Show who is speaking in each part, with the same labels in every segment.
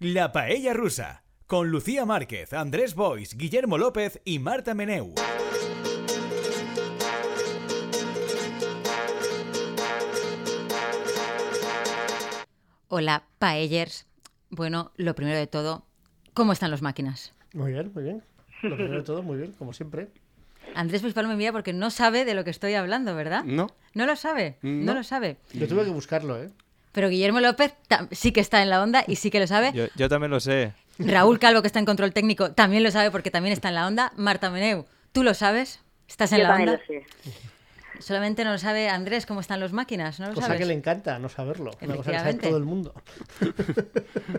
Speaker 1: La Paella Rusa, con Lucía Márquez, Andrés Bois, Guillermo López y Marta Meneu.
Speaker 2: Hola, paellers. Bueno, lo primero de todo, ¿cómo están las máquinas?
Speaker 3: Muy bien, muy bien. Lo primero de todo, muy bien, como siempre.
Speaker 2: Andrés Bispal me mira porque no sabe de lo que estoy hablando, ¿verdad?
Speaker 3: Mm.
Speaker 4: No.
Speaker 2: No lo sabe, no,
Speaker 4: No.
Speaker 2: lo sabe.
Speaker 3: Yo tuve que buscarlo, ¿eh?
Speaker 2: Pero Guillermo López tam- sí que está en la onda y sí que lo sabe.
Speaker 5: Yo, yo también lo sé.
Speaker 2: Raúl Calvo, que está en control técnico, también lo sabe porque también está en la onda. Marta Meneu, ¿tú lo sabes? ¿Estás en
Speaker 6: Yo
Speaker 2: la
Speaker 6: también
Speaker 2: onda?
Speaker 6: lo sé.
Speaker 2: Solamente no lo sabe Andrés cómo están las máquinas, ¿no lo
Speaker 3: Cosa
Speaker 2: sabes?
Speaker 3: que le encanta no saberlo. Una cosa que sabe
Speaker 2: Efectivamente.
Speaker 3: todo el mundo.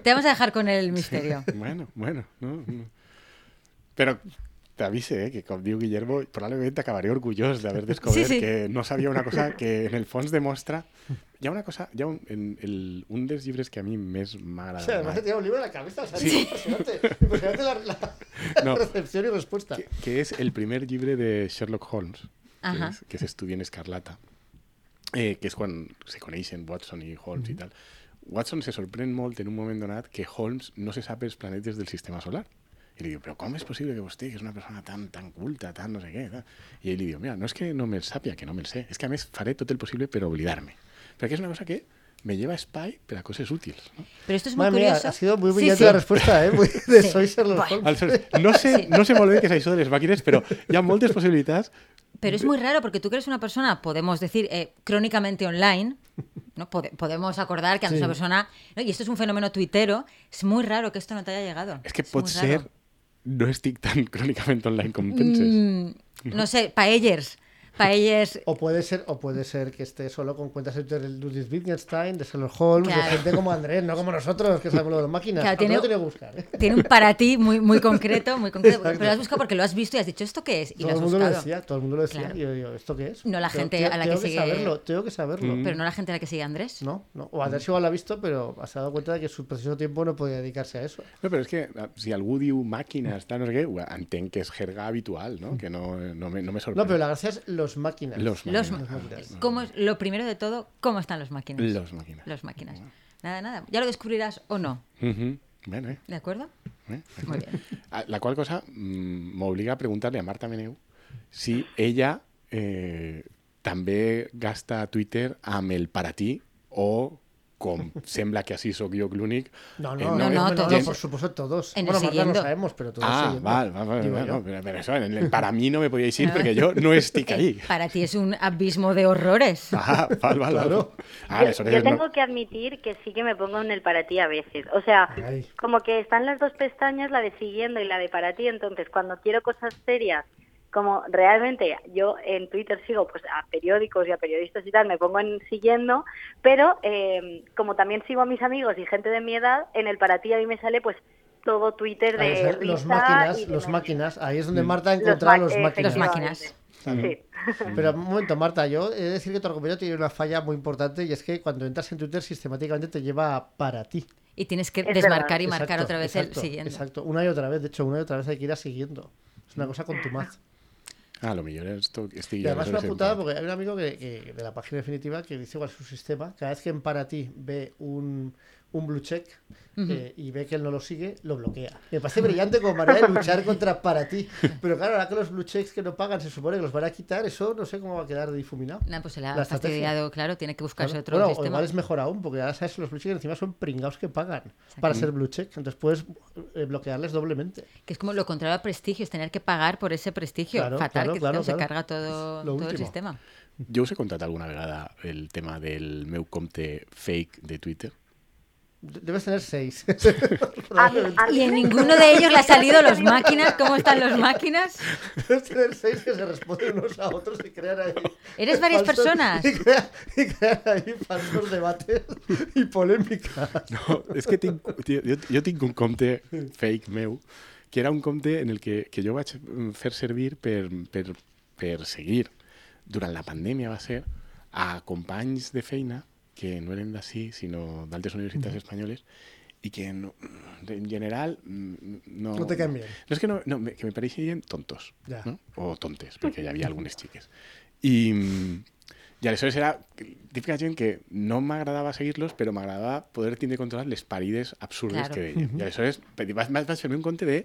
Speaker 2: Te vamos a dejar con el misterio.
Speaker 4: Bueno, bueno. no, no. Pero te avise eh, que com diu Guillermo probablemente acabaré orgulloso de haber descubierto
Speaker 2: Sí, sí.
Speaker 4: que no sabía una cosa que en el fons demostra... Hi ha una cosa, hi ha un, en el, un dels llibres que a mi més m'ha
Speaker 3: O sea,
Speaker 4: agradat
Speaker 3: además
Speaker 4: mai.
Speaker 3: te tenía un libro en la cabeza. O sea, es impresionante. Impresionante la, la- la
Speaker 4: No.
Speaker 3: recepción y respuesta.
Speaker 4: que, que es el primer llibre de Sherlock Holmes, que
Speaker 2: Ajá.
Speaker 4: es, que es Estudio en Escarlata, eh, que és quan se coneixen Watson i Holmes i tal. Watson se sorprèn molt en un moment donat que Holmes no se sap els planetes del sistema solar. I li diu, però com és possible que vostè, que és una persona tan, tan culta, tan no sé què, tal? I ell li diu, mira, no és que no me'ls sàpia, que no me'ls sé, és que a més faré tot el possible per oblidar-me. Perquè és una cosa que me lleva espai per a coses útils. No?
Speaker 2: Pero esto es muy
Speaker 3: Madre mía,
Speaker 2: curioso.
Speaker 3: ha sido muy
Speaker 2: Sí,
Speaker 3: brillante
Speaker 2: sí.
Speaker 3: la respuesta, ¿eh? Muy de
Speaker 2: Sí.
Speaker 3: soy Sherlock
Speaker 2: Bueno.
Speaker 3: Holmes.
Speaker 4: Aleshores, no sé, no sé molt bé què és això de les màquines, però hi ha moltes possibilitats
Speaker 2: Pero es muy raro porque tú que eres una persona, podemos decir, eh, crónicamente online, ¿no? Pode- podemos acordar que antes
Speaker 3: Sí.
Speaker 2: una persona, ¿no? y esto es un fenómeno tuitero, es muy raro que esto no te haya llegado.
Speaker 4: Es que
Speaker 2: muy
Speaker 4: pot
Speaker 2: raro.
Speaker 4: ser no estic tan crònicament online com penses.
Speaker 2: Mm, no sé, paellers, paellers,
Speaker 3: O puede ser, o puede ser que esté solo con cuentas de Twitter del Judith Wittgenstein, de Sherlock Holmes,
Speaker 2: Claro.
Speaker 3: de gente como Andrés, no como nosotros, que sabemos lo de las máquinas.
Speaker 2: Claro,
Speaker 3: Aunque
Speaker 2: tiene-
Speaker 3: lo he tenido que buscar. ¿eh?
Speaker 2: tiene un para ti muy, muy concreto, muy concreto,
Speaker 3: Exacto.
Speaker 2: pero lo has buscado porque lo has visto y has dicho, ¿esto qué es? Y
Speaker 3: Todo el
Speaker 2: lo has
Speaker 3: mundo lo
Speaker 2: buscado.
Speaker 3: decía, todo el mundo lo decía.
Speaker 2: Claro.
Speaker 3: Y yo digo, ¿esto qué es?
Speaker 2: No la
Speaker 3: Tengo-
Speaker 2: gente
Speaker 3: tengo-
Speaker 2: a la que
Speaker 3: tengo
Speaker 2: sigue-
Speaker 3: saberlo, tengo que saberlo.
Speaker 2: Mm.
Speaker 4: Mm.
Speaker 2: Pero no la gente a la que sigue Andrés.
Speaker 3: Mm. No, no. O Andrés igual la ha visto, pero se ha dado cuenta de que su precioso tiempo no podía dedicarse a eso.
Speaker 4: No, però és que eh, si algú diu màquines, tal, no sé què, ho entenc que és jerga habitual, no? Que no, no, me, no me sorprèn.
Speaker 3: No, pero la gracia es los máquinas.
Speaker 4: Los
Speaker 2: Los
Speaker 4: màquines.
Speaker 2: ma- ¿cómo es- lo primero de todo, ¿cómo están los máquinas?
Speaker 4: Los màquines.
Speaker 2: Los máquinas. Nada, nada. Ya lo descubrirás o no,
Speaker 4: Mhm. Bueno, eh?
Speaker 2: ¿de acuerdo?
Speaker 4: eh?
Speaker 2: Muy bien.
Speaker 4: A- La qual cosa mm, m'obliga a preguntar-li a Marta Meneu si ella eh, també gasta Twitter amb el para ti o com sembla que així sóc jo l'únic.
Speaker 3: No,
Speaker 4: eh,
Speaker 3: no,
Speaker 2: no, no,
Speaker 3: no,
Speaker 2: todos.
Speaker 3: por supuesto, todos.
Speaker 2: En el
Speaker 3: bueno, Marta, lo
Speaker 2: siguiendo.
Speaker 3: sabemos, pero todos.
Speaker 4: Ah,
Speaker 3: siguiendo,
Speaker 4: val, val, val,
Speaker 3: digo
Speaker 4: val,
Speaker 3: yo. Ah.
Speaker 4: no, pero, pero eso, en el para mí no me podíais ir porque yo no estic ahí.
Speaker 2: Eh, Para ti es un abismo de horrores.
Speaker 4: Ah, val, val, val.
Speaker 3: Claro.
Speaker 4: Ah,
Speaker 6: yo,
Speaker 4: eso
Speaker 6: yo
Speaker 4: es,
Speaker 6: tengo
Speaker 4: no.
Speaker 6: que admitir que sí que me pongo en el para ti a veces. O sea,
Speaker 3: Ay.
Speaker 6: como que están las dos pestañas, la de siguiendo y la de para ti. Entonces, cuando quiero cosas serias, como realmente yo en Twitter sigo pues a periódicos y a periodistas y tal, me pongo en siguiendo, pero eh, como también sigo a mis amigos y gente de mi edad, en el para ti a mí me sale pues todo Twitter
Speaker 3: Ahí
Speaker 6: de
Speaker 3: está, los
Speaker 6: risa y
Speaker 3: máquinas,
Speaker 6: de
Speaker 3: los
Speaker 6: no-
Speaker 3: máquinas. Ahí es donde Marta ha
Speaker 6: los
Speaker 3: encontrado
Speaker 6: ma- eh,
Speaker 3: los máquinas.
Speaker 2: Los máquinas.
Speaker 6: efectivamente. Sí.
Speaker 3: Pero un momento, Marta, yo he de decir que tu argumento tiene una falla muy importante y es que cuando entras en Twitter sistemáticamente te lleva a para ti.
Speaker 2: Y tienes que
Speaker 6: Es
Speaker 2: desmarcar
Speaker 6: verdad.
Speaker 2: y marcar
Speaker 3: Exacto,
Speaker 2: otra vez
Speaker 3: exacto,
Speaker 2: el siguiente.
Speaker 3: Exacto, una y otra vez, de hecho, una y otra vez hay que ir a siguiendo. Es una cosa con tu más.
Speaker 4: Ah, lo mejor es esto. Este
Speaker 3: Y además es una putada porque hay un amigo que, que- de la página definitiva que dice cuál es su sistema. Cada vez que en para ti ve un, un blue check eh, y ve que él no lo sigue, lo bloquea. Me parece brillante como manera de luchar contra para ti. Pero claro, ahora que los blue checks que no pagan se supone que los van a quitar, eso no sé cómo va a quedar difuminado.
Speaker 2: Nah, pues se la
Speaker 3: La
Speaker 2: ha
Speaker 3: estrategia.
Speaker 2: fastidiado, claro, tiene que buscarse
Speaker 3: Claro.
Speaker 2: otro
Speaker 3: Bueno, o
Speaker 2: sistema.
Speaker 3: igual es mejor aún, porque ahora sabes que los blue checks encima son pringados que pagan para ser blue check. Entonces puedes eh, bloquearles doblemente.
Speaker 2: Que es como lo contrario a prestigio, es tener que pagar por ese prestigio.
Speaker 3: Claro,
Speaker 2: Fatal,
Speaker 3: claro,
Speaker 2: que
Speaker 3: claro,
Speaker 2: se
Speaker 3: claro.
Speaker 2: carga todo,
Speaker 3: Lo
Speaker 2: todo el
Speaker 3: último.
Speaker 2: sistema.
Speaker 4: Yo os he contado alguna vegada el tema del meu compte fake de Twitter.
Speaker 3: De- Debes tener seis.
Speaker 6: A mí- a mí
Speaker 2: Y en
Speaker 6: me-
Speaker 2: ninguno de ellos le ha salido los máquinas. ¿Cómo están los máquinas?
Speaker 3: Debes tener Este seis que se responden unos a otros y crean ahí.
Speaker 2: Eres varias
Speaker 3: falsos-
Speaker 2: personas.
Speaker 3: Y crean, y crean ahí falsos debates y polémicas.
Speaker 4: No, és que tinc, tio, jo, jo tinc un compte fake meu, que era un compte en el que, que jo vaig mm, fer servir per, per, per seguir, durant la pandèmia va ser, a companys de feina que no eren d'ací, sinó d'altres universitats
Speaker 3: Mm.
Speaker 4: espanyoles, i que no, en general mm, no...
Speaker 3: No te caen bien.
Speaker 4: No és que no, no me- que me pareixien tontos,
Speaker 3: Ja.
Speaker 4: mm, no? o tontes, perquè hi havia algunes xiques. I, Y Aleshores era típica gent que no m'agradava seguir-los, però m'agradava poder tindre controlat les parides absurdes
Speaker 2: Claro.
Speaker 4: que deien. I aleshores vaig, vaig, vaig fer un compte de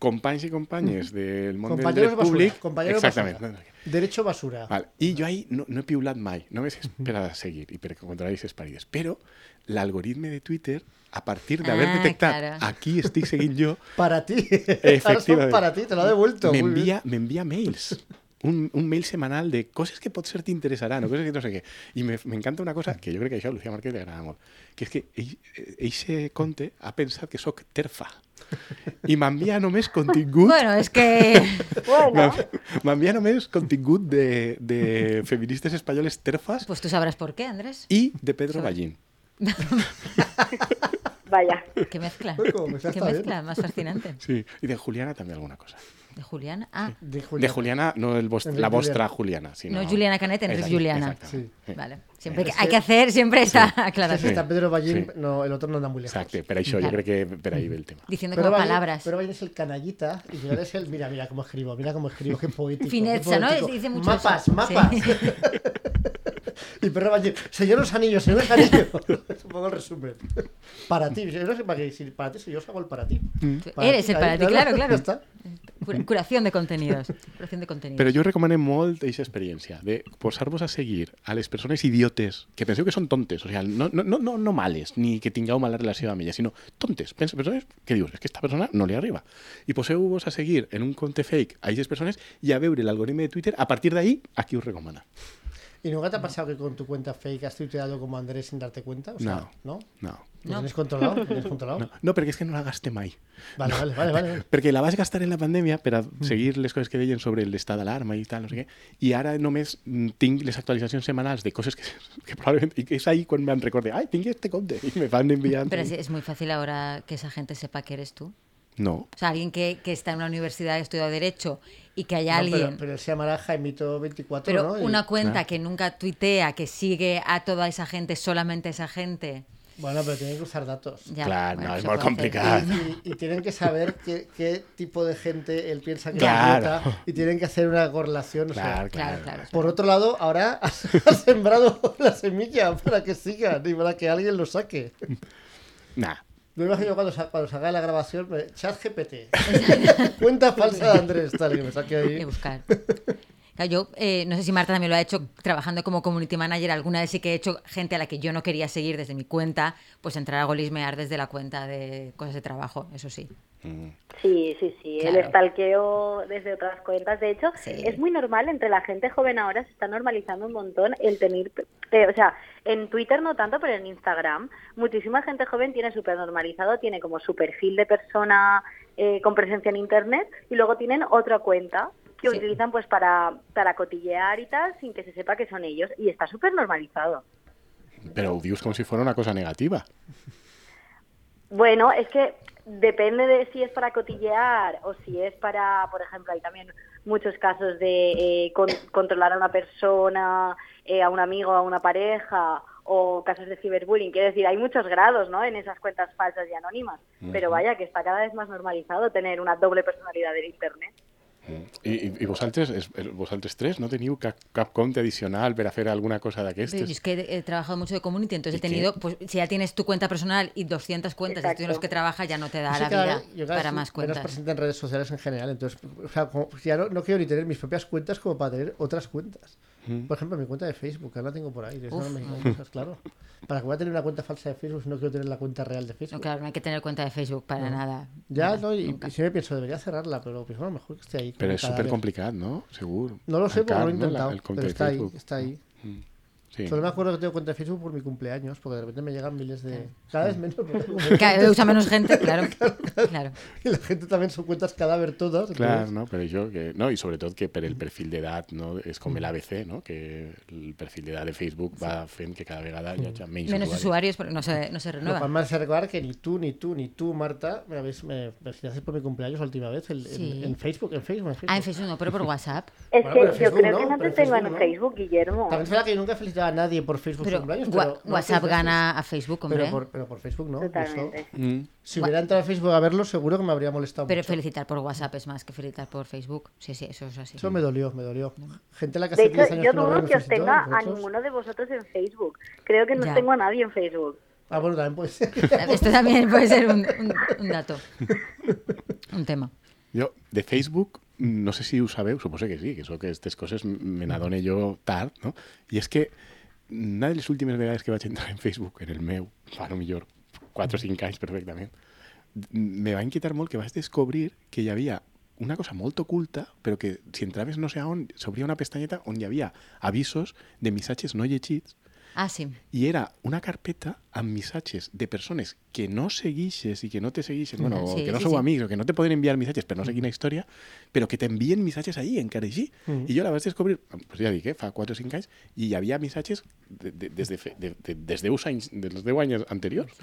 Speaker 4: companys i companyes del món del
Speaker 3: Compañeros
Speaker 4: dret
Speaker 3: basura,
Speaker 4: públic.
Speaker 3: compañeros
Speaker 4: Exactament.
Speaker 3: basura.
Speaker 4: No, no,
Speaker 3: Derecho basura.
Speaker 4: Vale. Y yo ahí no, no he piulat mai, no me esperado a seguir y pero encontraréis esparides. Pero el algoritmo de Twitter, a partir de haber
Speaker 2: Ah,
Speaker 4: detectado
Speaker 2: claro.
Speaker 4: aquí estoy seguint yo,
Speaker 3: Para ti. Ahora
Speaker 4: efectivamente.
Speaker 3: son para ti, te lo ha devuelto.
Speaker 4: Me
Speaker 3: Muy bien.
Speaker 4: envía, me envía mails. Un, un mail semanal de cosas que pot ser t'interessaran o coses que no sé què. I me, me encanta una cosa que jo crec que això a Lucía Márquez li agrada molt, que és que ell- eh, eixe conte ha pensat que sóc terfa i m'envia només contingut
Speaker 2: Bueno, es que.
Speaker 6: Bueno,
Speaker 4: m'envia només contingut de, de feministes espanyoles terfas
Speaker 2: Pues tú sabrás por qué, Andrés.
Speaker 4: y de
Speaker 2: Pues,
Speaker 4: Pedro Ballín.
Speaker 6: vaya.
Speaker 2: Qué mezcla.
Speaker 3: Uy, como mezcla
Speaker 2: Qué
Speaker 3: está bien.
Speaker 2: mezcla más fascinante.
Speaker 4: Sí. Y de Juliana también alguna cosa.
Speaker 2: De Juliana. Ah,
Speaker 3: De
Speaker 4: De Juliana, no el vos-
Speaker 3: Enrique
Speaker 4: la
Speaker 3: Julián.
Speaker 4: vostra Juliana, sino...
Speaker 2: No Juliana Canet, Enrique
Speaker 4: Exacto,
Speaker 2: Juliana.
Speaker 4: exactamente. Sí.
Speaker 2: vale. Siempre que-
Speaker 3: Es
Speaker 2: hay
Speaker 3: que-
Speaker 2: que hacer siempre esta
Speaker 3: Sí, sí,
Speaker 2: aclaración.
Speaker 3: está Pedro Ballín,
Speaker 4: Sí.
Speaker 3: no, el otro no anda muy lejos.
Speaker 4: Exacte, per això jo
Speaker 2: Claro.
Speaker 4: crec que per ahí ve el tema.
Speaker 2: Diciendo
Speaker 3: Pero
Speaker 2: como
Speaker 3: Ballín-
Speaker 2: palabras.
Speaker 3: Pero Biden es el canallita y yo es el. Mira, mira cómo escribo, mira cómo escribo, qué poético. qué
Speaker 2: Fineza, ¿no?
Speaker 3: poético.
Speaker 2: Dice mucho
Speaker 3: Mapas,
Speaker 2: eso.
Speaker 3: mapas.
Speaker 2: Sí.
Speaker 3: y Pedro Ballín, señor los anillos, señor los anillos. es un poco el resumen. Para ti, yo no sé para qué decir para ti, si yo os hago el para ti. Para
Speaker 2: Eres el
Speaker 3: ahí,
Speaker 2: para ti, claro,
Speaker 3: Ya
Speaker 2: claro.
Speaker 3: está.
Speaker 2: Cura- curación de contenidos. Curación de contenidos.
Speaker 4: Però jo recomanem molt aquesta experiència, de posar-vos a seguir a les persones idiotes, que penseu que són tontes, o sigui, no, no, no- no, no males, ni que tingueu mala relació amb elles, sinó tontes, pensa, persones que dius, és que esta persona no li arriba. I poseu-vos a seguir en un compte fake a aquestes persones i a veure l'algoritme de Twitter, a partir d'ahí, a qui us recomana.
Speaker 3: ¿Y nunca te ha pasado que con tu cuenta fake has tuiteado como Andrés sin darte cuenta? O sea, ¿no?
Speaker 4: No.
Speaker 3: ¿Lo
Speaker 2: No.
Speaker 3: tienes controlado? ¿Lo tienes controlado?
Speaker 4: No, no perquè és que no la gaste mai.
Speaker 3: Vale, vale, vale, vale. vale.
Speaker 4: Perquè la vas gastar en la pandèmia per a seguir les coses que deien sobre l'estat d'alarma i tal, no sé què, i ara només mm, tinc les actualitzacions setmanals de coses que, que probablement... I que és ahí quan me'n recorde, ai, tinc este compte, i me van enviant...
Speaker 2: Pero es, es muy fácil ahora que esa gente sepa que eres tú.
Speaker 4: No,
Speaker 2: O sea, alguien que, que está en una universidad y ha estudiado Derecho y que haya
Speaker 3: No,
Speaker 2: alguien.
Speaker 3: Pero, pero él se llamará Jaimito24,
Speaker 2: Pero
Speaker 3: ¿no? Y-
Speaker 2: una cuenta
Speaker 4: Claro.
Speaker 2: que nunca tuitea, que sigue a toda esa gente, solamente a esa gente.
Speaker 3: Bueno, pero tienen que usar datos.
Speaker 2: Ya,
Speaker 4: Claro, no, es
Speaker 2: se puede
Speaker 4: muy
Speaker 2: hacer.
Speaker 4: complicado.
Speaker 3: Y, y tienen que saber qué, qué tipo de gente él piensa que
Speaker 4: Claro.
Speaker 3: es idiota y tienen que hacer una correlación. o sea,
Speaker 4: clar, clar.
Speaker 2: Claro, claro.
Speaker 3: por otro lado, ahora has, has sembrado la semilla para que sigan y para que alguien lo saque.
Speaker 4: Nah.
Speaker 3: Me imagino cuando, sa- cuando salga la grabación, me, chat GPT. Cuenta falsa de Andrés, tal, que me saque
Speaker 2: Y
Speaker 3: ahí.
Speaker 2: buscar. Claro, yo eh, no sé si Marta también lo ha hecho trabajando como community manager. Alguna vez sí que he hecho gente a la que yo no quería seguir desde mi cuenta, pues entrar a golismear desde la cuenta de cosas de trabajo, eso sí.
Speaker 4: Mm.
Speaker 6: Sí, sí, sí, el
Speaker 2: Claro.
Speaker 6: stalkeo desde otras cuentas. De hecho,
Speaker 2: Sí.
Speaker 6: es muy normal entre la gente joven ahora, se está normalizando un montón el tener, eh, o sea, en Twitter no tanto, pero en Instagram, muchísima gente joven tiene súper normalizado, tiene como su perfil de persona eh, con presencia en Internet y luego tienen otra cuenta que
Speaker 2: Sí.
Speaker 6: utilizan pues para, para cotillear y tal sin que se sepa que son ellos y está súper normalizado.
Speaker 4: Però ho dius com si fos una cosa negativa.
Speaker 6: Bueno, es que depende de si es para cotillear o si es para, por ejemplo, hay también muchos casos de eh, con- controlar a una persona, eh, a un amigo, a una pareja o casos de ciberbullying. Quiero decir, hay muchos grados ¿no? en esas cuentas falsas y anónimas. Pero vaya, que está cada vez más normalizado tener una doble personalidad del Internet.
Speaker 4: I, i, i vosaltres, es, eh, vosaltres tres no teniu cap, cap compte adicional per a fer alguna cosa
Speaker 3: Este
Speaker 2: Pero yo
Speaker 4: d'aquestes?
Speaker 2: es que he, he trabajado mucho de community, entonces he
Speaker 4: ¿Y qué?
Speaker 2: tenido, pues si ya tienes tu cuenta personal y 200 cuentas, y tú tienes
Speaker 6: Exacto.
Speaker 2: que trabajas, ya no te da
Speaker 3: Sí,
Speaker 2: la
Speaker 3: cada
Speaker 2: vida
Speaker 3: vez- yo cada
Speaker 2: para
Speaker 3: vez
Speaker 2: más
Speaker 3: Menos
Speaker 2: cuentas.
Speaker 3: presente en redes sociales en general. Entonces, o sea, como- pues ya no, no quiero ni tener mis propias cuentas como para tener otras cuentas. Por ejemplo, mi cuenta de Facebook, ahora la tengo por ahí. de eso no
Speaker 2: Uf.
Speaker 3: me digo cosas, claro. Para que voy a tener una cuenta falsa de Facebook, no quiero tener la cuenta real de Facebook.
Speaker 2: No, claro, no hay que tener cuenta de Facebook para nada.
Speaker 3: Ya,
Speaker 2: Nada,
Speaker 3: no, y,
Speaker 2: nunca.
Speaker 3: y siempre pienso, debería cerrarla, pero pienso, bueno, mejor que esté ahí. como
Speaker 4: Però
Speaker 3: un
Speaker 4: és
Speaker 3: cadáver.
Speaker 4: supercomplicat, no? Segur.
Speaker 3: No lo sé porque
Speaker 4: Tancar,
Speaker 3: lo he
Speaker 4: no, la-
Speaker 3: intentado,
Speaker 4: el compte
Speaker 3: pero
Speaker 4: de
Speaker 3: está ahí,
Speaker 4: Facebook.
Speaker 3: está ahí.
Speaker 4: Sí.
Speaker 3: Solo me acuerdo que tengo cuenta de Facebook por mi cumpleaños, porque de repente me llegan miles de... Cada vez menos, porque como-
Speaker 2: Cada vez usa menos gente, claro. claro.
Speaker 3: y la gente también son cuentas cadáver todas.
Speaker 4: Clar,
Speaker 3: entonces-
Speaker 4: no? Per això que... No, i sobretot que per el perfil d'edat, no? És com l'ABC, no? Que el perfil d'edat de Facebook va fent que cada vegada hi hagi menys,
Speaker 2: Menos
Speaker 4: usuaris.
Speaker 2: usuarios, porque no se, no se
Speaker 3: Lo cual
Speaker 2: renueva.
Speaker 3: me hace recordar que ni tú, ni tú, ni tú, Marta, me habéis, me felicitasteis por mi cumpleaños la última vez el- en,
Speaker 2: Sí.
Speaker 3: en Facebook, en Facebook, en Facebook.
Speaker 2: Ah, en Facebook no, pero por WhatsApp.
Speaker 6: Es
Speaker 3: Bueno,
Speaker 6: que
Speaker 3: pero
Speaker 6: yo
Speaker 3: Facebook
Speaker 6: creo
Speaker 3: no,
Speaker 6: que no
Speaker 3: pero
Speaker 6: te tengo
Speaker 3: Facebook
Speaker 6: en
Speaker 3: no.
Speaker 6: Facebook, Guillermo.
Speaker 3: También es verdad que yo nunca he felicitado critica a nadie por Facebook
Speaker 2: Pero
Speaker 3: su cumpleaños,
Speaker 2: Wa-
Speaker 3: pero no
Speaker 2: WhatsApp
Speaker 3: haces
Speaker 2: gana a Facebook,
Speaker 3: Pero
Speaker 2: hombre. ¿eh?
Speaker 3: por, pero por Facebook no.
Speaker 6: Totalmente.
Speaker 3: Esto-
Speaker 4: Mm.
Speaker 3: si hubiera entrado a Facebook a verlo, seguro que me habría molestado
Speaker 2: Pero
Speaker 3: mucho.
Speaker 2: felicitar por WhatsApp es más que felicitar por Facebook. Sí, sí, eso es así.
Speaker 3: Eso me dolió, me dolió. Gente a la que
Speaker 6: De
Speaker 3: hace 10
Speaker 6: hecho,
Speaker 3: años
Speaker 6: yo
Speaker 3: que no veo
Speaker 6: dudo
Speaker 3: me
Speaker 6: que os
Speaker 3: felicitó,
Speaker 6: tenga a
Speaker 3: ¿vosotros?
Speaker 6: ninguno de vosotros en Facebook. Creo que no
Speaker 2: Ya.
Speaker 6: tengo a nadie en Facebook.
Speaker 3: Ah, bueno, también puede ser.
Speaker 2: Esto también puede ser un, un- un dato. Un tema.
Speaker 4: Jo, de Facebook, no sé si ho sabeu, suposo que sí, que sóc aquestes coses me n'adone jo tard, no? I és que una de les últimes vegades que vaig entrar en Facebook, en el meu, fa no millor 4 o 5 anys perfectament, me va inquietar molt que vaig descobrir que hi havia una cosa molt oculta, però que si entraves no sé a on, s'obria una pestanyeta on hi havia avisos de missatges no llegits
Speaker 2: Ah, sí.
Speaker 4: i era una carpeta amb missatges de persones que no seguixes i que no te seguixes, bueno,
Speaker 2: Sí,
Speaker 4: o que no
Speaker 2: sí,
Speaker 4: sou
Speaker 2: sí.
Speaker 4: amics o que no te poden enviar missatges per no sé quina història, però que t'envien missatges ahí, encara així. I jo la vaig descobrir, pues ja dic, eh, fa 4 o 5 anys, i hi havia missatges de, de, des, de, fe- de, de, des, de 10 anys, dels 10 anys anteriors,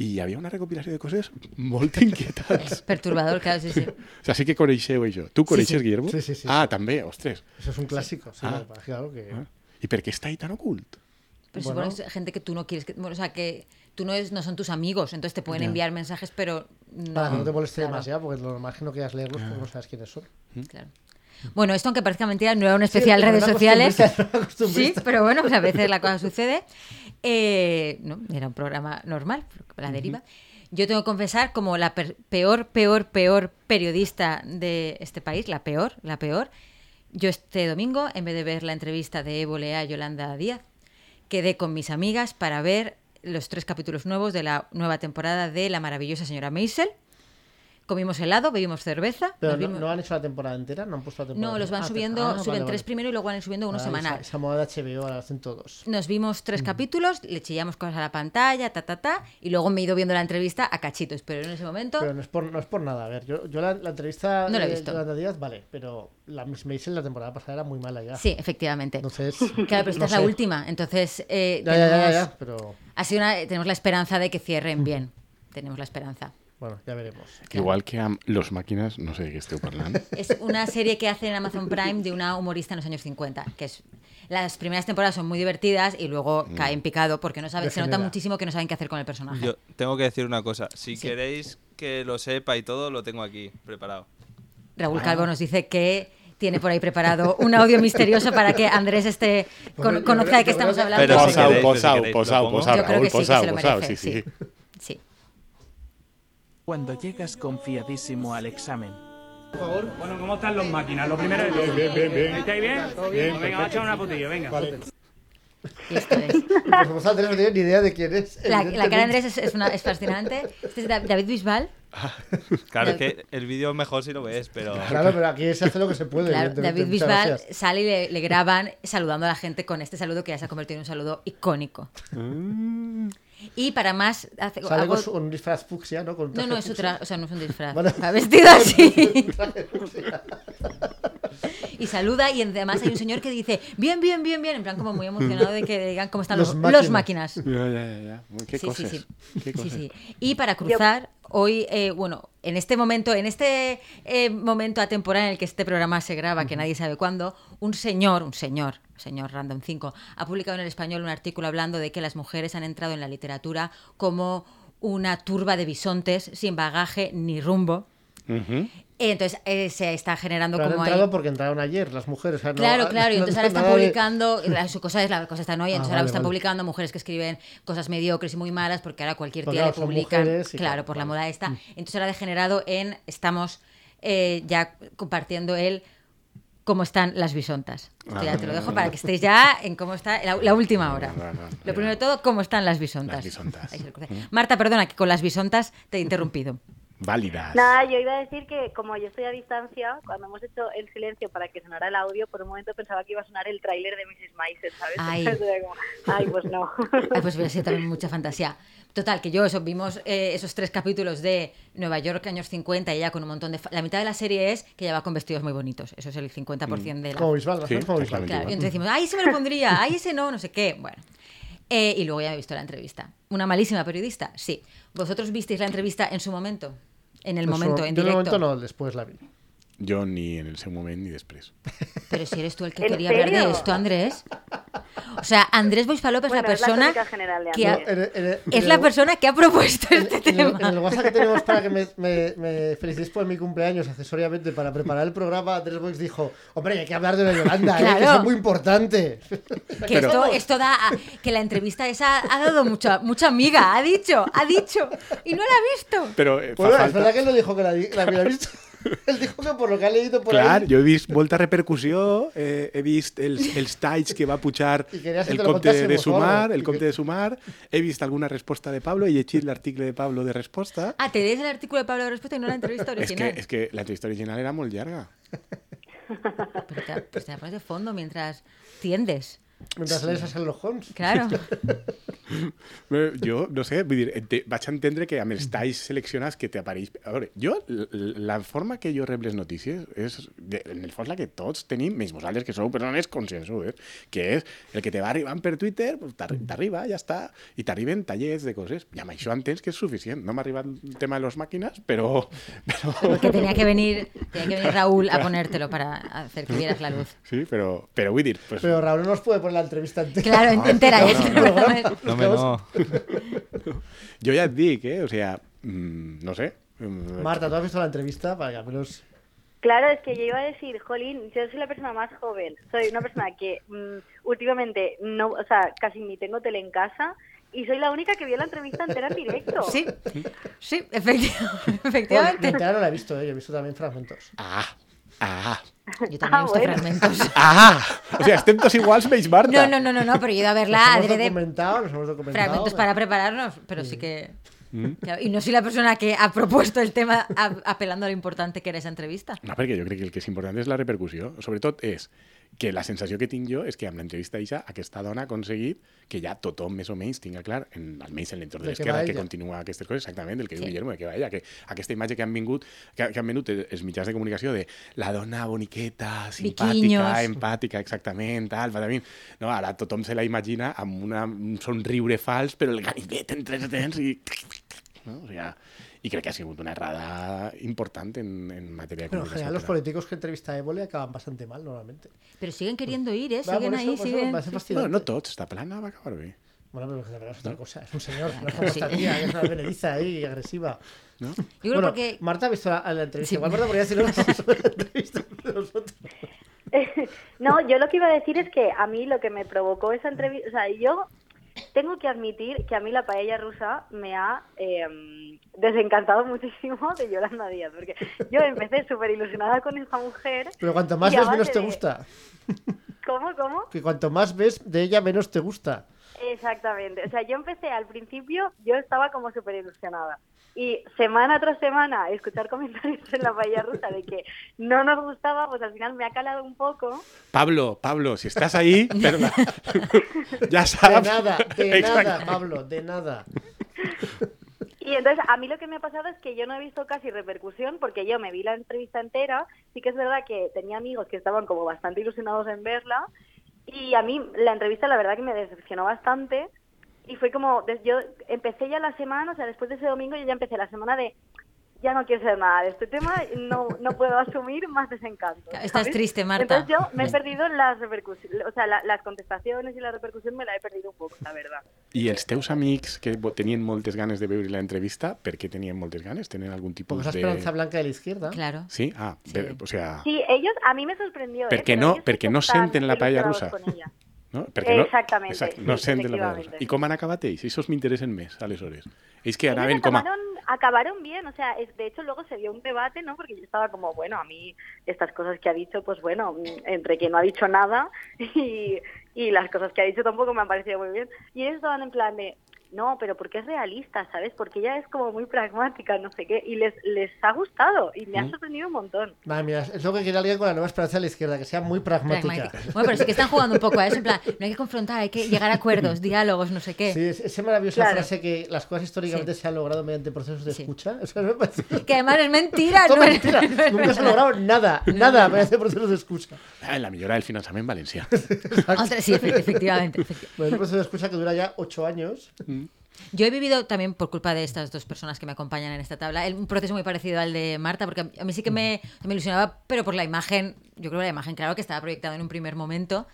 Speaker 4: i hi havia una recopilació de coses molt inquietants.
Speaker 2: Perturbador, claro, sí, sí.
Speaker 4: o sigui, sí que coneixeu això. Tu coneixes,
Speaker 3: sí.
Speaker 4: Guillermo?
Speaker 3: Sí, sí, sí.
Speaker 4: Ah, també, ostres.
Speaker 3: Eso es un clásico. Sí,
Speaker 4: Ah.
Speaker 3: claro que...
Speaker 4: Ah. I per què està ahí tan ocult?
Speaker 2: Pero
Speaker 3: Bueno.
Speaker 2: supongo que es gente que tú no quieres que. bueno, o sea, que tú no, es, no son tus amigos, entonces te pueden enviar mensajes, pero no.
Speaker 3: Para que no te moleste
Speaker 2: claro,
Speaker 3: demasiado, porque lo normal es que no quieras leerlos porque no sabes quiénes son.
Speaker 2: claro. Bueno, esto aunque parezca mentira, no era un especial
Speaker 3: Sí,
Speaker 2: redes
Speaker 3: una
Speaker 2: sociales.
Speaker 3: costumbrista, una
Speaker 2: Sí,
Speaker 3: costumbrista.
Speaker 2: pero bueno, pues a veces la cosa sucede. Eh, no, era un programa normal, la deriva. Yo tengo que confesar, como la per- peor, peor, peor periodista de este país, la peor, la peor, yo este domingo, en vez de ver la entrevista de Evo Lea a Yolanda Díaz, quedé con mis amigas para ver los tres capítulos nuevos de la nueva temporada de La maravillosa señora Maisel. Comimos helado, bebimos cerveza.
Speaker 3: Pero
Speaker 2: nos
Speaker 3: no,
Speaker 2: vimos-
Speaker 3: no han hecho la temporada entera, no han puesto la temporada
Speaker 2: no, los van
Speaker 3: entera? Ah,
Speaker 2: subiendo,
Speaker 3: te- ah,
Speaker 2: suben
Speaker 3: vale,
Speaker 2: tres
Speaker 3: vale.
Speaker 2: primero y luego van subiendo uno
Speaker 3: Vale,
Speaker 2: semanal.
Speaker 3: Esa, esa moda de HBO ahora la hacen todos.
Speaker 2: Nos vimos
Speaker 3: Mm.
Speaker 2: tres capítulos, le chillamos cosas a la pantalla, ta, ta, ta, y luego me he ido viendo la entrevista a cachitos, pero en ese momento...
Speaker 3: Pero no es por, no es por nada. A ver, yo, yo la, la entrevista
Speaker 2: No la he
Speaker 3: de
Speaker 2: visto.
Speaker 3: Yolanda Díaz, vale, pero la Miss Maisel la temporada pasada era muy mala ya.
Speaker 2: Sí, efectivamente.
Speaker 3: Entonces.
Speaker 2: claro, pero esta
Speaker 3: no
Speaker 2: es la
Speaker 3: sé.
Speaker 2: última, entonces eh,
Speaker 3: Ya, ya, ya,
Speaker 2: tenemos-
Speaker 3: ya, Mm. pero
Speaker 2: ha sido una- tenemos la esperanza de que cierren bien. Tenemos la esperanza.
Speaker 3: bueno, ya veremos.
Speaker 2: Claro.
Speaker 4: Igual que amb Los Máquinas, no sé de què esteu parlant.
Speaker 2: Es una serie que hace en Amazon Prime de una humorista en los años 50, que es... Las primeras temporadas son muy divertidas y luego
Speaker 3: Mm.
Speaker 2: cae en picado porque no saben, se nota
Speaker 3: Degenera.
Speaker 2: muchísimo que no saben qué hacer con el personaje.
Speaker 5: Yo tengo que decir una cosa. Si
Speaker 2: Sí.
Speaker 5: queréis que lo sepa y todo, lo tengo aquí preparado.
Speaker 2: Raúl Calvo nos dice que tiene por ahí preparado un audio misterioso para que Andrés esté con-
Speaker 3: Bueno, Pues yo
Speaker 2: conozca
Speaker 3: creo-
Speaker 2: de qué
Speaker 3: yo
Speaker 2: estamos
Speaker 3: creo que-
Speaker 2: hablando. pues
Speaker 5: Pero si
Speaker 4: posao,
Speaker 5: queréis,
Speaker 4: posao,
Speaker 5: si queréis,
Speaker 4: posao,
Speaker 5: lo pongo.
Speaker 4: posao,
Speaker 2: Yo creo
Speaker 4: Raúl,
Speaker 2: que sí, que
Speaker 4: posao,
Speaker 2: se lo
Speaker 4: posao,
Speaker 2: merece.
Speaker 4: sí,
Speaker 2: Sí,
Speaker 4: sí.
Speaker 2: sí.
Speaker 7: cuando llegas confiadísimo al examen. Bueno, ¿cómo están los máquinas? Lo primero es... Bien, bien, bien. ¿Estáis bien? Pues venga, va a echar una putilla, venga.
Speaker 2: Y esto es.
Speaker 3: Pues vosotros no tenéis ni idea de quién es.
Speaker 2: La, la cara de
Speaker 3: evidentemente.
Speaker 2: Andrés es, es una- es fascinante. Este es Da- David Bisbal.
Speaker 5: Claro, es que el vídeo es mejor si lo ves, pero.
Speaker 3: Claro, pero aquí se hace lo que se puede.
Speaker 2: Claro,
Speaker 3: evidentemente.
Speaker 2: David
Speaker 3: Muchas
Speaker 2: Bisbal
Speaker 3: gracias.
Speaker 2: sale y le, le graban saludando a la gente con este saludo que ya se ha convertido en un saludo icónico. Y para más. hace-
Speaker 3: Mm. Sale
Speaker 2: hago-
Speaker 3: con su- un disfraz fucsia, ¿no? Con un
Speaker 2: No, no,
Speaker 3: traje
Speaker 2: es su
Speaker 3: fucsia.
Speaker 2: tra- o sea, no es un disfraz.
Speaker 3: Vale.
Speaker 2: Va vestido así.
Speaker 3: Un traje fucsia.
Speaker 2: Y saluda y además hay un señor que dice, bien, bien, bien, bien, en plan como muy emocionado de que digan cómo están los,
Speaker 3: Los
Speaker 2: los
Speaker 3: máquinas.
Speaker 2: máquinas.
Speaker 4: Ja, ja, ja, ja.
Speaker 2: Sí,
Speaker 4: Què
Speaker 2: sí,
Speaker 4: coses.
Speaker 2: sí.
Speaker 4: Què
Speaker 2: Sí,
Speaker 4: coses.
Speaker 2: sí. Y para cruzar, hoy, eh, bueno, en este momento, en este eh, momento atemporal en el que este programa se graba, que nadie sabe cuándo, un señor, un señor, señor Random 5, ha publicado en el español un artículo hablando de que las mujeres han entrado en la literatura como una turba de bisontes sin bagaje ni rumbo.
Speaker 4: Mhm.
Speaker 2: Eh, Entonces eh, se está generando
Speaker 3: Pero han
Speaker 2: como
Speaker 3: entrado
Speaker 2: ahí-
Speaker 3: porque entraron ayer las mujeres. o sea, no- ah,
Speaker 2: Claro, claro, y
Speaker 3: no-
Speaker 2: entonces ahora están
Speaker 3: nada de-
Speaker 2: publicando, la- su cosa es la cosa está no y
Speaker 3: Ah,
Speaker 2: entonces
Speaker 3: vale,
Speaker 2: ahora están
Speaker 3: vale.
Speaker 2: publicando mujeres que escriben cosas mediocres y muy malas porque ahora cualquier
Speaker 3: Pues
Speaker 2: tía
Speaker 3: claro,
Speaker 2: le
Speaker 3: son
Speaker 2: publican,
Speaker 3: mujeres y
Speaker 2: claro,
Speaker 3: claro,
Speaker 2: por la
Speaker 3: vale. Mm.
Speaker 2: moda esta. Entonces ahora ha degenerado en estamos eh, ya compartiendo el cómo están las bisontas. Esto ya te lo dejo para que estéis ya en cómo está la, la última hora.
Speaker 4: Vale, vale, vale.
Speaker 2: Lo primero de todo, cómo están las bisontas.
Speaker 4: Las bisontas.
Speaker 2: Ahí se lo crucé. Marta, perdona que con las bisontas te he interrumpido.
Speaker 4: Válidas.
Speaker 6: Nada, yo iba a decir que como yo estoy a distancia, cuando hemos hecho el silencio para que sonara el audio, por un momento pensaba que iba a sonar el tráiler de Mrs. Maisel, ¿sabes?
Speaker 2: Ay.
Speaker 6: Era como, Ay, pues no.
Speaker 2: Ay, pues hubiera sido también mucha fantasía. Total, que yo eso, vimos eh, esos tres capítulos de Nueva York, años 50, y ella con un montón de... fa- La mitad de la serie es que ella va con vestidos muy bonitos. Eso es el 50% de la...
Speaker 3: Como Bisbal,
Speaker 4: Sí,
Speaker 3: ¿no? como Bisbal.
Speaker 4: exactamente.
Speaker 2: Claro, y entonces decimos, ay, ese me lo pondría, ay, ese no, no sé qué. Bueno. Eh, y luego ya he visto la entrevista. Una malísima periodista, sí. ¿Vosotros visteis la entrevista en su momento? En el
Speaker 3: En su-
Speaker 2: momento, en
Speaker 3: yo
Speaker 2: directo.
Speaker 3: el momento no, después la vi.
Speaker 4: Jo ni en el seu moment ni després.
Speaker 2: Pero si eres tú el que
Speaker 6: ¿En
Speaker 2: quería hablar de
Speaker 6: serio?
Speaker 2: esto, Andrés. O sea, Andrés Boisfalop es
Speaker 6: Bueno,
Speaker 2: la
Speaker 6: es la
Speaker 2: persona
Speaker 6: tónica general de
Speaker 2: que ha-
Speaker 6: Andrés.
Speaker 3: En el- en el-
Speaker 2: es
Speaker 3: en
Speaker 2: la
Speaker 3: el-
Speaker 2: persona que ha propuesto
Speaker 3: en-
Speaker 2: este
Speaker 3: en el-
Speaker 2: tema.
Speaker 3: En el WhatsApp que tenemos para que me, me, me felicitéis por mi cumpleaños accesoriamente para preparar el programa, Andrés Boix dijo, hombre, hay que hablar de la Yolanda, ¿eh? que
Speaker 2: Claro.
Speaker 3: eso es muy importante.
Speaker 2: Que
Speaker 4: Pero-
Speaker 2: esto, esto da a- que la entrevista esa ha dado mucha mucha amiga, ha dicho, ha dicho y no la ha visto.
Speaker 4: Pero eh, fa
Speaker 3: Bueno, es
Speaker 4: falta...
Speaker 3: verdad que él no dijo que la, di- la había visto. Él dijo que por lo que ha leído por
Speaker 4: Clar,
Speaker 3: ahí...
Speaker 4: jo he vist molta repercussió, eh, he vist els, els talls que va pujar
Speaker 3: I queries que te
Speaker 4: el
Speaker 3: lo
Speaker 4: compte de
Speaker 3: contéssim,
Speaker 4: Sumar,
Speaker 3: Pablo.
Speaker 4: el
Speaker 3: I
Speaker 4: compte
Speaker 3: que-
Speaker 4: de Sumar, he vist alguna resposta de Pablo, he llegit l'article de Pablo de resposta.
Speaker 2: Ah, te des el artículo de Pablo de Respuesta y no la entrevista
Speaker 4: És que,
Speaker 2: original.
Speaker 4: és que la entrevista original era molt llarga.
Speaker 2: Pero te, pues te la pones de fondo mientras tiendes.
Speaker 3: Mientras lees a Sherlock Holmes.
Speaker 2: Claro.
Speaker 4: Eh, Jo, no sé, vull dir, ente- vaig entendre que amb els talls seleccionats que t'apareix... A veure, jo, l- l- la forma que jo rep les notícies és, de, en el fons, la que tots tenim, més vosaltres que sou persones consensudes, ¿eh? que és el que te va arribant per Twitter, pues, t'arri- t'arriba, ja està, i t'arriben tallets de coses. I amb això entens que és suficient. No m'ha arribat el tema de les màquines, però... però...
Speaker 2: Porque tenía que venir, tenía que venir Raúl a ponértelo para hacer que vieras la luz.
Speaker 4: Sí, però, però vull dir... Pues,
Speaker 3: Pero Raúl no nos puede poner la entrevista entera.
Speaker 4: Ah,
Speaker 2: Claro, ent- entera. ¿eh? ya está.
Speaker 5: No, me no.
Speaker 4: Jo ja et dic, eh? O sigui, mm, no sé... mm,
Speaker 3: Marta, ¿tú has visto la entrevista? Para que al menos...
Speaker 6: Claro, es que yo iba a decir, Jolín, yo soy la persona más joven. Soy una persona que mm, últimamente no, o sea, casi ni tengo tele en casa y soy la única que vio la entrevista entera en directo.
Speaker 2: Sí, sí, efectivamente.
Speaker 3: Bueno,
Speaker 2: efectivamente.
Speaker 3: entera no la he visto, ¿eh? yo he visto también fragmentos.
Speaker 4: Ah, ah,
Speaker 2: Yo también
Speaker 6: Ah,
Speaker 2: he visto
Speaker 6: bueno.
Speaker 2: fragmentos.
Speaker 4: ah! O sigui, estem tots iguals menys Marta.
Speaker 2: No, no, no, no, no, pero yo he ido a
Speaker 3: Nos
Speaker 2: verla
Speaker 3: hemos
Speaker 2: adrede
Speaker 3: documentado, nos hemos documentado.
Speaker 2: fragmentos para prepararnos, pero sí que...
Speaker 3: ¿Mm?
Speaker 2: Claro, Y no soy la persona que ha propuesto el tema a- apelando a lo importante que era esa entrevista.
Speaker 4: No, perquè jo crec que el que és important és la repercussió. Sobretot és que la sensació que tinc jo és que amb l'entrevista d'Ixa aquesta dona ha aconseguit que ja tothom més o menys tinga clar, en, almenys en l'entorn de
Speaker 3: De què
Speaker 4: l'esquerra,
Speaker 3: va
Speaker 4: que
Speaker 3: ella.
Speaker 4: continua aquestes coses, exactament, el que diu
Speaker 2: Sí.
Speaker 4: Guillermo, de que va ella, que aquesta imatge que han vingut, que, que han venut els mitjans de comunicació de la dona boniqueta, simpàtica,
Speaker 2: Biquinyos.
Speaker 4: empàtica, exactament, tal, badamint. No, ara tothom se la imagina amb una, un somriure fals, però el ganivet entre els dents i... No? O sigui, i crec que ha sigut una errada important en, en matèria de
Speaker 3: Pero en
Speaker 4: comunicació.
Speaker 3: general los
Speaker 4: Però-
Speaker 3: políticos que entrevista a Évole acaban bastante mal normalmente.
Speaker 2: Pero siguen queriendo ir, ¿eh?
Speaker 3: Pues Va, por
Speaker 2: Siguen
Speaker 3: eso-
Speaker 2: ahí,
Speaker 3: por eso
Speaker 2: siguen...
Speaker 3: me parece
Speaker 4: No,
Speaker 3: fascinante.
Speaker 4: no tots, esta plana va acabar bé.
Speaker 3: Bueno, pero que de verdad es otra cosa. Es un señor, no es como esta
Speaker 2: Sí.
Speaker 3: tía, que es una venediza ahí, agresiva.
Speaker 4: No?
Speaker 2: Yo creo
Speaker 3: Bueno,
Speaker 2: porque...
Speaker 3: Marta ha visto la, la entrevista.
Speaker 2: Sí.
Speaker 3: Igual Marta podría decirnos algo sobre la entrevista de nosotros.
Speaker 6: no, yo lo que iba a decir es que a mí lo que me provocó esa entrevista, o sea, yo tengo que admitir que a mí la paella rusa me ha eh, desencantado muchísimo de Yolanda Díaz, porque yo empecé súper ilusionada con esta mujer.
Speaker 3: Pero cuanto más
Speaker 6: y a
Speaker 3: ves, menos
Speaker 6: base
Speaker 3: te
Speaker 6: de-
Speaker 3: gusta.
Speaker 6: ¿Cómo, cómo?
Speaker 3: Que cuanto más ves de ella, menos te gusta.
Speaker 6: Exactamente. O sea, yo empecé al principio, yo estaba como súper ilusionada. Y semana tras semana, escuchar comentarios en la paella rusa de que no nos gustaba, pues al final me ha calado un poco.
Speaker 4: Pablo, Pablo, si estás ahí, perdona. ya
Speaker 3: De
Speaker 4: sabes.
Speaker 3: nada, de
Speaker 4: Ah, Exacto.
Speaker 3: nada, Pablo, de nada.
Speaker 6: Y entonces a mí lo que me ha pasado es que yo no he visto casi repercusión porque yo me vi la entrevista entera. Sí que es verdad que tenía amigos que estaban como bastante ilusionados en verla. Y a mí la entrevista la verdad que me decepcionó bastante. Y fue como, des- yo empecé ya la semana, o sea, después de ese domingo yo ya empecé la semana de, ya no quiero saber nada de este tema, no, no puedo asumir más desencanto.
Speaker 2: Estás
Speaker 6: ¿sabes?
Speaker 2: triste, Marta.
Speaker 6: Entonces yo me he
Speaker 2: Sí.
Speaker 6: perdido las repercusiones, o sea, la- las contestaciones y la repercusión me la he perdido un poco, la verdad.
Speaker 4: I els teus amics que vo- tenien moltes ganes de veure la entrevista, per què tenien moltes ganes? Tenen algun
Speaker 3: Porque
Speaker 4: tipus
Speaker 3: esa esperanza
Speaker 4: de...
Speaker 3: blanca de Pues la izquierda.
Speaker 2: Claro.
Speaker 4: Sí? Ah,
Speaker 2: Sí.
Speaker 4: per- o sea,
Speaker 6: Sí, ellos, a mí me sorprendió. ¿eh?
Speaker 4: Perquè
Speaker 6: Pero
Speaker 4: no-
Speaker 6: ellos sí
Speaker 4: perquè
Speaker 6: que
Speaker 4: no
Speaker 6: están
Speaker 4: senten la paella
Speaker 6: ilusionados
Speaker 4: rusa.
Speaker 6: con ella.
Speaker 4: no? Perquè no,
Speaker 6: Exactament,
Speaker 4: Exacte, no
Speaker 6: sí,
Speaker 4: senten la paraula.
Speaker 6: efectivament.
Speaker 4: I com han acabat ells? Això m'interessen més, aleshores. Ells que
Speaker 6: Ellos
Speaker 4: anaven com a...
Speaker 6: acabaron, acabaron bien, o sea, es- de hecho luego se dio un debate, ¿no? Porque yo estaba como, bueno, a mí estas cosas que ha dicho, pues bueno, mm, entre que no ha dicho nada y, y las cosas que ha dicho tampoco me han parecido muy bien. Y ellos estaban en plan de, no, pero porque es realista, ¿sabes? Porque ella es como muy pragmática, no sé qué, y les, les ha gustado y me ha sorprendido un montón.
Speaker 3: Madre mía, es lo que quiere alguien con la nueva esperanza de la izquierda, que sea muy pragmática.
Speaker 2: Pragmática. Bueno, pero sí que están jugando un poco a eso. En plan, no hay que confrontar, hay que llegar a acuerdos, diálogos, no sé qué.
Speaker 3: Sí, es- esa maravillosa
Speaker 6: Claro.
Speaker 3: frase que las cosas históricamente
Speaker 2: Sí.
Speaker 3: se han logrado mediante procesos de
Speaker 2: Sí.
Speaker 3: escucha. O sea, me parece...
Speaker 2: Que además es mentira,
Speaker 3: Todo
Speaker 2: ¿no? es-
Speaker 3: mentira.
Speaker 2: no es
Speaker 3: Nunca se
Speaker 2: verdad.
Speaker 3: ha logrado nada, nada mediante procesos de escucha.
Speaker 4: Ah, la millora del finançament valencià.
Speaker 2: Otra- sí, efe- efectivamente. efectivamente.
Speaker 3: Bueno, es un proceso de escucha que dura ya ocho años.
Speaker 2: Yo he vivido también, por culpa de estas dos personas que me acompañan en esta tabla, el- un proceso muy parecido al de Marta, porque a mí sí que
Speaker 3: Mm.
Speaker 2: me, me ilusionaba, pero por la imagen, yo creo que la imagen, claro, que estaba proyectada en un primer momento.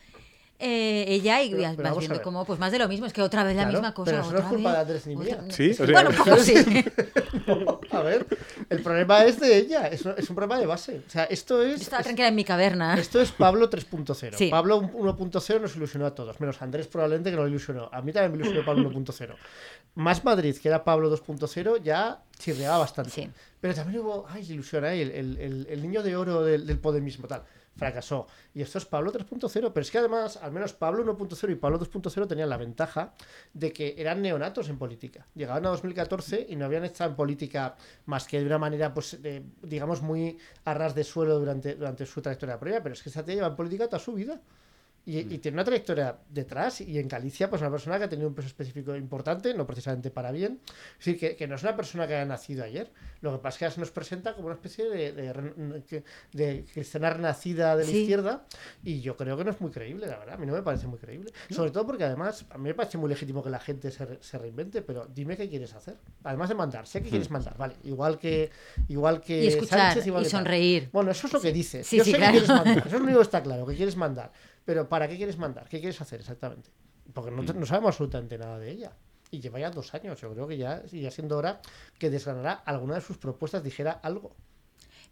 Speaker 2: eh, ella y
Speaker 3: Pero-
Speaker 2: vas-
Speaker 3: pero
Speaker 2: vas
Speaker 3: vamos a
Speaker 2: viendo
Speaker 3: ver.
Speaker 2: como, pues más de lo mismo, es que otra vez la
Speaker 3: Claro,
Speaker 2: misma cosa.
Speaker 3: pero eso no es
Speaker 2: otra
Speaker 3: culpa
Speaker 2: vez,
Speaker 3: de Andrés ni
Speaker 2: otra-
Speaker 3: mía.
Speaker 2: no-
Speaker 4: Sí, o sea-
Speaker 2: bueno, pues, un poco sí.
Speaker 3: A ver, el problema es de ella, es un, es un problema de base. O sea, esto
Speaker 2: Yo
Speaker 3: es,
Speaker 2: estaba
Speaker 3: es-
Speaker 2: tranquila en mi caverna.
Speaker 3: esto es Pablo 3.0.
Speaker 2: Sí.
Speaker 3: Pablo 1.0 nos ilusionó a todos, menos a Andrés probablemente que no lo ilusionó. A mí también me ilusionó Pablo 1.0. Más Madrid, que era Pablo 2.0, ya chirreaba bastante.
Speaker 2: Sí.
Speaker 3: Pero también hubo, ay, ilusión ahí, el, el- el- el niño de oro del, del podemismo, tal. Fracasó. Y esto es Pablo 3.0, pero es que además, al menos Pablo 1.0 y Pablo 2.0 tenían la ventaja de que eran neonatos en política. Llegaban a 2014 y no habían estado en política más que de una manera, pues, de- digamos, muy a ras de suelo durante, durante su trayectoria previa, pero es que esta tía lleva en política toda su vida. Y, y tiene una trayectoria detrás y en Galicia, pues una persona que ha tenido un peso específico importante, no precisamente para bien. Es decir, que, que no es una persona que haya nacido ayer. Lo que pasa es que ahora se nos presenta como una especie de, de ren- que- de cristiana renacida de la
Speaker 2: Sí.
Speaker 3: izquierda y yo creo que no es muy creíble, la verdad. A mí no me parece muy creíble. Sobre todo porque además, a mí me parece muy legítimo que la gente se, re- se reinvente, pero dime qué quieres hacer. Además de mandar, sé que quieres mandar, vale. Igual que, igual que
Speaker 2: Y escuchar,
Speaker 3: Sánchez,
Speaker 2: y
Speaker 3: igual que tal.
Speaker 2: sonreír.
Speaker 3: Bueno, eso es lo que dices.
Speaker 2: Sí,
Speaker 3: Yo
Speaker 2: sí,
Speaker 3: sé
Speaker 2: claro.
Speaker 3: que quieres mandar. Eso es lo único que está claro, que quieres mandar. Pero ¿para qué quieres mandar? ¿Qué quieres hacer exactamente? Porque no, te-
Speaker 6: Mm.
Speaker 3: no sabemos absolutamente nada de ella. Y lleva ya dos años. Yo creo que ya, ya siendo hora que desgranara alguna de sus propuestas, dijera algo.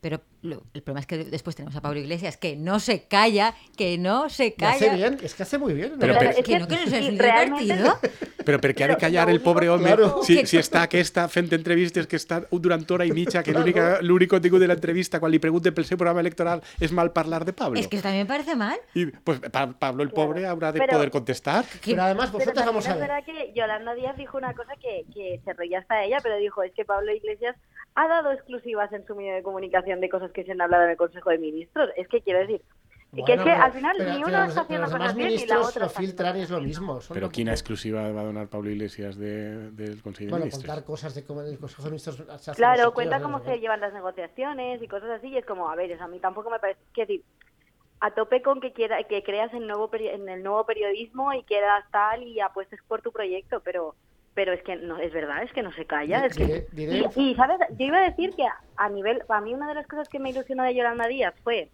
Speaker 2: Pero lo- el problema es que después tenemos a Pablo Iglesias, que no se calla, que no se
Speaker 3: Que hace
Speaker 2: calla.
Speaker 3: bien, es que hace muy bien. ¿no?
Speaker 4: Pero-
Speaker 6: Claro,
Speaker 4: pero-
Speaker 6: es
Speaker 2: que no, que no es
Speaker 6: sí,
Speaker 2: divertido.
Speaker 6: realmente-
Speaker 4: Pero per què ha de
Speaker 6: Però
Speaker 4: callar
Speaker 6: lo
Speaker 4: el pobre
Speaker 6: único-
Speaker 4: home
Speaker 3: Claro.
Speaker 4: si,
Speaker 2: Que-
Speaker 4: si està aquesta fent entrevistes que està durant hora i mitja, que l'única- l'únic contingut de l'entrevista quan li pregunten pel seu programa electoral és mal parlar de Pablo?
Speaker 2: Es que eso también me parece mal.
Speaker 4: I, pues, Pa- Pablo el pobre haurà de
Speaker 6: Però-
Speaker 4: poder contestar?
Speaker 2: Que-
Speaker 3: Pero además,
Speaker 6: Pero
Speaker 3: vosotras
Speaker 6: también
Speaker 3: vamos a
Speaker 6: es
Speaker 3: ver.
Speaker 6: verdad que Yolanda Díaz dijo una cosa que, que se reía hasta de ella, pero dijo, es que Pablo Iglesias ha dado exclusivas en su medio de comunicación de cosas que se han hablado en el Consejo de Ministros. Es que quiero decir, que es
Speaker 3: Bueno,
Speaker 6: que
Speaker 3: pero-
Speaker 6: al final
Speaker 3: pero-
Speaker 6: ni
Speaker 3: pero
Speaker 6: una
Speaker 3: los-
Speaker 6: está haciendo
Speaker 3: los
Speaker 6: cosas
Speaker 3: demás
Speaker 6: bien y la
Speaker 3: ministros
Speaker 6: otra
Speaker 3: lo
Speaker 6: está haciendo
Speaker 3: filtran y
Speaker 6: cosas
Speaker 3: es lo
Speaker 6: bien.
Speaker 3: mismo. Son
Speaker 4: Però
Speaker 3: lo-
Speaker 4: quina exclusiva va donar Pablo Iglesias de, del Consell de
Speaker 3: Bueno,
Speaker 4: Ministres?
Speaker 3: contar cosas de cómo el Consejo de Ministros. se hace
Speaker 6: Claro,
Speaker 3: nosotros,
Speaker 6: cuenta
Speaker 3: ¿no?
Speaker 6: cómo se llevan las negociaciones y cosas así, y es como, a ver, eso a mí tampoco me parece, que decir, a tope con que quiera, que creas en, nuevo peri- en el nuevo periodismo y quieras tal y apuestes por tu proyecto, pero pero es que no es verdad, es que no se calla, es que
Speaker 3: Diré- diré-
Speaker 6: y, y, sabes, yo iba a decir que a nivel a mí una de las cosas que me ilusionó de Yolanda Díaz fue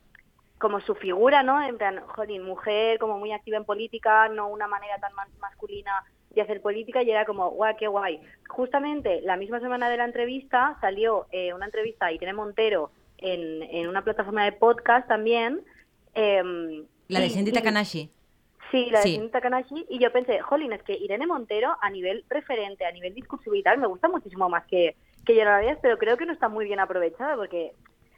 Speaker 6: como su figura, ¿no? En plan, jolín, mujer, como muy activa en política, no una manera tan ma- masculina de hacer política, y era como, guau, qué guay. Justamente la misma semana de la entrevista salió eh, una entrevista a Irene Montero en, en una plataforma de podcast también. em,
Speaker 2: La de
Speaker 6: y-
Speaker 2: Shindy
Speaker 6: y-
Speaker 2: Takanashi.
Speaker 6: Sí, la de
Speaker 2: Sí.
Speaker 6: Irene Takanashi. Y yo pensé, jolín, es que Irene Montero, a nivel referente, a nivel discursivo y tal, me gusta muchísimo más que, que Yolanda Díaz, pero creo que no está muy bien aprovechada porque,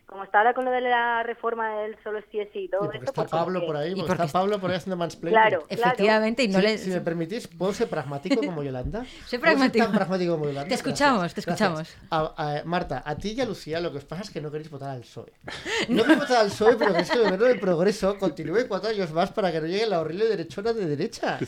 Speaker 6: como está ahora con lo de la reforma del solo sí es sí y
Speaker 3: Y
Speaker 6: todo
Speaker 3: porque
Speaker 6: esto,
Speaker 3: está
Speaker 6: pues como
Speaker 3: Pablo
Speaker 6: que-
Speaker 3: por ahí,
Speaker 2: y
Speaker 3: porque
Speaker 2: porque
Speaker 3: está
Speaker 2: está-
Speaker 3: Pablo por ahí haciendo mansplaining.
Speaker 6: Claro,
Speaker 2: Efectivamente, y no
Speaker 3: si,
Speaker 2: le.
Speaker 3: si me permitís, ¿puedo ser pragmático como Yolanda?
Speaker 2: Sé
Speaker 3: ¿Puedo
Speaker 2: pragmático.
Speaker 3: tan pragmático como Yolanda?
Speaker 2: Te escuchamos,
Speaker 3: Gracias,
Speaker 2: te
Speaker 3: gracias.
Speaker 2: escuchamos.
Speaker 3: A- a- Marta, a ti y a Lucía lo que os pasa es que no queréis votar al PSOE. E. No queréis votar al PSOE, E, pero queréis que el gobierno del progreso continúe cuatro años más para que no llegue la horrible derechona de derechas.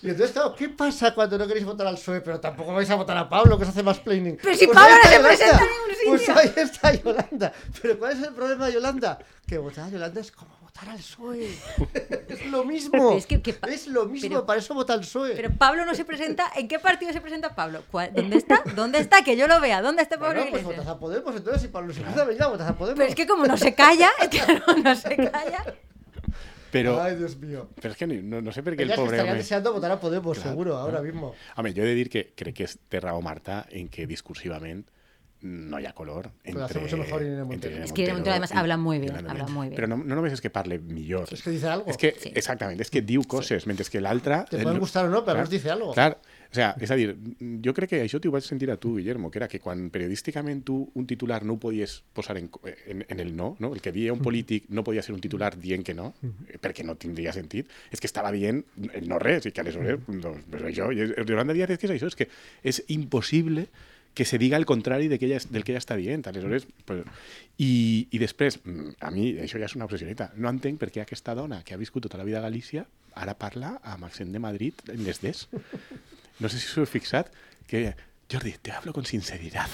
Speaker 3: Y entonces, claro, ¿qué pasa cuando no queréis votar al PSOE, E? pero tampoco vais a votar a Pablo, que os hace Pues más planning?
Speaker 2: Pero si Pablo no se presenta en ningún sitio.
Speaker 3: Pues ahí está Yolanda. Pero ¿cuál es el problema de Yolanda? Que votar a Yolanda es como votar al PSOE. E. es lo mismo.
Speaker 2: Pero es que- que pa-
Speaker 3: Es lo mismo,
Speaker 2: pero-
Speaker 3: para eso vota el PSOE.
Speaker 2: Pero Pablo no se presenta. ¿En qué partido se presenta Pablo? ¿Cuál- ¿Dónde está? ¿Dónde está? Que yo lo vea. ¿Dónde está Pablo
Speaker 3: bueno, pues
Speaker 2: Iglesias?
Speaker 3: votas a Podemos, entonces, si Pablo Iglesias venga, votas a Podemos.
Speaker 2: Pero es que como no se calla, es que no, no se calla.
Speaker 4: Però,
Speaker 3: Ay, Dios mío.
Speaker 4: però és que no, no sé per què el
Speaker 3: Ellas
Speaker 4: pobre
Speaker 3: estarían
Speaker 4: home...
Speaker 3: deseando votar a Podemos, seguro, ahora mismo.
Speaker 4: Home, jo he de dir que crec que és té raó Marta en que discursivament no hi ha color
Speaker 2: Pues
Speaker 3: la
Speaker 4: entre,
Speaker 3: hacemos mejor Irene Montero.
Speaker 2: Es que Irene Montero, además,
Speaker 4: y-
Speaker 2: habla muy bien,
Speaker 4: y Yolanda
Speaker 2: habla
Speaker 4: Díaz.
Speaker 2: muy bien.
Speaker 4: Pero no, no només és que parle millor.
Speaker 3: Es que dice algo.
Speaker 4: És que,
Speaker 2: Sí.
Speaker 4: exactament, és que diu coses, mentre que l'altra...
Speaker 3: Te poden gustar o no, però almenys dice algo.
Speaker 4: Clar, o sea, és a dir, jo crec que això t'ho vaig sentir a tu, Guillermo, que era que quan periodísticament tu un titular no ho podies posar en, en, en el no, no, el que dia un polític no podia ser un titular dient que no, perquè no tindria sentit, és que estava dient el no res, i que pues, aleshores, doncs, però això, i és- eh, Yolanda Díaz és que és això, és que és impossible que se diga el contrari de que ella, del que ella està dient. Aleshores, pues, i, I després, mm, a mi, això ja és una obsessioneta, no entenc per què aquesta dona que ha viscut tota la vida a Galícia ara parla amb accent de Madrid en desdés. No sé si us heu fixat que Jordi, te hablo con sinceridad.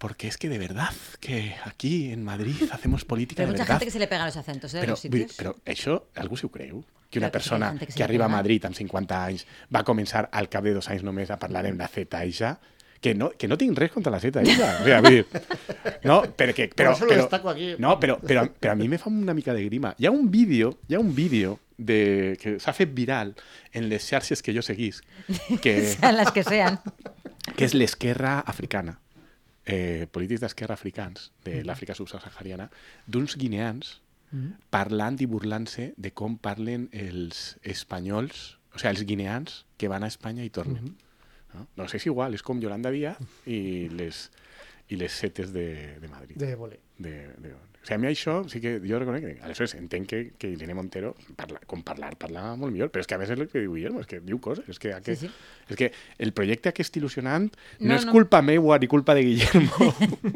Speaker 4: Porque es que de verdad que aquí en Madrid hacemos política
Speaker 2: Pero hay
Speaker 4: de
Speaker 2: mucha
Speaker 4: verdad.
Speaker 2: gente que se le pega a los acentos ¿eh? de
Speaker 4: Pero,
Speaker 2: los sitios.
Speaker 4: vull dir, però això, algú s'ho creu?
Speaker 2: Clar que sí que
Speaker 4: Que una
Speaker 2: hi ha
Speaker 4: persona
Speaker 2: gent que
Speaker 4: que,
Speaker 2: se li
Speaker 4: arriba a
Speaker 2: pega.
Speaker 4: Madrid amb 50 anys va començar al cap de dos anys només a parlar en la Z i ja que no, que no tinc res contra la Z, ella. O sigui, vull dir, no, perquè, però,
Speaker 3: eso lo
Speaker 4: però,
Speaker 3: destaco aquí.
Speaker 4: no, però, però, però a mi me fa una mica de grima. Hi ha un vídeo, hi ha un vídeo de, que s'ha fet viral en les xarxes que jo seguís, que,
Speaker 2: Sean las que sean.
Speaker 4: que és l'esquerra africana, eh, polítics d'esquerra africans, de l'Àfrica subsahariana, d'uns guineans parlant i burlant-se de com parlen els espanyols, o sigui, els guineans que van a Espanya i tornen. No? no sé, és igual, és com Yolanda Díaz i les, i les setes de, de Madrid.
Speaker 3: De volé.
Speaker 4: de, de... O sigui, a mi això sí que jo reconec que... Aleshores, entenc que, que Irene Montero, parla, com parlar, parla molt millor, però és que a més és el que diu Guillermo, és que diu coses, és que, aquest,
Speaker 2: Sí, sí.
Speaker 4: És que el projecte aquest il·lusionant no,
Speaker 2: No,
Speaker 4: no és
Speaker 2: no.
Speaker 4: culpa meua ni culpa de Guillermo.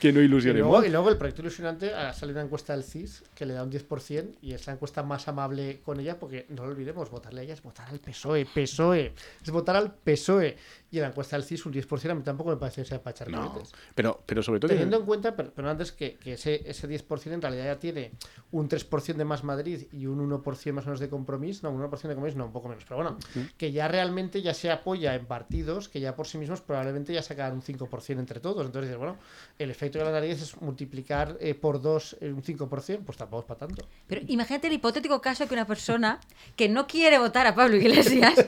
Speaker 4: que no
Speaker 3: Y
Speaker 4: il·lusione
Speaker 3: luego, y
Speaker 4: molt.
Speaker 3: luego el proyecto ilusionante ha salido una encuesta del CIS que le da un 10% y es la encuesta más amable con ella porque no lo olvidemos, votarle a ella es votar al PSOE, PSOE, E, es votar al PSOE. E. Y en la encuesta del CIS un 10% a mí tampoco me parece que sea para echar
Speaker 4: No,
Speaker 3: cohetes.
Speaker 4: però, però sobretot...
Speaker 3: Teniendo en cuenta, per- pero antes, que, que ese, ese 10% en realidad ya tiene un 3% de más Madrid y un 1% más o menos de compromiso, no, un 1% de compromiso, no, un poco menos, pero bueno, que ya realmente ya se apoya en partidos que ya por sí mismos probablemente ya sacan un 5% entre todos. Entonces dices, bueno, el efecto de la nariz es multiplicar eh, por 2 un 5%, pues tampoco es para tanto.
Speaker 2: Pero imagínate el hipotético caso que una persona que no quiere votar a Pablo Iglesias,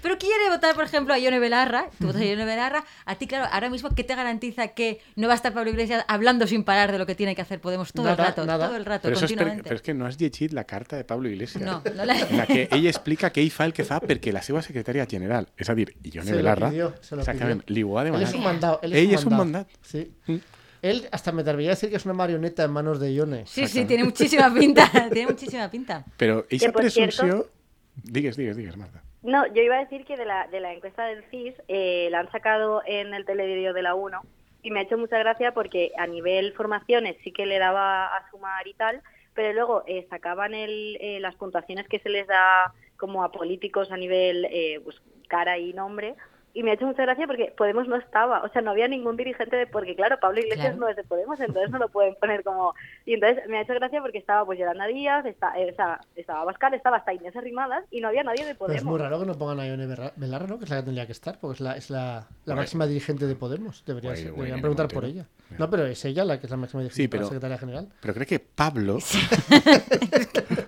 Speaker 2: pero quiere votar, por ejemplo, a Ione Belarra, tú votas a Ione Belarra, a ti, claro, ahora mismo, ¿qué te garantiza que no va a estar Pablo Iglesias hablando sin parar de lo que tiene que hacer Podemos todo
Speaker 3: Nada,
Speaker 2: el rato,
Speaker 3: nada.
Speaker 2: todo el rato,
Speaker 4: Però, això és per,
Speaker 2: continuamente?
Speaker 4: però és que no has llegit la carta de Pablo Iglesias.
Speaker 2: No, no la-
Speaker 4: En la que ell explica què ell fa el que fa perquè la seva secretària general, és a dir, Ione
Speaker 3: Se lo
Speaker 4: Belarra,
Speaker 3: pidió, se lo
Speaker 4: exactament,
Speaker 3: pidió.
Speaker 4: li ho ha
Speaker 3: Él
Speaker 4: demanat.
Speaker 3: es un mandado. Mm. Él es,
Speaker 4: Ell
Speaker 3: un,
Speaker 4: és un mandat.
Speaker 3: Sí. Él hasta me atrevería a decir que es una marioneta en manos de Ione.
Speaker 2: Sí, sí, tiene muchísima pinta, tiene muchísima pinta.
Speaker 4: Pero esa
Speaker 6: Que, por
Speaker 4: presunción...
Speaker 6: cierto-
Speaker 4: Digues, digues, digues, Marta.
Speaker 6: No, yo iba a decir que de la, de la encuesta del CIS eh, la han sacado en el televideo de la 1 y me ha hecho mucha gracia porque a nivel formaciones sí que le daba a sumar y tal, pero luego eh, sacaban el, eh, las puntuaciones que se les da como a políticos a nivel eh, pues, cara y nombre. Y me ha hecho mucha gracia porque Podemos no estaba, o sea, no había ningún dirigente de, porque claro, Pablo Iglesias
Speaker 2: Claro.
Speaker 6: no es de Podemos, entonces no lo pueden poner como... Y entonces me ha hecho gracia porque estaba pues Yolanda Díaz, está, eh, o sea, estaba Bascar, estaba hasta Inés Arrimadas y no había nadie de
Speaker 3: Pero
Speaker 6: Podemos.
Speaker 3: es Pues muy raro que no pongan a Ione Berra- Belarra, ¿no? Que es la que tendría que estar, porque es la, es la, la
Speaker 4: Guay.
Speaker 3: máxima dirigente de Podemos. Debería
Speaker 4: Guay,
Speaker 3: ser-
Speaker 4: guay,
Speaker 3: deberían
Speaker 4: Irene
Speaker 3: preguntar
Speaker 4: Montero.
Speaker 3: por ella.
Speaker 4: Ya.
Speaker 3: No, pero es ella la que es la máxima dirigente,
Speaker 4: Sí,
Speaker 3: la
Speaker 4: pero-
Speaker 3: secretaria general.
Speaker 4: Pero creo que Pablo...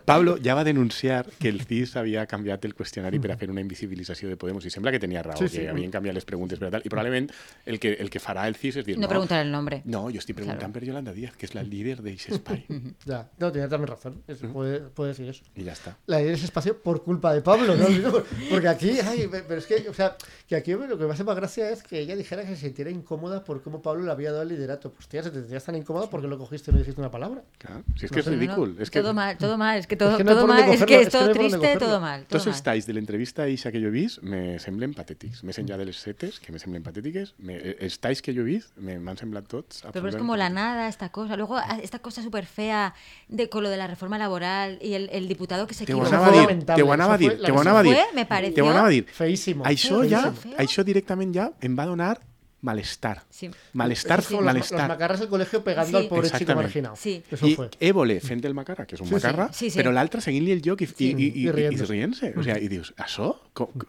Speaker 4: Pablo ja va denunciar que el CIS havia canviat el qüestionari per a fer una invisibilització de Podemos i sembla que tenia raó,
Speaker 3: Sí,
Speaker 4: sí,
Speaker 3: sí.
Speaker 4: sí. que havien canviat les preguntes per a tal, i probablement el que, el que farà el CIS és dir...
Speaker 2: No preguntar el nombre.
Speaker 4: No, jo estic preguntant per Yolanda Díaz, que és la líder d'eix espai.
Speaker 3: Ya, no, tiene también razón. Es- puede, puede decir eso.
Speaker 4: I ja està.
Speaker 3: La idea de ese espacio por culpa de Pablo, no olvidemos. Porque aquí, ay, pe- pero es que, o sea, que aquí lo que me hace más gracia es que ella dijera que se sintiera incómoda por cómo Pablo le había dado el liderato. Pues tía, se te sentías tan incómoda porque lo cogiste y no dijiste una palabra.
Speaker 4: Clar. Si és
Speaker 2: No
Speaker 4: que és
Speaker 2: sé, no, no,
Speaker 4: ridícul. És que
Speaker 2: Todo mal, todo mal, es que todo,
Speaker 3: Es que no hay
Speaker 2: todo
Speaker 3: por dónde
Speaker 2: mal, es
Speaker 3: cogerlo,
Speaker 2: que
Speaker 3: es
Speaker 2: es
Speaker 3: que
Speaker 2: todo
Speaker 3: no hay por dónde
Speaker 2: triste, todo
Speaker 3: cogerlo.
Speaker 2: mal. Todo
Speaker 4: Tots
Speaker 2: mal.
Speaker 4: els talls de l'entrevista eixa que jo he vist me semblen patètics. Més enllà de les setes, que me semblen patètiques, me, els talls que jo he vist me- m'han semblat tots...
Speaker 2: Pero, es
Speaker 4: absolutament
Speaker 2: como la
Speaker 4: patètics.
Speaker 2: nada, esta cosa. Luego, a- esta cosa súper fea de, con lo de la reforma laboral y el, el diputado que se
Speaker 4: Te
Speaker 3: ho
Speaker 4: ho
Speaker 2: equivocó.
Speaker 4: anava a
Speaker 3: fue
Speaker 4: dir,
Speaker 3: lamentable,
Speaker 4: te ho anava a
Speaker 3: eso
Speaker 4: dir,
Speaker 3: fue
Speaker 4: te ho anava a dir.
Speaker 2: lamentable. Fue, me
Speaker 4: Te ho
Speaker 2: pareció
Speaker 4: anava a dir.
Speaker 3: Feísimo.
Speaker 4: Això
Speaker 2: Feo,
Speaker 4: ja,
Speaker 2: feo.
Speaker 4: això directament ja em va donar malestar.
Speaker 2: Sí.
Speaker 4: Malestar,
Speaker 2: Sí, sí,
Speaker 3: Con
Speaker 2: sí.
Speaker 3: los, los
Speaker 4: malestar.
Speaker 3: macarras del colegio pegando
Speaker 2: Sí.
Speaker 3: al pobre chico
Speaker 4: Exactamente.
Speaker 3: marginado.
Speaker 2: Sí.
Speaker 3: Eso
Speaker 4: I
Speaker 3: fue.
Speaker 4: Évole fent el macarra, que és un
Speaker 3: Sí, sí.
Speaker 4: macarra,
Speaker 2: Sí, sí.
Speaker 4: però l'altre seguint-li el joc i, i, i, i,
Speaker 3: I
Speaker 4: i,
Speaker 3: rient-se.
Speaker 4: i rient-se. O sigui, i dius, això? Com, com-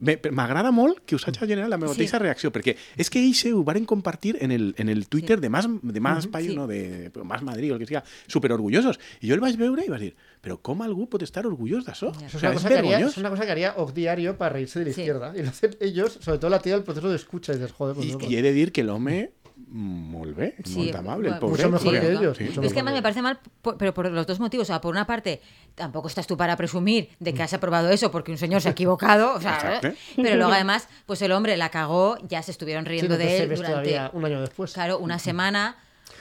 Speaker 3: Mm.
Speaker 4: Bé, però M'agrada molt que us hagi generat la meva
Speaker 2: Sí.
Speaker 4: mateixa reacció, perquè és que ells ho varen compartir en el, en el Twitter de Más, de más
Speaker 3: Mm-hmm.
Speaker 4: País,
Speaker 2: sí.
Speaker 4: no, de pues, Más Madrid, o el que siga, superorgullosos. I jo el vaig veure i vaig dir, però com algú pot estar orgullós d'això?
Speaker 2: Ja.
Speaker 3: Eso
Speaker 4: O
Speaker 3: es,
Speaker 4: sigui,
Speaker 3: una
Speaker 4: és
Speaker 3: cosa que haría,
Speaker 4: vergonyós.
Speaker 3: es una cosa que haría Oc diario para reírse de la
Speaker 2: Sí.
Speaker 3: izquierda. Y lo hacen ellos, sobre todo la tía del proceso de escucha. Y dices, joder, pues
Speaker 4: I,
Speaker 3: no, pues-
Speaker 4: I he de dir que l'home molt bé,
Speaker 2: Sí,
Speaker 4: molt amable, el
Speaker 2: bueno,
Speaker 4: pobre.
Speaker 3: Mucho mejor
Speaker 4: Sí.
Speaker 3: que ellos.
Speaker 4: Sí.
Speaker 3: mucho
Speaker 2: Pero es que
Speaker 3: mejor
Speaker 2: además me parece mal, por- pero por los dos motivos. O sea, por una parte, tampoco estás tú para presumir de que has aprobado eso porque un señor se ha equivocado. O sea,
Speaker 4: Mm. Exacto.
Speaker 2: ¿eh? Pero luego además, pues el hombre la cagó, ya se estuvieron
Speaker 3: Sí,
Speaker 2: riendo
Speaker 3: no te
Speaker 2: de él
Speaker 3: ves
Speaker 2: durante,
Speaker 3: todavía un año después.
Speaker 2: claro, una semana.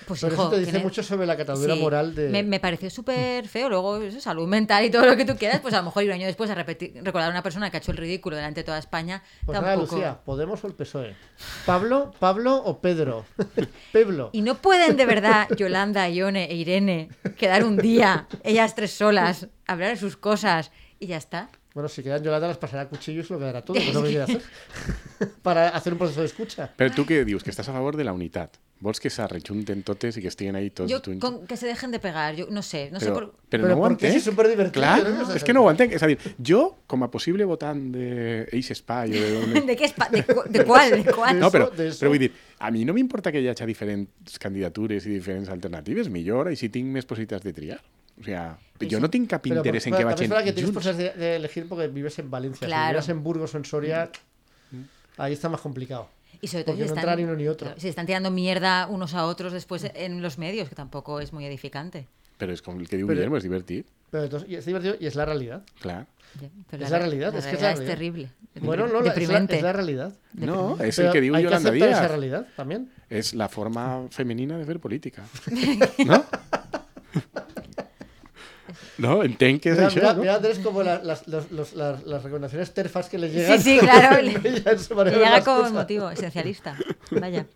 Speaker 2: Pues
Speaker 3: Pero
Speaker 2: hijo,
Speaker 3: eso te dice
Speaker 2: tienes-
Speaker 3: mucho sobre la catadura
Speaker 2: Sí,
Speaker 3: moral de...
Speaker 2: me, me pareció súper feo. Luego, eso, salud mental y todo lo que tú quieras. Pues a lo mejor ir un año después a repetir, recordar a una persona que ha hecho el ridículo delante de toda España.
Speaker 3: Pues nada,
Speaker 2: tampoco.
Speaker 3: Lucía, ¿Podemos o el PSOE? ¿Pablo, Pablo o Pedro? Peblo.
Speaker 2: y no pueden de verdad Yolanda, Ione e Irene quedar un día, ellas tres solas, hablar de sus cosas y ya está.
Speaker 3: Bueno, si quedan Yolanda las pasará a cuchillo y se lo quedará todo, pues no me quiere hacer. Para hacer un proceso de escucha.
Speaker 4: Pero tú què dius? Que estàs a favor de la unitat. Vols que s'arrejunten totes i que estiguen ahí tots...
Speaker 2: Yo,
Speaker 4: tu-
Speaker 2: con- que se dejen de pegar, yo no sé, no sé
Speaker 4: però,
Speaker 2: por
Speaker 4: però,
Speaker 3: Però
Speaker 4: no ho
Speaker 3: per què?
Speaker 4: entenc.
Speaker 3: Si és superdivertit,
Speaker 4: Clar,
Speaker 3: no?
Speaker 4: és que no ho entenc. És a dir, jo, com a possible votant d'Eix Espai o de...
Speaker 2: ¿De qué espa- de, cu- de cuál? ¿De cuál?
Speaker 4: No, però,
Speaker 3: de eso.
Speaker 4: però vull dir, a mi no m'importa que hi hagi diferents candidatures i diferents alternatives, millor, així tinc més possibilitats de triar. O sigui, jo no tinc cap
Speaker 3: Pero
Speaker 4: interès
Speaker 3: por-
Speaker 4: en que
Speaker 3: la
Speaker 4: vagin
Speaker 3: persona que tienes
Speaker 4: junts.
Speaker 3: cosas de, de elegir porque vives en Valencia.
Speaker 2: Claro.
Speaker 3: Si vives en Burgos o en Soria,
Speaker 4: Mm.
Speaker 3: ahí está más complicado.
Speaker 2: Y sobre todo
Speaker 3: Porque
Speaker 2: si
Speaker 3: Pues no
Speaker 2: están,
Speaker 3: entra ni uno ni otro.
Speaker 2: si están tirando mierda unos a otros después en los medios, que tampoco es muy edificante.
Speaker 4: Però és com el que diu
Speaker 3: Però-
Speaker 4: Guillermo, és divertit.
Speaker 3: Pero entonces, y es divertido y es la realidad.
Speaker 4: Clar.
Speaker 2: Ya,
Speaker 3: Es
Speaker 2: Pero
Speaker 3: la realidad, es que es la realidad.
Speaker 2: terrible.
Speaker 3: Bueno, no, la- es la,
Speaker 2: deprimente.
Speaker 3: es la realidad.
Speaker 4: No, és
Speaker 3: Pero
Speaker 4: el que diu
Speaker 3: hay que
Speaker 4: Yolanda
Speaker 3: aceptar esa
Speaker 4: Díaz.
Speaker 3: realidad también.
Speaker 4: És la forma femenina de fer política. No? No, entenc que és
Speaker 3: Mira, mira,
Speaker 4: això, no?
Speaker 3: mira, Andrés, como la- las, los- los- las- las recomendaciones terfas que le llegan.
Speaker 2: Sí, sí, claro. le-
Speaker 3: Ella en su
Speaker 2: le
Speaker 3: manera de
Speaker 2: llega
Speaker 3: las
Speaker 2: con
Speaker 3: cosas.
Speaker 2: motivo esencialista. Vaya.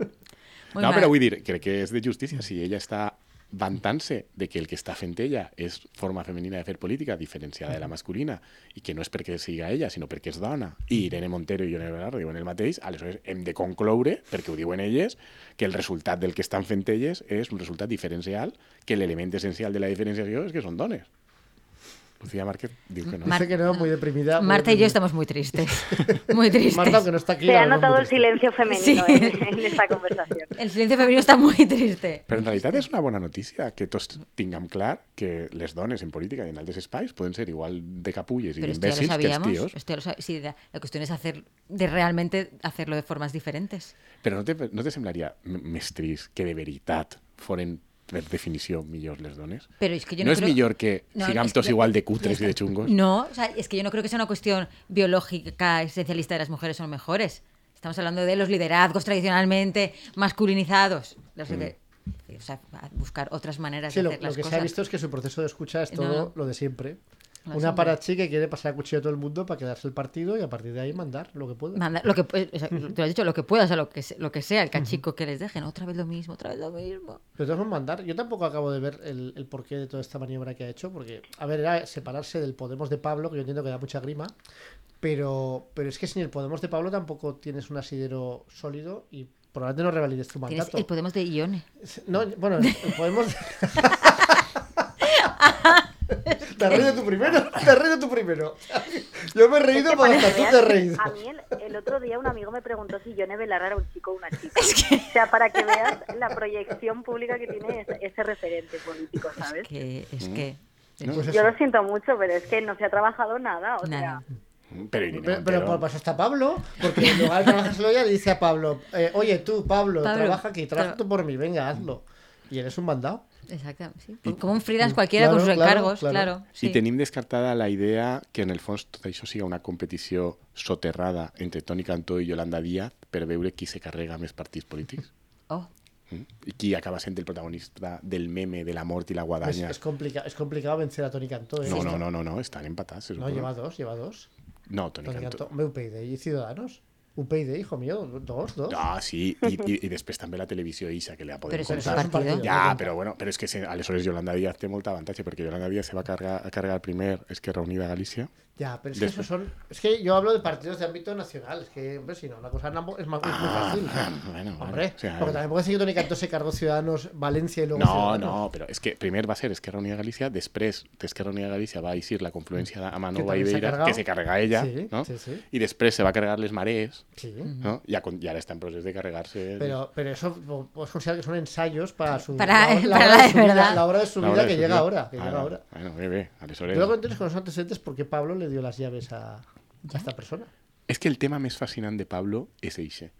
Speaker 2: Muy
Speaker 4: no,
Speaker 2: mal.
Speaker 4: però vull dir, crec que és de justícia si ella està vantant-se de que el que està fent ella és forma femenina de fer política diferenciada de la masculina i que no és perquè siga ella, sinó perquè és dona i Irene Montero i Ione Belarra diuen el mateix aleshores hem de concloure, perquè ho diuen elles que el resultat del que estan fent elles és un resultat diferencial que l'element essencial de la diferenciació és que són dones Lucía Márquez diu que no
Speaker 2: Mar-
Speaker 3: Dice que no, muy deprimida. muy
Speaker 2: Marta y yo
Speaker 3: deprimida.
Speaker 2: estamos muy tristes. Muy tristes.
Speaker 3: Marta, aunque no está aquí.
Speaker 6: Se
Speaker 3: la
Speaker 6: ha
Speaker 3: vemos
Speaker 6: notado
Speaker 3: muy
Speaker 6: el
Speaker 3: triste.
Speaker 6: silencio femenino
Speaker 2: Sí.
Speaker 6: en, en esta conversación.
Speaker 2: El silencio femenino está muy triste.
Speaker 4: Però en realitat és una bona notícia que tots tinguem clar que les dones en política i en altres espais poden ser igual de capulles i
Speaker 2: Pero esto ya lo
Speaker 4: d'imbècils que els
Speaker 2: sabíamos.
Speaker 4: tios.
Speaker 2: esto ya lo sab- sí, la, la cuestión es hacer, de realmente hacerlo de formas diferentes.
Speaker 4: Però no te, no te semblaria m- més trist que de veritat foren per definició millors les dones?
Speaker 2: Pero es que yo
Speaker 4: no
Speaker 2: no
Speaker 4: és
Speaker 2: creo-
Speaker 4: millor que
Speaker 2: No, no,
Speaker 4: siguem
Speaker 2: es
Speaker 4: tots
Speaker 2: que-
Speaker 4: igual de cutres i de xungos?
Speaker 3: Pues-
Speaker 2: No, o sea, es que yo no creo que sea una cuestión biológica esencialista de las mujeres son mejores. Estamos hablando de los liderazgos tradicionalmente masculinizados. Los que- o sea, a buscar otras maneras
Speaker 3: Mm. Sí,
Speaker 2: de
Speaker 3: lo,
Speaker 2: hacer
Speaker 3: lo
Speaker 2: las
Speaker 3: que se ha
Speaker 2: cosas.
Speaker 3: visto es que su proceso de escucha es
Speaker 2: No,
Speaker 3: todo
Speaker 2: no.
Speaker 3: lo de siempre.
Speaker 2: Lo de
Speaker 3: Una
Speaker 2: siempre.
Speaker 3: parachi que quiere pasar a cuchillo a todo el mundo para quedarse el partido y a partir de ahí mandar lo que pueda.
Speaker 2: Manda- lo que pu- o sea, tú has dicho, lo que puedas, o sea, lo que, se- lo que sea, el cachico que les dejen, otra vez lo mismo, otra vez lo mismo.
Speaker 3: Pero tenemos que mandar. Yo tampoco acabo de ver el, el porqué de toda esta maniobra que ha hecho, porque, a ver, era separarse del Podemos de Pablo, que yo entiendo que da mucha grima, pero, pero es que sin el Podemos de Pablo tampoco tienes un asidero sólido y probablemente no revalides tu
Speaker 2: Tienes
Speaker 3: mandato.
Speaker 2: el Podemos de Ione.
Speaker 3: No, bueno, el Podemos. te has reído tú primero, te has reído tú primero. Yo me he
Speaker 6: Es
Speaker 3: reído
Speaker 6: que
Speaker 3: para
Speaker 6: para
Speaker 3: hasta tú
Speaker 6: que
Speaker 3: te has
Speaker 6: veas,
Speaker 3: reído.
Speaker 6: A mí el, el otro día un amigo me preguntó si Yone Belarra era un chico o una chica. O sea, para que veas la proyección pública que tiene ese, ese referente político, ¿sabes?
Speaker 2: Que es que.
Speaker 3: Pues
Speaker 6: Yo
Speaker 3: eso.
Speaker 6: lo siento mucho, pero es que no se ha trabajado nada. O
Speaker 2: Nada.
Speaker 6: sea,
Speaker 4: Mm, Però Irene
Speaker 3: Pero, pero por
Speaker 4: Montero...
Speaker 3: paso está Pablo, porque en lugar de trabajárselo ella, le dice a Pablo, eh, oye tú, Pablo,
Speaker 2: Pablo,
Speaker 3: trabaja aquí, trabaja
Speaker 2: tra-
Speaker 3: tú por mí, venga, hazlo. Y eres un mandado.
Speaker 2: Exactamente. sí. Como un freelance cualquiera
Speaker 3: Claro,
Speaker 2: con sus
Speaker 3: claro,
Speaker 2: encargos,
Speaker 3: claro.
Speaker 2: claro. sí.
Speaker 4: Sí. I tenim descartada la idea que en el fons tot això siga una competició soterrada entre Toni Cantó i Yolanda Díaz per veure qui se carrega més partits polítics
Speaker 2: Oh,
Speaker 4: mm? i qui acaba sent el protagonista del meme de la mort i la
Speaker 3: Es,
Speaker 4: guadanya.
Speaker 3: es, complica- es complicado vencer a Tony Cantó. ¿eh?
Speaker 4: No,
Speaker 3: Esto-
Speaker 4: no, no, no, no, estan empatats. se
Speaker 3: No,
Speaker 4: suposa.
Speaker 3: lleva dos, lleva dos.
Speaker 4: No, Toni
Speaker 3: Tony Cantó.
Speaker 4: Cantó.
Speaker 3: Hombre, UPyD y Ciudadanos. UPyD, hijo mío, dos, dos.
Speaker 4: No, Ah, sí, i, i, i després també la televisió Isa, que li ha
Speaker 2: Però
Speaker 4: podem
Speaker 2: eso no
Speaker 3: es
Speaker 2: es
Speaker 3: un
Speaker 4: contar.
Speaker 2: partido.
Speaker 3: partido.
Speaker 4: Ja, però bueno, però és que se, aleshores Yolanda Díaz té molta avantatge, perquè Yolanda Díaz se va cargar, a cargar primer Esquerra Unida Galícia.
Speaker 3: Ya, pero es que esos
Speaker 4: Después-
Speaker 3: son. Es que yo hablo de partidos de ámbito nacional. Es que, hombre, si no, una cosa nambo- es, más, es muy fácil.
Speaker 4: Ah, bueno,
Speaker 3: hombre,
Speaker 4: vale. O sea,
Speaker 3: porque también puede decir que Tony Cantó se cargó Ciudadanos, Valencia y luego.
Speaker 4: No,
Speaker 3: Ciudadanos.
Speaker 4: no, però és que primer va ser Esquerra Unida Galícia, després d'Esquerra Unida Galícia va eixir la confluència amb
Speaker 3: Que
Speaker 4: Anova
Speaker 3: també
Speaker 4: i
Speaker 3: s'ha
Speaker 4: Beira,
Speaker 3: cargado.
Speaker 4: que se carrega ella,
Speaker 3: Sí,
Speaker 4: no?
Speaker 3: sí, sí. Mhm.
Speaker 4: i després se va cargar les marees,
Speaker 3: Sí.
Speaker 4: no? I, a, i ara està en procés de carregar-se... el-
Speaker 3: Pero, pero eso po- podemos considerar que son ensayos para su
Speaker 2: Para-
Speaker 3: la,
Speaker 2: para la
Speaker 3: hora de
Speaker 2: de
Speaker 3: su vida-
Speaker 2: verdad.
Speaker 3: la hora de su
Speaker 4: la
Speaker 3: vida
Speaker 4: hora
Speaker 3: que
Speaker 4: de
Speaker 3: llega
Speaker 4: sortir.
Speaker 3: ahora. Que
Speaker 4: Ah,
Speaker 3: llega ahora.
Speaker 4: Bueno, bé, bé, aleshores...
Speaker 3: Yo lo conté con los antecedentes porque Pablo le dio las llaves a, a esta persona.
Speaker 4: És que el tema més fascinant de Pablo és eixe.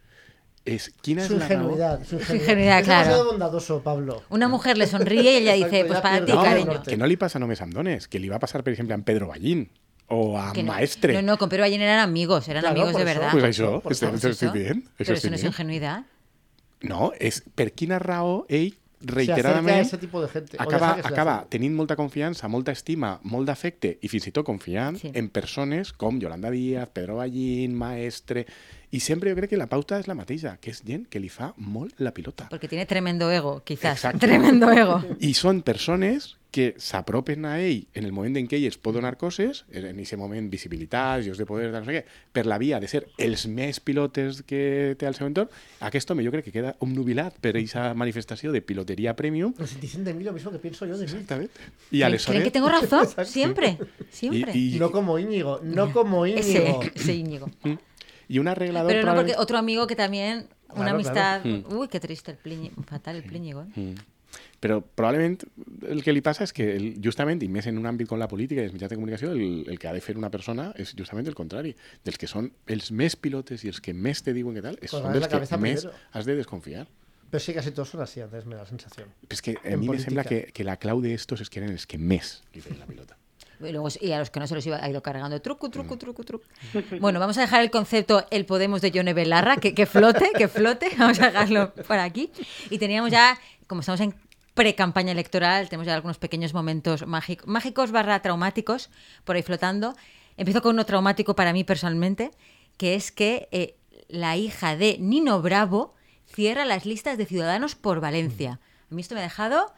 Speaker 4: És quina és
Speaker 3: Su
Speaker 4: la raó...
Speaker 3: ingenuidad, su ingenuidad.
Speaker 2: ingenuidad,
Speaker 3: es
Speaker 2: claro.
Speaker 3: demasiado bondadoso, Pablo.
Speaker 2: Una mujer le sonríe y ella dice,
Speaker 3: Exacto,
Speaker 2: pues
Speaker 3: ya
Speaker 2: para ti,
Speaker 3: pierde. No,
Speaker 2: cariño.
Speaker 3: norte.
Speaker 4: Que no li passa només amb dones, que li va passar, per exemple, amb Pedro Ballín o a
Speaker 2: Que no.
Speaker 4: Maestre.
Speaker 2: No, no, con Pedro Ballén eran amigos, eran
Speaker 3: Claro,
Speaker 2: amigos
Speaker 3: por
Speaker 2: de
Speaker 3: eso.
Speaker 2: verdad.
Speaker 4: Pues això,
Speaker 3: Por
Speaker 4: este-
Speaker 3: favor,
Speaker 4: este- este
Speaker 2: Eso.
Speaker 4: dient, això
Speaker 2: Pero
Speaker 4: este
Speaker 2: eso no es
Speaker 4: dient.
Speaker 2: ingenuidad.
Speaker 4: No, és per quina raó ell
Speaker 3: Se acerca a
Speaker 4: reiteradament
Speaker 3: ese tipo de gente. o
Speaker 4: acaba,
Speaker 3: deja que se le
Speaker 4: acaba
Speaker 3: acerque.
Speaker 4: tenint molta confiança, molta estima, molt d'afecte i fins i tot confiant
Speaker 2: Sí.
Speaker 4: en persones com Yolanda Díaz, Pedro Ballín, Maestre... I sempre jo crec que la pauta és la mateixa, que és gent que li fa molt la pilota.
Speaker 2: Pues Porque tiene tremendo ego, quizás.
Speaker 4: Exacto.
Speaker 2: Tremendo ego.
Speaker 4: I són persones que s'apropen a ell en el moment en què ell es pot donar coses, en aquest moment visibilitat, llocs de poder, tal, no sé què, per la via de ser els més pilotes que té al seu entorn, aquest home jo crec que queda omnubilat per aquesta manifestació de piloteria premium.
Speaker 3: Pues dicen de mí lo mismo que pienso yo de mí.
Speaker 4: Exactament. I
Speaker 2: ¿Creen
Speaker 4: aleshores...
Speaker 2: que tengo razón? Siempre, siempre.
Speaker 4: I,
Speaker 3: No como Íñigo, no como
Speaker 2: ese,
Speaker 3: Íñigo.
Speaker 2: ese Íñigo.
Speaker 4: i, i un arreglador...
Speaker 2: Pero no, porque
Speaker 4: probablemente-
Speaker 2: otro amigo que también, una
Speaker 3: Claro,
Speaker 2: amistad...
Speaker 3: claro.
Speaker 2: Uy, qué triste, el Pliñi- fatal el Pliñigo. ¿eh?
Speaker 4: Mm. Però probablement el que li passa és que el, justament, i més en un àmbit com la política i els mitjans de comunicació, el, el que ha de fer una persona és justament el contrari. Dels que són els més pilotes i els que més te diuen que tal, és,
Speaker 3: Pues
Speaker 4: són
Speaker 3: vas la
Speaker 4: dels que
Speaker 3: cabeza
Speaker 4: més
Speaker 3: primero.
Speaker 4: has de desconfiar.
Speaker 3: Pero sí, casi todos son así antes, me da la sensación.
Speaker 4: Però és que a
Speaker 3: En
Speaker 4: mi em
Speaker 3: política.
Speaker 4: sembla que, que la clau d'estos és que eren els que més li feien la pilota.
Speaker 2: Y, luego, y a los que no se los iba, ha ido cargando truco,
Speaker 3: Mm.
Speaker 2: truco, truco, truco. Bueno, vamos a dejar el concepto el Podemos de Yone Belarra, que, que flote, que flote, vamos a dejarlo por aquí. Y teníamos ya, como estamos en pre-campaña electoral, tenemos ya algunos pequeños momentos mágic- mágicos barra traumáticos por ahí flotando. Empiezo con uno traumático para mí personalmente, que es que eh, la hija de Nino Bravo cierra las listas de ciudadanos por Valencia.
Speaker 3: Mm.
Speaker 2: A mí esto me ha dejado...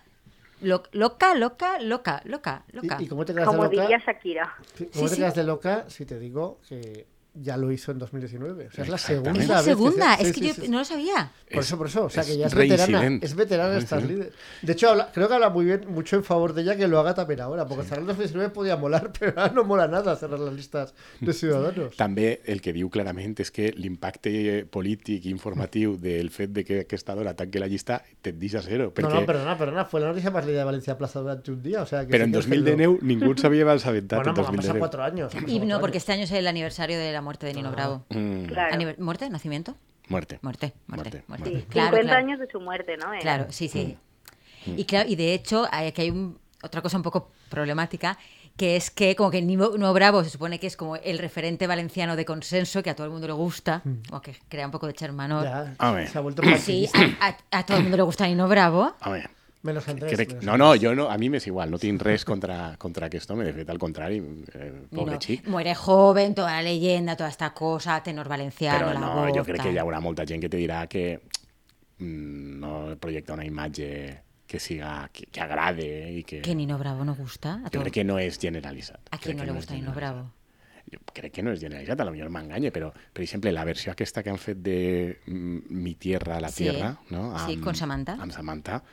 Speaker 2: lo- Loca, loca, loca, loca, loca.
Speaker 3: ¿Y, y cómo te quedas de
Speaker 6: Como
Speaker 3: loca?
Speaker 6: diría Shakira.
Speaker 3: Sí,
Speaker 2: Sí,
Speaker 3: ¿Cómo te
Speaker 2: sí.
Speaker 3: quedas de loca si te digo que ya lo hizo en 2019? O sea, es la segunda.
Speaker 4: Exactamente.
Speaker 2: Es
Speaker 3: vez
Speaker 2: la
Speaker 3: que se-
Speaker 2: segunda,
Speaker 3: sí,
Speaker 2: es
Speaker 3: sí,
Speaker 2: que yo
Speaker 3: sí, sí.
Speaker 2: no lo sabía.
Speaker 3: Por
Speaker 4: Es-
Speaker 3: eso, por eso. O sea,
Speaker 4: es
Speaker 3: que ya es veterana.
Speaker 4: reincidente.
Speaker 3: Es veterana estas
Speaker 4: Reincidente.
Speaker 3: líderes. De hecho, habla- creo que habla muy bien, mucho en favor de ella que lo haga también ahora. Porque cerrar el 2019 podía molar, pero ahora no mola nada cerrar las listas de ciudadanos.
Speaker 4: També el que diu clarament és que l'impacte polític i informatiu del fet de que aquesta dona tanque la llista tendís a zero, perquè
Speaker 3: No, no, perdona, perdona. Fue la noticia más leída de Valencia Plaza durante un día. O sea, que
Speaker 4: però
Speaker 3: sí
Speaker 4: en
Speaker 3: que es
Speaker 4: 2019 ningú en sabia va
Speaker 3: lo-
Speaker 4: assabentat
Speaker 3: Bueno,
Speaker 4: en
Speaker 3: han pasado
Speaker 4: 2019.
Speaker 3: cuatro años. han pasado
Speaker 2: Y no,
Speaker 3: cuatro
Speaker 2: porque
Speaker 3: años.
Speaker 2: este año es el aniversario de la muerte de Nino Bravo.
Speaker 4: Mm,
Speaker 6: Claro.
Speaker 2: Aniver- ¿Muerte? ¿Nacimiento?
Speaker 4: Muerte.
Speaker 2: Muerte, muerte,
Speaker 4: Muerte,
Speaker 2: muerte.
Speaker 4: muerte.
Speaker 2: Claro,
Speaker 6: 50
Speaker 2: claro.
Speaker 6: años de su muerte, ¿no? Eh. Era.
Speaker 2: Claro, sí, sí. Y claro, y de hecho, hay- aquí hay un- otra cosa un poco problemática, que es que como que Nino Nino Bravo se supone que es como el referente valenciano de consenso, que a todo el mundo le gusta, o que crea un poco de charmanor.
Speaker 3: Ya,
Speaker 4: A ver.
Speaker 3: se ha vuelto
Speaker 2: Sí,
Speaker 3: partidista.
Speaker 2: a, a- a todo el mundo le gusta Nino Bravo.
Speaker 4: A veure,
Speaker 3: Menos Andrés.
Speaker 4: crec...
Speaker 3: menos
Speaker 4: No, no, jo no, a mi m'és igual, no tinc res contra, contra aquest home, de fet, al contrari, eh, pobre
Speaker 2: Nino
Speaker 4: xic.
Speaker 2: muere joven, toda la leyenda, toda esta cosa, tenor valenciano,
Speaker 4: Però
Speaker 2: la
Speaker 4: no,
Speaker 2: voz,
Speaker 4: jo crec
Speaker 2: tal.
Speaker 4: que hi haurà molta gent que te dirà que mm, no projecta una imatge que siga, que, que agrade i que...
Speaker 2: ¿Que Nino Bravo no gusta? ¿A,
Speaker 4: Jo
Speaker 2: todo-
Speaker 4: crec que no és generalitzat.
Speaker 2: ¿A quién
Speaker 4: Crec
Speaker 2: no
Speaker 4: que
Speaker 2: le
Speaker 4: és
Speaker 2: gusta Nino
Speaker 4: generalitzat.
Speaker 2: Bravo?
Speaker 4: Jo crec que no és generalitzat, a lo millor m'enganye, però, per exemple, la versió aquesta que han fet de mm, Mi tierra, la
Speaker 2: Sí.
Speaker 4: tierra, no?
Speaker 2: Sí, con Samantha.
Speaker 4: Amb Samantha,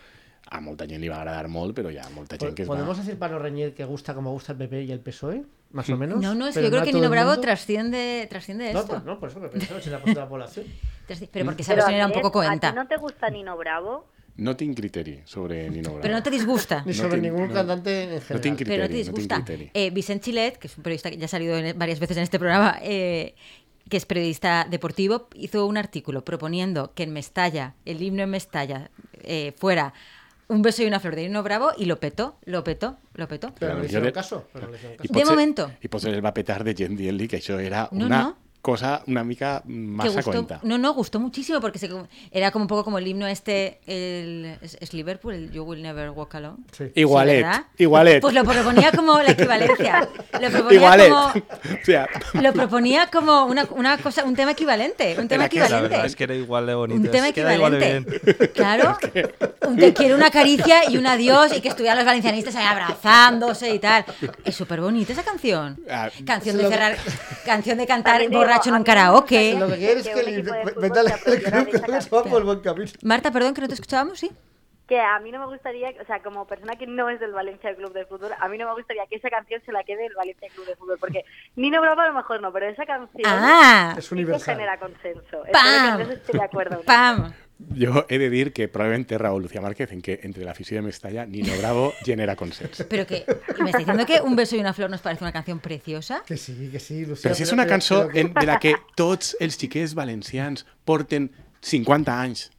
Speaker 4: a molta gent li va agradar molt, però hi ha molta gent que es
Speaker 3: ¿Podemos
Speaker 4: va...
Speaker 3: decir para no reñir que gusta como gusta el PP y el PSOE? Más o menos.
Speaker 2: No, no, es que
Speaker 3: Pero
Speaker 2: yo creo
Speaker 3: a
Speaker 2: que
Speaker 3: todo
Speaker 2: Nino
Speaker 3: el
Speaker 2: Bravo
Speaker 3: mundo.
Speaker 2: trasciende, trasciende
Speaker 3: No,
Speaker 2: esto.
Speaker 3: pues no, por eso me pensaba si la parte de la población.
Speaker 2: Trasci- Pero porque
Speaker 6: Mm. Pero,
Speaker 2: sabes era un
Speaker 6: Andrés,
Speaker 2: poco
Speaker 6: ¿a
Speaker 2: coenta.
Speaker 6: ti no te gusta Nino Bravo?
Speaker 4: No tinc criteri sobre Nino Bravo.
Speaker 2: Pero no te disgusta.
Speaker 3: Ni
Speaker 4: No
Speaker 3: sobre
Speaker 4: tiene-
Speaker 3: ningún
Speaker 4: no-
Speaker 3: cantante en general.
Speaker 4: tiene
Speaker 2: Pero no te
Speaker 4: Criteri, no tiene
Speaker 2: disgusta.
Speaker 4: criteri.
Speaker 2: Eh, Vicent Chilet, que es un periodista que ya ha salido en- varias veces en este programa, eh, que es periodista deportivo, hizo un artículo proponiendo que en Mestalla, el himno en Mestalla, eh, fuera un beso y una flor de Nino Bravo y lo petó, lo petó, lo petó.
Speaker 3: Pero
Speaker 4: Claro,
Speaker 3: no le
Speaker 4: yo
Speaker 3: hicieron
Speaker 4: le-
Speaker 3: caso. Pero no le hicieron
Speaker 4: I
Speaker 3: caso.
Speaker 2: De
Speaker 4: potser-
Speaker 2: momento.
Speaker 4: I potser el va petar de gent dient-li que això era
Speaker 2: No,
Speaker 4: una
Speaker 2: no.
Speaker 4: cosa una mica
Speaker 2: que
Speaker 4: massa
Speaker 2: gustó-
Speaker 4: coenta.
Speaker 2: No, no, gustó muchísimo porque se- era como un poco como el himno este, el, es, es Liverpool, el You Will Never Walk Alone.
Speaker 3: Sí.
Speaker 4: Igualet,
Speaker 2: Sí, ¿verdad?
Speaker 4: igualet.
Speaker 2: Pues lo proponía como la equivalencia. Lo proponía
Speaker 4: Igualet.
Speaker 2: como...
Speaker 4: o sea,
Speaker 2: Lo proponía como una, una cosa, un tema equivalente. Un tema
Speaker 4: Era que la
Speaker 5: La verdad
Speaker 2: equivalente.
Speaker 5: es que era igual de bonito.
Speaker 2: Un tema
Speaker 5: es que era igual de
Speaker 2: equivalente.
Speaker 5: bien.
Speaker 2: Claro. Un te quiero una caricia y un adiós y que estuvieran los valencianistas ahí abrazándose y tal. Es súper bonita esa canción.
Speaker 4: Ah,
Speaker 2: Canción de
Speaker 3: lo que-
Speaker 2: cerrar, canción de cantar
Speaker 6: También te digo,
Speaker 2: borracho en
Speaker 6: a
Speaker 2: un
Speaker 6: mí me
Speaker 2: karaoke.
Speaker 3: Lo que pues, quiere es
Speaker 6: Que
Speaker 3: que
Speaker 6: un
Speaker 3: el-
Speaker 6: equipo de
Speaker 3: ve-
Speaker 6: fútbol
Speaker 3: vete
Speaker 6: se
Speaker 3: al
Speaker 6: apropiara
Speaker 3: club
Speaker 6: de
Speaker 3: que
Speaker 6: esa
Speaker 3: les va por
Speaker 6: canción.
Speaker 3: el buen camino.
Speaker 2: Marta, perdón que no te escuchábamos, ¿sí?
Speaker 6: Que a mí no me gustaría, o sea, como persona que no es del Valencia Club de Fútbol, a mí no me gustaría que esa canción se la quede el Valencia Club de Fútbol, porque Nino Bravo a lo mejor no, pero esa canción
Speaker 2: Ah,
Speaker 3: Es
Speaker 6: sí que
Speaker 3: universal.
Speaker 6: genera consenso. Espero que
Speaker 2: ¡Pam!
Speaker 6: Andrés esté de acuerdo.
Speaker 2: pam.
Speaker 4: jo he de dir que probablement té raó Lucía Márquez en que entre l'afició de Mestalla Nino Bravo genera consens.
Speaker 2: Pero que me está diciendo que un beso y una flor nos parece una canción preciosa.
Speaker 3: Que sí, que sí, Lucía.
Speaker 4: Però si és una
Speaker 3: pero
Speaker 4: cançó
Speaker 3: que-
Speaker 4: en, de la que tots els xiquets valencians porten 50 anys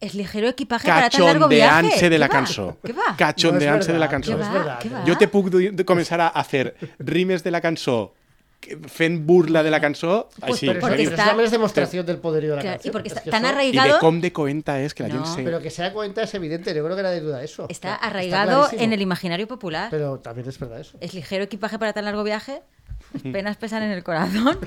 Speaker 2: Es ligero equipaje para tan largo viaje.
Speaker 4: cachondeant-se de
Speaker 2: ¿Qué
Speaker 4: la
Speaker 2: va?
Speaker 4: cançó.
Speaker 2: ¿Qué va?
Speaker 3: No es
Speaker 4: Cachondeant-se de la
Speaker 3: verdad,
Speaker 4: cançó.
Speaker 3: no es
Speaker 2: ¿Qué va?
Speaker 3: verdad.
Speaker 2: ¿Qué va?
Speaker 4: Jo te puc dir- de- començar a, a fer rimes de la cançó que- fent burla de la cançó
Speaker 2: Pues
Speaker 4: així,
Speaker 2: per-
Speaker 3: Pero
Speaker 4: en
Speaker 2: porque
Speaker 4: sèrio.
Speaker 3: eso
Speaker 2: está-
Speaker 3: también es demostración del poderío de la
Speaker 2: Claro,
Speaker 3: canción.
Speaker 2: y porque
Speaker 3: Es
Speaker 2: está
Speaker 3: que
Speaker 2: tan
Speaker 3: eso-
Speaker 4: i de
Speaker 2: arraigado.
Speaker 4: com de coenta és que la gent
Speaker 2: No.
Speaker 4: se...
Speaker 3: Pero que sea cuenta es evidente, yo creo que nadie duda eso.
Speaker 2: Está
Speaker 3: Está
Speaker 2: arraigado
Speaker 3: clarísimo.
Speaker 2: en el imaginario popular.
Speaker 3: Pero también es verdad eso.
Speaker 2: Es ligero equipaje para tan largo viaje. Las penas pesan en el corazón.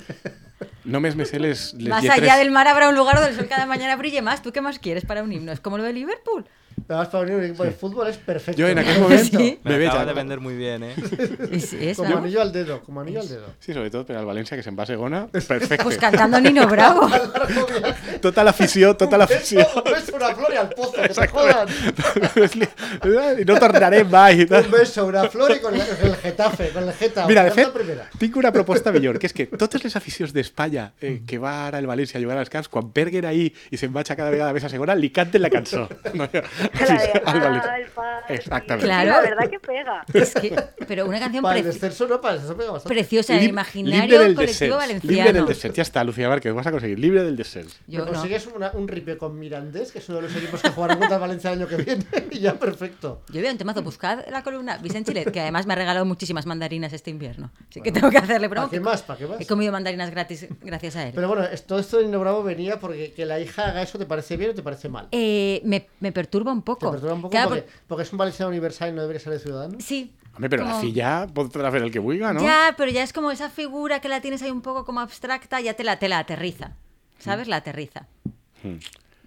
Speaker 4: Només me sé les, les
Speaker 2: más allá del mar habrá un lugar donde el sol cada mañana brille más. ¿Tú qué más quieres para un himno? Es como lo de Liverpool.
Speaker 3: Nada más para unir un equipo de fútbol es perfecto.
Speaker 4: Yo en aquel momento
Speaker 2: Sí.
Speaker 5: Me,
Speaker 4: me veía-
Speaker 5: acaba de vender muy bien, ¿eh?
Speaker 2: Es, es,
Speaker 3: Como
Speaker 2: ¿no?
Speaker 3: anillo al dedo, como anillo al dedo.
Speaker 4: Sí, sobre todo, pero al Valencia que se envase Gona, perfecto.
Speaker 2: Pues cantando Nino Bravo.
Speaker 4: Total afición, total afición.
Speaker 3: Oh, Un beso, una flor y al pozo, que se jodan.
Speaker 4: y no tornaré más. y tal.
Speaker 3: Un beso, una flor y con el, el getafe, con el geta.
Speaker 4: Mira, de
Speaker 3: Buscando
Speaker 4: fet,
Speaker 3: la primera.
Speaker 4: tinc una proposta millor, que és que totes les aficions d'Espanya eh, que va ara el València a jugar als camps, quan perguen ahir i se'n vaig a cada vegada més a segona, li canten la cançó. No, no,
Speaker 6: La de,
Speaker 4: al
Speaker 6: "Ay,
Speaker 4: València.
Speaker 6: padre".
Speaker 4: Exactamente.
Speaker 2: Claro.
Speaker 6: La verdad que pega.
Speaker 2: Es que, pero una canción
Speaker 3: Para el
Speaker 2: preci-
Speaker 3: descenso no, para el descenso pega bastante.
Speaker 2: preciosa del
Speaker 4: Lib-
Speaker 2: imaginario colectivo
Speaker 4: descens.
Speaker 2: valenciano.
Speaker 4: Libre del descens. Ja està, Lucía Márquez, ho vas a aconseguir. Libre del descens.
Speaker 3: Me
Speaker 2: Yo no.
Speaker 3: consigues una- un ripio con Mirandés, que es uno de los equipos que jugarán contra el Valencia el año que viene, y ya perfecto.
Speaker 2: Yo veo un temazo. Buscad la columna Vicente Chilet, que además me ha regalado muchísimas mandarinas este invierno. Así que tengo que hacerle
Speaker 3: ¿Para
Speaker 2: broma.
Speaker 3: qué más? ¿Para qué más?
Speaker 2: He comido mandarinas gratis gracias a él.
Speaker 3: Pero bueno, es- todo esto de Nino Bravo venía porque que la hija haga eso te parece bien o te parece mal. Te
Speaker 2: Eh, me, me perturba un poco.
Speaker 3: perturba un poco
Speaker 2: Claro,
Speaker 3: porque,
Speaker 2: por-
Speaker 3: porque es un valenciano universal y no debería ser de ciudadano.
Speaker 2: Sí.
Speaker 4: Home, però la
Speaker 2: como-
Speaker 4: filla podrà fer el que vulga, no?
Speaker 2: Ya, pero ya es como esa figura que la tienes ahí un poco como abstracta, ya te la, te la aterriza.
Speaker 4: Mm.
Speaker 2: ¿Sabes? La aterriza.
Speaker 4: Hmm.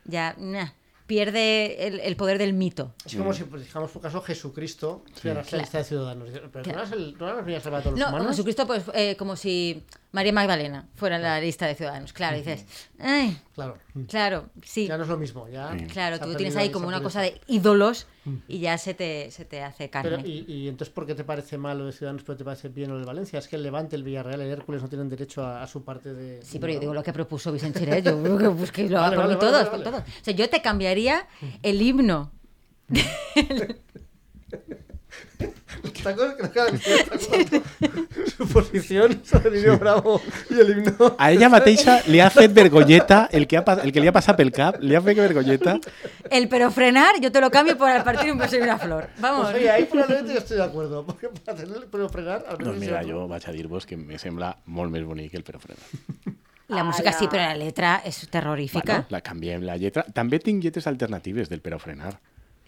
Speaker 2: Ya, nah, pierde el, el poder del mito.
Speaker 3: Es como si, pues, digamos, por caso, Jesucristo fuera la lista de ciudadanos. Pero tú no eras el- tú no eras el niño salvador de
Speaker 2: No,
Speaker 3: los humanos.
Speaker 2: Jesucristo, pues eh, como si María Magdalena fuera en la lista de ciudadanos. Claro, dices, ay,
Speaker 3: Claro.
Speaker 2: claro, sí,
Speaker 3: Ya no es lo mismo. Ya
Speaker 2: claro,
Speaker 3: Mm. se ha
Speaker 2: tú
Speaker 3: perdido
Speaker 2: tienes ahí
Speaker 3: se
Speaker 2: como
Speaker 3: ha
Speaker 2: una
Speaker 3: perdido
Speaker 2: cosa
Speaker 3: esa-
Speaker 2: de ídolos y ya se te, se te hace
Speaker 3: Pero,
Speaker 2: carne.
Speaker 3: y, y entonces por qué te parece mal lo de Ciudadanos, pero te parece bien lo de Valencia? Es que el Levante, el Villarreal, el Hércules no tienen derecho a, a su parte de.
Speaker 2: Sí, pero yo digo lo que propuso Vicente Chiret, yo creo que, pues, que lo
Speaker 3: Vale,
Speaker 2: hago por
Speaker 3: vale,
Speaker 2: mí
Speaker 3: vale,
Speaker 2: todos,
Speaker 3: vale,
Speaker 2: por
Speaker 3: vale. Mm.
Speaker 2: todos. O sea, yo te cambiaría el himno.
Speaker 3: Está con- creo que está con- su posición sobre el himno bravo y el himno.
Speaker 4: A ella mateixa li ha fet vergonyeta el que, ha, pas- el que li ha passat pel cap, li ha fet vergonyeta.
Speaker 2: El pero frenar, yo te lo cambio por al partir un beso y una flor. Vamos.
Speaker 3: Pues oye, ahí probablemente yo estoy de acuerdo. Porque para tener pero frenar, al menos
Speaker 2: Pues
Speaker 4: Doncs mira,
Speaker 3: yo-
Speaker 4: jo vaig a dir-vos que me sembla molt més bonic el però frena.
Speaker 2: La música sí, pero la letra es terrorífica.
Speaker 4: Bueno, la canviem la lletra. També tinc lletres alternatives del però frenar.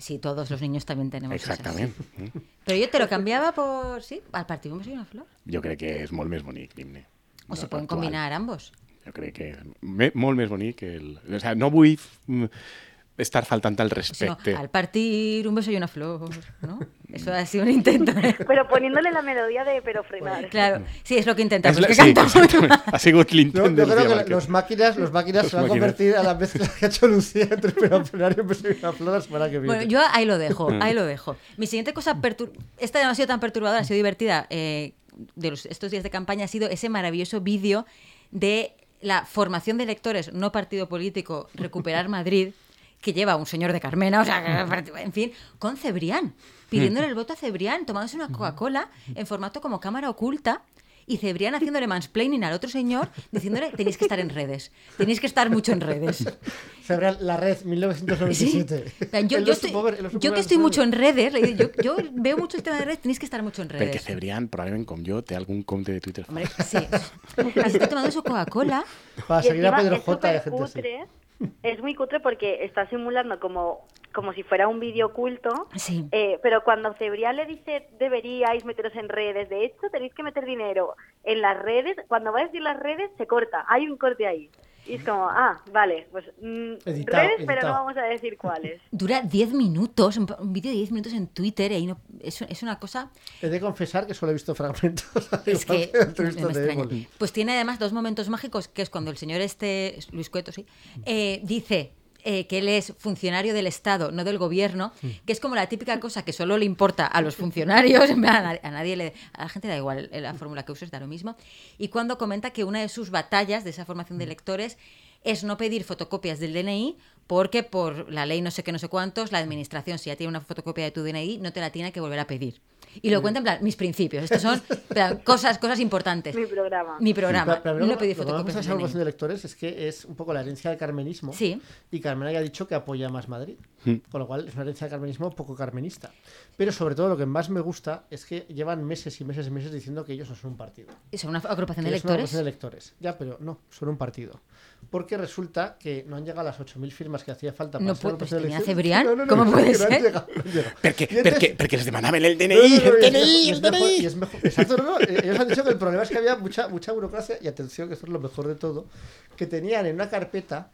Speaker 2: Sí, todos los niños también tenemos pues esas.
Speaker 4: Exactament. Mm.
Speaker 2: Pero yo te lo cambiaba por, sí, al partir un beso y una flor.
Speaker 4: Mm. Jo crec que és molt més bonic l'himne.
Speaker 2: O se
Speaker 4: No,
Speaker 2: pueden
Speaker 4: actual.
Speaker 2: combinar ambos.
Speaker 4: Jo crec que és me, molt més bonic que el... O sea, no vull mm, estar faltant al
Speaker 2: Si no,
Speaker 4: respecte.
Speaker 2: al partir un beso y una flor, ¿no? Eso ha sido un intento. ¿eh?
Speaker 6: Pero poniéndole la melodía de pero frenar.
Speaker 2: Claro, sí, es lo que
Speaker 4: És
Speaker 2: intentamos.
Speaker 4: la-
Speaker 2: que
Speaker 4: sí,
Speaker 2: canta muy
Speaker 4: exactament.
Speaker 2: mal.
Speaker 4: ha sigut
Speaker 3: No,
Speaker 4: l'intent
Speaker 3: yo
Speaker 4: del
Speaker 3: creo que
Speaker 4: dia
Speaker 3: la- los máquinas, los máquinas
Speaker 4: Los
Speaker 3: se van a
Speaker 4: máquinas.
Speaker 3: convertir a la mezcla que ha hecho Lucía entre pero frenar pues, y un beso y una flor la semana que viene.
Speaker 2: Bueno, yo ahí lo dejo, ahí lo dejo. Mi siguiente cosa, pertur- esta no ha sido tan perturbadora, ha sido divertida eh, de los- estos días de campaña, ha sido ese maravilloso vídeo de la formación de electores, no partido político, Recuperar Madrid, que lleva un señor de Carmena, o sea, que- en fin, con Cebrián, pidiéndole el voto a Cebrián, tomándose una Coca-Cola en formato como cámara oculta. Y Cebrián haciéndole mansplaining al otro señor, diciéndole, tenéis que estar en redes, tenéis que estar mucho en redes.
Speaker 3: Se abre la red
Speaker 2: Sí.
Speaker 3: 1997.
Speaker 2: O sea, Yo,
Speaker 3: El
Speaker 2: yo
Speaker 3: oso
Speaker 2: estoy-
Speaker 3: pobre- el oso
Speaker 2: yo
Speaker 3: pobre
Speaker 2: que estoy mucho
Speaker 3: resuelve.
Speaker 2: en redes, le digo, yo, yo veo mucho el tema de redes, tenéis que estar mucho en redes.
Speaker 4: Perquè Cebrián, probablement com jo, té algun compte de Twitter.
Speaker 2: Hombre, sí. Y se está tomando su Coca-Cola.
Speaker 3: Para
Speaker 6: Y
Speaker 3: seguir a
Speaker 6: encima
Speaker 3: Pedro
Speaker 6: es
Speaker 3: J de
Speaker 6: súper
Speaker 3: gente así.
Speaker 6: cutre, Es muy cutre porque está simulando como, como si fuera un vídeo oculto.
Speaker 2: Sí.
Speaker 6: eh, pero cuando Cebrián le dice deberíais meteros en redes, de hecho tenéis que meter dinero en las redes, cuando va a decir las redes se corta, hay un corte ahí. Y es como, ah, vale, pues mm,
Speaker 3: Editado,
Speaker 6: redes, pero
Speaker 3: editado.
Speaker 6: no vamos a decir cuáles.
Speaker 2: Dura 10 minutos, un, un vídeo de 10 minutos en Twitter. Y ahí no, es, es una cosa.
Speaker 3: He de confesar que solo he visto fragmentos. al
Speaker 2: Es
Speaker 3: igual
Speaker 2: que.
Speaker 3: la
Speaker 2: no
Speaker 3: entrevista
Speaker 2: me
Speaker 3: de
Speaker 2: extraña.
Speaker 3: Éboli.
Speaker 2: Pues tiene además dos momentos mágicos, que es cuando el señor este, es Luis Cueto, sí, eh, dice. eh, que él es funcionario del Estado, no del gobierno, que es como la típica cosa que solo le importa a los funcionarios, en plan, a, na- a nadie le, a la gente da igual eh, la fórmula que uses, da lo mismo, y cuando comenta que una de sus batallas de esa formación de lectores es no pedir fotocopias del DNI porque por la ley no sé qué, no sé cuántos, la administración si ya tiene una fotocopia de tu DNI no te la tiene que volver a pedir. Y lo cuenta en plan, mis principios, estas son en plan, cosas, cosas importantes.
Speaker 6: Mi programa.
Speaker 2: Mi programa.
Speaker 3: Pero- pero
Speaker 2: Ah, no
Speaker 3: lo que-
Speaker 2: pedí
Speaker 3: lo que
Speaker 2: fotocopias.
Speaker 3: vamos a esa
Speaker 2: del DNI.
Speaker 3: agrupación de lectores es que es un poco la herencia del carmenismo.
Speaker 2: Sí.
Speaker 3: Y Carmena ya ha dicho que apoya más Madrid. Con lo cual es una herencia del carmenismo poco carmenista. Pero sobre todo lo que más me gusta es que llevan meses y meses y meses diciendo que ellos no son un partido.
Speaker 2: Son una agrupación de
Speaker 3: que es una
Speaker 2: lectores.
Speaker 3: agrupación de lectores. Ya, pero no, son un partido. Porque resulta que no han llegado a las 8.000 firmas que hacía falta para
Speaker 2: No
Speaker 3: ser una
Speaker 2: puede-
Speaker 3: agrupación de
Speaker 2: ¿tenía
Speaker 3: lectores.
Speaker 2: Cebrián? ¿Cómo puede
Speaker 3: que no han
Speaker 2: ser?
Speaker 3: llegado, no han llegado.
Speaker 4: Perquè,
Speaker 3: Y entonces-
Speaker 4: perquè, perquè les demanaven el DNI,
Speaker 3: No, no, no,
Speaker 4: el
Speaker 3: y es mejor- y es
Speaker 4: DNI, el
Speaker 3: mejor-
Speaker 4: DNI.
Speaker 3: y es mejor- Exacto, no, no. eh, Ellos han dicho que el problema es que había mucha, mucha burocracia, y atención, que esto es lo mejor de todo, que tenían en una carpeta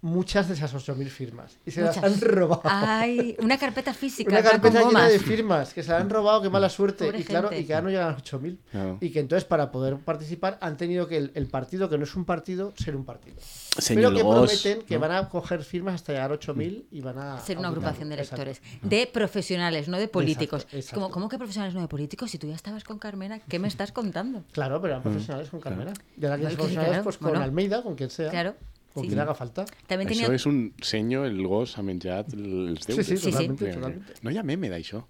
Speaker 3: muchas de esas 8.000 firmas. Y se las
Speaker 2: Muchas. Ah,
Speaker 3: han robado.
Speaker 2: Ay, una carpeta física,
Speaker 3: Una
Speaker 2: otra
Speaker 3: carpeta
Speaker 2: con
Speaker 3: llena
Speaker 2: gomas.
Speaker 3: de firmas que se la han robado, qué mala suerte.
Speaker 2: Pobre
Speaker 3: y claro,
Speaker 2: gente.
Speaker 3: y que ahora no llegan a los 8.000.
Speaker 4: Claro.
Speaker 3: Y que entonces para poder participar han tenido que el, el partido, que no es un partido, ser un partido.
Speaker 4: Señor
Speaker 3: Pero que
Speaker 4: Goss,
Speaker 3: prometen que
Speaker 4: ¿no?
Speaker 3: van a coger firmas hasta llegar a 8.000 y van a...
Speaker 2: Ser una
Speaker 3: a votar.
Speaker 2: agrupación de
Speaker 3: Exacto.
Speaker 2: electores, de profesionales, no de políticos.
Speaker 3: Exacto, exacto.
Speaker 2: Como, ¿Cómo que profesionales, no de políticos? Si tú ya estabas con Carmena, ¿qué me estás contando?
Speaker 3: Claro, pero eran
Speaker 4: Mm.
Speaker 3: profesionales con Carmena. Y ahora
Speaker 2: Claro
Speaker 3: que son
Speaker 2: que sí,
Speaker 3: profesionales,
Speaker 2: claro.
Speaker 3: pues con
Speaker 2: Bueno.
Speaker 3: Almeida, con quien sea.
Speaker 2: Claro,
Speaker 3: Con
Speaker 2: sí.
Speaker 3: quien haga falta.
Speaker 2: También tenía...
Speaker 4: Això és un senyor, el gos, ha menjat els
Speaker 3: Sí,
Speaker 4: deures.
Speaker 3: sí,
Speaker 2: Sí,
Speaker 3: totalmente,
Speaker 4: Déu meu.
Speaker 3: totalmente.
Speaker 4: No hi ha meme d'això,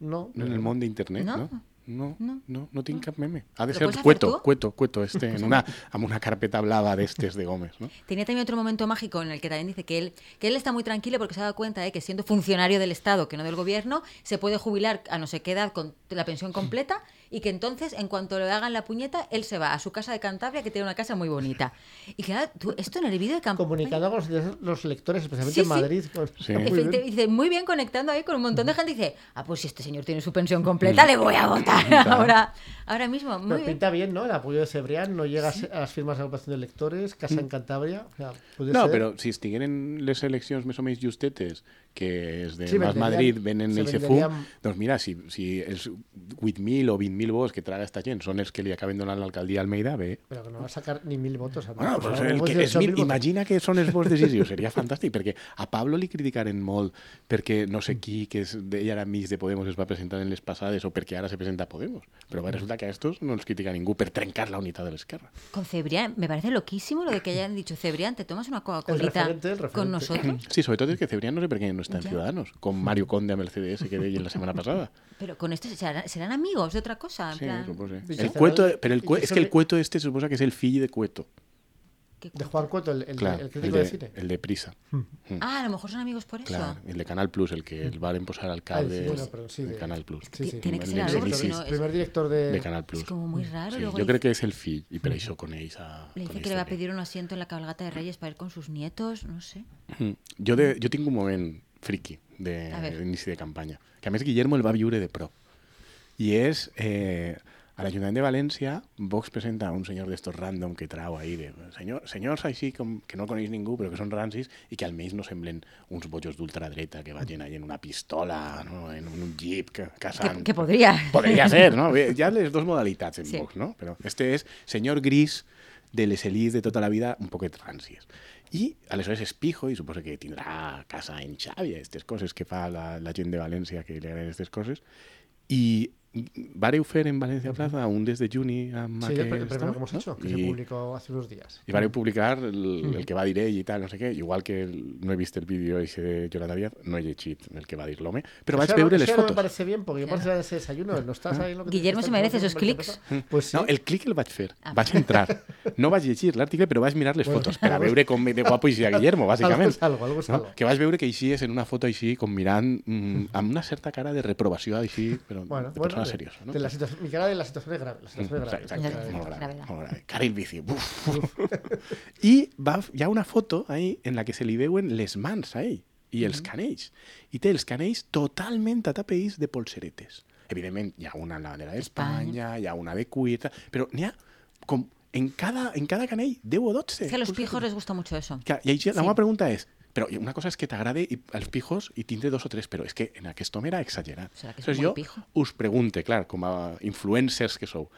Speaker 3: No,
Speaker 4: no en el món d'internet,
Speaker 2: No.
Speaker 4: no? No, no, no, no tinc cap meme. Ha de
Speaker 2: Però
Speaker 4: ser
Speaker 2: pots fer
Speaker 4: cueto,
Speaker 2: tu?
Speaker 4: cueto, cueto, este, en una, amb una carpeta blava d'estes de Gómez, no?
Speaker 2: Tenía también otro momento mágico en el que también dice que él, que él está muy tranquilo porque se ha dado cuenta de que siendo funcionario del Estado, que no del gobierno, se puede jubilar a no sé qué edad con la pensión completa y que entonces, en cuanto le hagan la puñeta, él se va a su casa de Cantabria, que tiene una casa muy bonita. Y claro, tú, esto en el vídeo de campaña...
Speaker 3: comunicando con los, los electores, especialmente
Speaker 2: Ah, pues, Sí,
Speaker 3: en
Speaker 2: sí.
Speaker 3: Madrid. con-
Speaker 4: Sí.
Speaker 3: Muy bien.
Speaker 2: Efecti- dice, muy bien conectando ahí con un montón de gente. Dice, ah, pues si este señor tiene su pensión completa, le voy a votar ahora, ahora mismo. Muy
Speaker 3: Mm. Pero
Speaker 2: bien.
Speaker 3: pinta bien, ¿no? El apoyo de Cebrián no llega a se- a las firmas de agrupación de electores,
Speaker 2: Mm.
Speaker 3: Casa en Cantabria. O sea, puede
Speaker 4: No,
Speaker 3: ser.
Speaker 4: però si estigueren les eleccions més o menys justetes, que és de
Speaker 3: Sí,
Speaker 4: sí, Mas
Speaker 3: vendrien-
Speaker 4: Madrid, venen
Speaker 3: se
Speaker 4: i se fum,
Speaker 3: vendrien-
Speaker 4: doncs mira, si, si els 8.000 o 20.000 vots que traga esta gent són els que li acaben donant l'alcaldia a Almeida, bé,
Speaker 3: Pero que no va a sacar ni mil votos. amigo.
Speaker 4: Bueno, pues
Speaker 3: Ahora
Speaker 4: el
Speaker 3: hemos
Speaker 4: que
Speaker 3: dicho
Speaker 4: és mil,
Speaker 3: mil votos.
Speaker 4: imagina que són els vots decisius, seria fantàstic, perquè a Pablo li criticaren molt perquè no sé qui, que és, ella era mig de Podemos, es va presentar en les passades, o perquè ara se presenta a Podemos. Però va, resulta que a estos no els critica ningú per trencar la unitat de l'esquerra.
Speaker 2: Con Cebrián, me parece loquísimo lo de que hayan dicho, Cebrián, te tomas una Coca-Colita
Speaker 3: referente, el
Speaker 2: con
Speaker 3: referente.
Speaker 2: nosotros.
Speaker 4: Sí, sobretot és que Cebrián no sé per què no està en
Speaker 2: Ja.
Speaker 4: Ciudadanos, com Mario Conde amb el CDS que deien la setmana passada.
Speaker 2: Pero con esto serán, serán amigos de otra cosa. En
Speaker 4: Sí,
Speaker 2: plan,
Speaker 4: suposo.
Speaker 3: I
Speaker 4: El
Speaker 3: que
Speaker 4: cueto,
Speaker 3: serà-
Speaker 4: però el,
Speaker 3: i
Speaker 4: cue-
Speaker 3: que
Speaker 4: és que el
Speaker 3: serà-
Speaker 4: cueto este suposa que és el fill de cueto.
Speaker 2: qué cu-
Speaker 3: De Juan Cueto, el, el-
Speaker 4: Clar,
Speaker 3: el
Speaker 4: el,
Speaker 3: crítico de,
Speaker 4: de,
Speaker 3: cine.
Speaker 4: el de Prisa.
Speaker 2: Ah, a lo mejor son amigos por eso.
Speaker 4: Clar, el de Canal Plus, el que el van posar al
Speaker 3: Ah, sí,
Speaker 4: cable
Speaker 3: bueno, pero sí,
Speaker 4: de
Speaker 3: de-
Speaker 4: Canal Plus.
Speaker 3: Sí, sí.
Speaker 2: Tiene que
Speaker 4: El
Speaker 2: ser
Speaker 4: de
Speaker 2: algo, porque
Speaker 4: Exelicis.
Speaker 2: no es-
Speaker 3: Primer director de.
Speaker 4: de Canal Plus. Mm,
Speaker 2: Es como muy raro.
Speaker 4: Sí,
Speaker 2: luego
Speaker 4: jo
Speaker 2: dice-
Speaker 4: crec que és el fill, i per això coneix a...
Speaker 2: le dice
Speaker 4: coneix
Speaker 2: que le va a
Speaker 4: Cebrián.
Speaker 2: pedir un asiento en la cabalgata de Reyes para ir con sus nietos, no sé.
Speaker 4: Mm. Jo, de, jo tinc un moment friki de
Speaker 2: A veure.
Speaker 4: d'inici de campanya, que a més Guillermo el va viure de prop. I és... Eh, a l'Ajuntament de València, Vox presenta un senyor d'estos random que trau ahí, de senyor, senyors així com que no coneix ningú, però que són rancis i que almenys no semblen uns bojos d'ultradreta que vagin allà en una pistola, no? en un jeep, ca- caçant...
Speaker 2: Que, que podría.
Speaker 4: Ah, Podría ser, ¿no? Bé, Ya les dos modalidades en
Speaker 2: Sí.
Speaker 4: Vox, ¿no? Pero este es señor gris de les elites de toda la vida, un poco transies. Y aleshores es pijo y suposo que tendrá casa en Xàbia, estas cosas que fa la, la gent de València que le agraden estas cosas. Y vareu fer en València Plaza un des de juni amb
Speaker 3: Sí, el,
Speaker 4: aquest
Speaker 3: el primero
Speaker 4: home,
Speaker 3: que hemos
Speaker 4: no?
Speaker 3: hecho, que
Speaker 4: I-
Speaker 3: se publicó hace unos días.
Speaker 4: y van a publicar el, el que va a dir ell i tal, no sé què. Igual que el- no he vist el vídeo ese de Yolanda Díaz, no he llegit el que va a dir l'home, però vaig
Speaker 3: Eso no-
Speaker 4: veure
Speaker 3: eso
Speaker 4: les
Speaker 3: no em me
Speaker 4: fotos.
Speaker 3: parece bien, porque yo parece ese desayuno, no estás ahí en lo que te-
Speaker 2: Guillermo se
Speaker 3: estás-
Speaker 2: merece
Speaker 3: no
Speaker 2: esos
Speaker 3: me
Speaker 2: clics.
Speaker 3: interesa. Pues sí.
Speaker 4: No, el clic el vaig fer.
Speaker 2: Ah.
Speaker 4: Vaig entrar. No vaig llegir l'article, però vaig mirar les
Speaker 3: Bueno,
Speaker 4: fotos per a
Speaker 3: algo-
Speaker 4: veure com de guapo hi Guillermo, bàsicament.
Speaker 3: Algo és algo, algo és algo.
Speaker 4: Que vaig veure que així és en una foto així, com mirant mm, amb una certa cara de reprovació així, però
Speaker 3: Bueno, bueno,
Speaker 4: de persona
Speaker 3: de-
Speaker 4: seriosa. No?
Speaker 3: de la situa- mi cara de las situaciones graves. Las situaciones
Speaker 4: Mm, Exacte,
Speaker 3: graves.
Speaker 2: Gravedad.
Speaker 4: exacte, molt grave,
Speaker 2: Gravedad.
Speaker 4: molt grave. Caril bici. Uf. I va, hi ha una foto ahí en la que se li veuen les mans a ell i els canells. I té els canells totalment atapeïts de polseretes. Evidentment, hi ha una en la bandera d'Espanya, hi ha una de cuir, tal, però n'hi ha com en cada, en cada canell 10 o 12.
Speaker 2: Es que a los
Speaker 4: polseretes.
Speaker 2: pijos les gusta mucho eso.
Speaker 4: Clar, I així, la
Speaker 2: Sí.
Speaker 4: meva pregunta és, però una cosa és que t'agrade i- els pijos i tindre dos o tres, però és que en aquest home era exagerat.
Speaker 2: Serà que és
Speaker 4: Aleshores,
Speaker 2: molt
Speaker 4: jo
Speaker 2: pijo?
Speaker 4: us pregunte, clar, com a influencers que sou,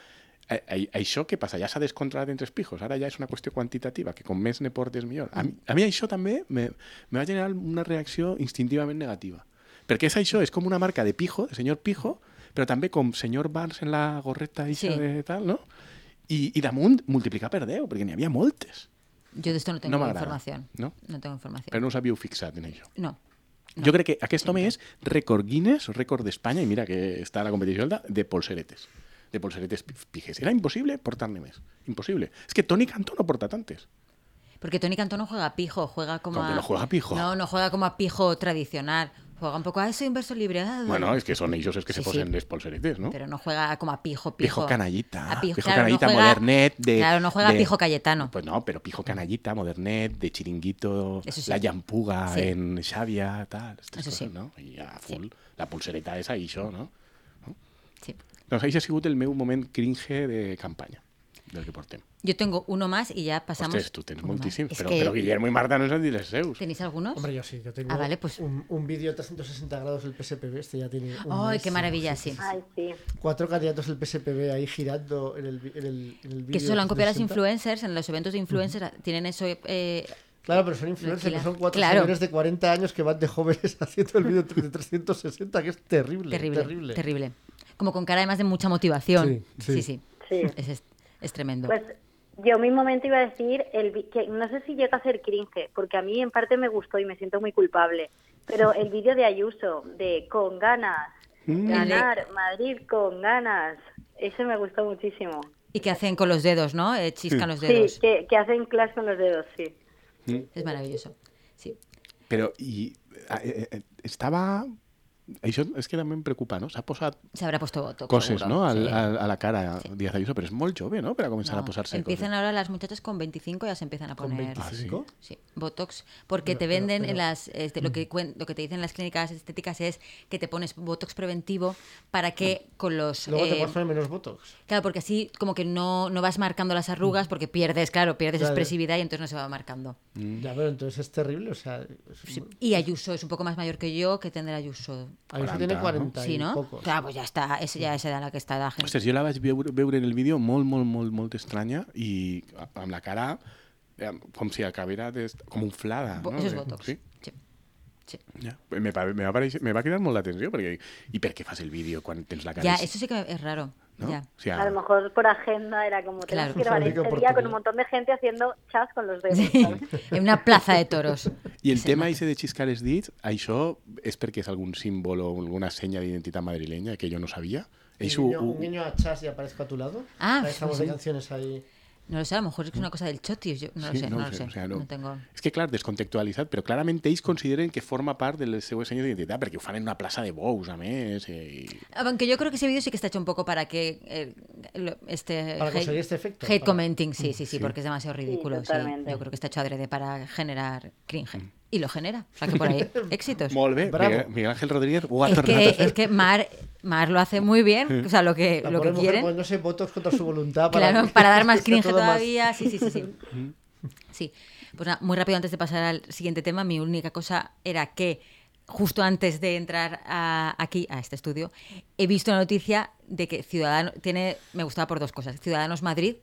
Speaker 4: a, a, això què passa? Ja s'ha descontrolat entre els pijos, ara ja és una qüestió quantitativa, que com més ne portes millor. A mi, a mi això també me, me va generar una reacció instintivament negativa. Perquè és això, és com una marca de pijo, de senyor pijo, però també com senyor Barnes en la gorreta i
Speaker 2: Sí.
Speaker 4: de tal, no? I, I damunt multiplicar per 10, perquè n'hi havia moltes.
Speaker 2: Yo de esto no tengo
Speaker 4: No me agrada,
Speaker 2: información.
Speaker 4: ¿no?
Speaker 2: tengo información.
Speaker 4: Però no us havíeu fixat en això.
Speaker 2: No.
Speaker 4: No. Jo crec que aquest home és rècord Guinness, rècord d'Espanya, i mira que està a la competició alta, de polseretes. De polseretes pi- pijes. Era impossible portar-ne més. Impossible. És que Toni Cantó no porta tantes.
Speaker 2: Porque Tony Cantón no juega a pijo, juega como
Speaker 4: ¿Cómo
Speaker 2: a...
Speaker 4: que no juega a pijo?
Speaker 2: No, no juega como a pijo tradicional. Juega un poco a eso inverso libre. ah,
Speaker 4: Bueno, és que són ells els que sí,
Speaker 2: Sí,
Speaker 4: se posen
Speaker 2: sí.
Speaker 4: sí. les polseretes, no?
Speaker 2: Pero no juega como a pijo, pijo.
Speaker 4: Pijo canallita.
Speaker 2: A pijo,
Speaker 4: pijo
Speaker 2: claro, no
Speaker 4: canallita
Speaker 2: juega-
Speaker 4: modernet. De,
Speaker 2: Claro, no juega a
Speaker 4: de-
Speaker 2: pijo cayetano.
Speaker 4: Pues no, pero pijo canallita, modernet, de chiringuito,
Speaker 2: Eso sí.
Speaker 4: la llampuga
Speaker 2: Sí.
Speaker 4: en Xavia, tal. Estes
Speaker 2: Eso
Speaker 4: coses,
Speaker 2: sí.
Speaker 4: no? I a full, la pulsereta esa i això, no?
Speaker 2: Sí.
Speaker 4: Doncs això ha sigut el meu moment cringe de campanya. del que portem.
Speaker 2: Yo tengo uno más y ya pasamos.
Speaker 4: Ostres, tu tens
Speaker 2: Uno más.
Speaker 4: moltíssims,
Speaker 2: Es
Speaker 4: però,
Speaker 2: que-
Speaker 4: però Guillermo i Marta no són ni les seus.
Speaker 2: ¿Tenéis algunos?
Speaker 3: Hombre, yo sí, yo tengo
Speaker 2: Ah, vale, pues-
Speaker 3: un, un vídeo 360 grados del PSPB, este ya tiene un
Speaker 2: ¡Ay,
Speaker 3: mes,
Speaker 2: qué maravilla! Sí.
Speaker 6: Ay, sí.
Speaker 3: Cuatro candidatos del PSPB ahí girando en el, vi- en el, en el vídeo.
Speaker 2: Que solo han copiado las
Speaker 3: 360.
Speaker 2: influencers, en los eventos de influencers tienen eso. eh,
Speaker 3: Claro, pero son influencers,
Speaker 2: Claro.
Speaker 3: no son cuatro
Speaker 2: Claro.
Speaker 3: jóvenes de 40 años que van de jóvenes haciendo el vídeo de 360, que es terrible.
Speaker 2: terrible,
Speaker 3: Terrible.
Speaker 2: terrible. Como con cara además de mucha motivación.
Speaker 3: Sí,
Speaker 2: Sí, sí.
Speaker 3: sí.
Speaker 6: Sí.
Speaker 2: Es, es- es tremendo.
Speaker 6: Pues yo mi momento iba a decir, el, vi- que no sé si llega a ser cringe, porque a mí en parte me gustó y me siento muy culpable, pero el vídeo de Ayuso, de con ganas,
Speaker 2: Mm.
Speaker 6: ganar, Madrid con ganas, ese me gustó muchísimo.
Speaker 2: y que hacen con los dedos, ¿no? Eh, chiscan los
Speaker 6: Sí,
Speaker 2: dedos.
Speaker 6: que, que hacen clase con los dedos, sí.
Speaker 2: Es maravilloso. Sí.
Speaker 4: Però i, eh, eh, estava... Això és que també em preocupa, no? S'ha posat
Speaker 2: Se habrá puesto voto.
Speaker 4: coses,
Speaker 2: seguro.
Speaker 4: no?, al,
Speaker 2: Sí.
Speaker 4: al, a la cara Díaz Ayuso, però és molt jove, no?, per a començar
Speaker 2: No,
Speaker 4: a posar-se
Speaker 2: Empiezan ahora las muchachas con 25 ya se empiezan a poner.
Speaker 4: Ah, sí?
Speaker 2: Sí, Botox, porque te
Speaker 3: pero-
Speaker 2: venden en
Speaker 3: pero-
Speaker 2: las este, lo que cuen- lo que te dicen las clínicas estéticas es que te pones Botox preventivo para que con los
Speaker 3: Luego
Speaker 2: eh,
Speaker 3: te puedes poner menos botox.
Speaker 2: claro, porque así como que no, no vas marcando las arrugas porque pierdes, claro, pierdes
Speaker 3: Claro.
Speaker 2: expresividad y entonces no se va marcando.
Speaker 4: Mm.
Speaker 3: Ya, pero entonces es terrible, o sea... es-
Speaker 2: Y Ayuso es un poco más mayor que yo, que tendrá Ayuso.
Speaker 3: Ayuso
Speaker 4: 40,
Speaker 3: tiene
Speaker 4: ¿no?
Speaker 3: 40
Speaker 2: Sí,
Speaker 3: y
Speaker 2: ¿no?
Speaker 3: pocos.
Speaker 2: Claro, pues ya está, es, ya es edad en la que está la gente.
Speaker 4: Ostres, jo la vaig veure, veure en el vídeo molt, molt, molt, molt estranya i a- amb la cara eh, com si acabera de, com inflada.
Speaker 2: Bo-
Speaker 4: no?
Speaker 2: Eso es
Speaker 4: Eh,
Speaker 2: Botox.
Speaker 4: Sí.
Speaker 2: Sí. Sí.
Speaker 4: Ja. Me, va- me, va pareixer, me va cridar molt l'atenció perquè dic, i per què fas el vídeo quan tens la cara
Speaker 2: Ya,
Speaker 4: així?",
Speaker 2: eso sí que es raro.
Speaker 4: no?
Speaker 2: Ya.
Speaker 4: O sigui,
Speaker 6: A lo mejor por agenda era como
Speaker 2: Claro.
Speaker 6: tenemos que grabar
Speaker 3: Única
Speaker 6: este día
Speaker 3: oportunidad.
Speaker 6: con un montón de gente haciendo chas con los dedos.
Speaker 2: Sí,
Speaker 6: ¿sabes?
Speaker 2: en una plaza de toros.
Speaker 4: I el
Speaker 2: Se
Speaker 4: tema
Speaker 2: mata.
Speaker 4: ese de xiscar els dits, això és perquè és algun símbol o alguna senya d'identitat madrilenya que jo no sabia?
Speaker 3: Un
Speaker 4: Ells ho,
Speaker 3: guiño,
Speaker 4: ho,
Speaker 3: un guiño a Chas y aparezco a tu lado.
Speaker 2: Ah,
Speaker 3: Ahí estamos
Speaker 2: sí.
Speaker 3: de canciones ahí.
Speaker 2: No lo sé, a lo mejor es que es una cosa del choti, yo Mm. no lo
Speaker 4: Sí,
Speaker 2: sé, no, lo sé.
Speaker 4: o sea,
Speaker 2: no tengo.
Speaker 4: És que, clar, descontextualitzat, però clarament ells consideren que forma part del seu senyes d'identitat, perquè ho fan en una plaça de bous, a més, i...
Speaker 2: Aunque yo creo que ese vídeo sí que está hecho un poco para que eh, lo- este
Speaker 3: Para conseguir este efecto,
Speaker 2: hate
Speaker 3: para- Mm,
Speaker 2: commenting, sí, sí, sí, porque es demasiado ridículo. Sí,
Speaker 6: totalmente.
Speaker 2: yo creo que está hecho adrede para generar cringe. Y lo genera. O sea que por ahí éxitos.
Speaker 4: Molt bé,
Speaker 3: Bravo.
Speaker 4: Miguel, Miguel Ángel Rodríguez ho ha
Speaker 2: es,
Speaker 4: tornat
Speaker 2: que,
Speaker 4: a fer.
Speaker 2: es que Mar, Mar lo hace muy bien. O sea, lo que,
Speaker 3: La
Speaker 2: lo
Speaker 3: pobre
Speaker 2: que
Speaker 3: mujer
Speaker 2: quieren.
Speaker 3: poniéndose botox contra su voluntad.
Speaker 2: Claro,
Speaker 3: que-
Speaker 2: para dar más
Speaker 3: que sea
Speaker 2: cringe
Speaker 3: todo más-
Speaker 2: todavía. Sí, sí, sí, sí. Sí. Pues nada, muy rápido antes de pasar al siguiente tema, mi única cosa era que justo antes de entrar a- aquí, a este estudio, he visto una noticia de que Ciudadanos tiene, me gustaba por dos cosas, Ciudadanos Madrid,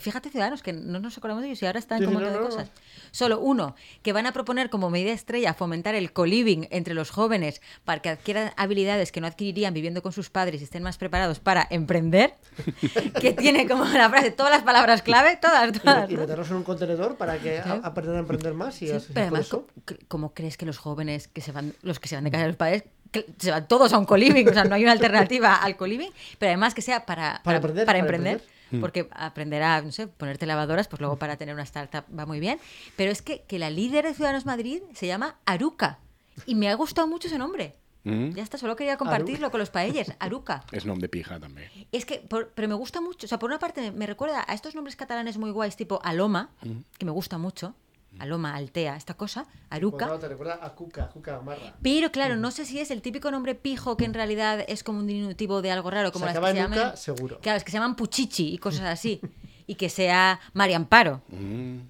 Speaker 2: fíjate Ciudadanos, que no nos acordamos de ellos y ahora están
Speaker 3: Sí,
Speaker 2: como
Speaker 3: sí,
Speaker 2: en
Speaker 3: no,
Speaker 2: todo de
Speaker 3: no, no.
Speaker 2: cosas. Solo uno, que van a proponer como medida estrella fomentar el co-living entre los jóvenes para que adquieran habilidades que no adquirirían viviendo con sus padres y estén más preparados para emprender, que tiene como la frase, todas las palabras clave, todas, todas.
Speaker 3: Y, y
Speaker 2: ¿no?
Speaker 3: meterlos en un contenedor para que a- aprendan a emprender más. Y
Speaker 2: Sí,
Speaker 3: así,
Speaker 2: pero
Speaker 3: por
Speaker 2: además,
Speaker 3: eso.
Speaker 2: co- cre- ¿cómo crees que los jóvenes que se van, los que se van de casa de los padres, que se van todos a un coliving? O sea, no hay una alternativa al coliving, pero además que sea para,
Speaker 3: Para aprender, para
Speaker 2: emprender. Porque aprender a, no sé, ponerte lavadoras, pues luego para tener una startup va muy bien. Pero es que, que la líder de Ciudadanos Madrid se llama Aruca. Y me ha gustado mucho ese nombre.
Speaker 4: Mm?
Speaker 2: Ya está, solo quería compartirlo con los paelles. Aruca.
Speaker 4: És nom de pija, també.
Speaker 2: Es que, por- pero me gusta mucho. O sea, por una parte me recuerda a estos nombres catalanes muy guays, tipo Aloma, que me gusta mucho. Aloma, Altea, esta cosa,
Speaker 3: Pues
Speaker 2: Aruca.
Speaker 3: claro, te recuerda a Cuca, Cuca Amarra.
Speaker 2: Pero claro, no sé si es el típico nombre pijo que en realidad es como un diminutivo de algo raro, como
Speaker 3: Se
Speaker 2: las
Speaker 3: acaba
Speaker 2: que se
Speaker 3: en
Speaker 2: llaman.
Speaker 3: Uca, seguro.
Speaker 2: Claro, es que se llaman Puchichi y cosas así. y que sea María Amparo.
Speaker 4: Mm.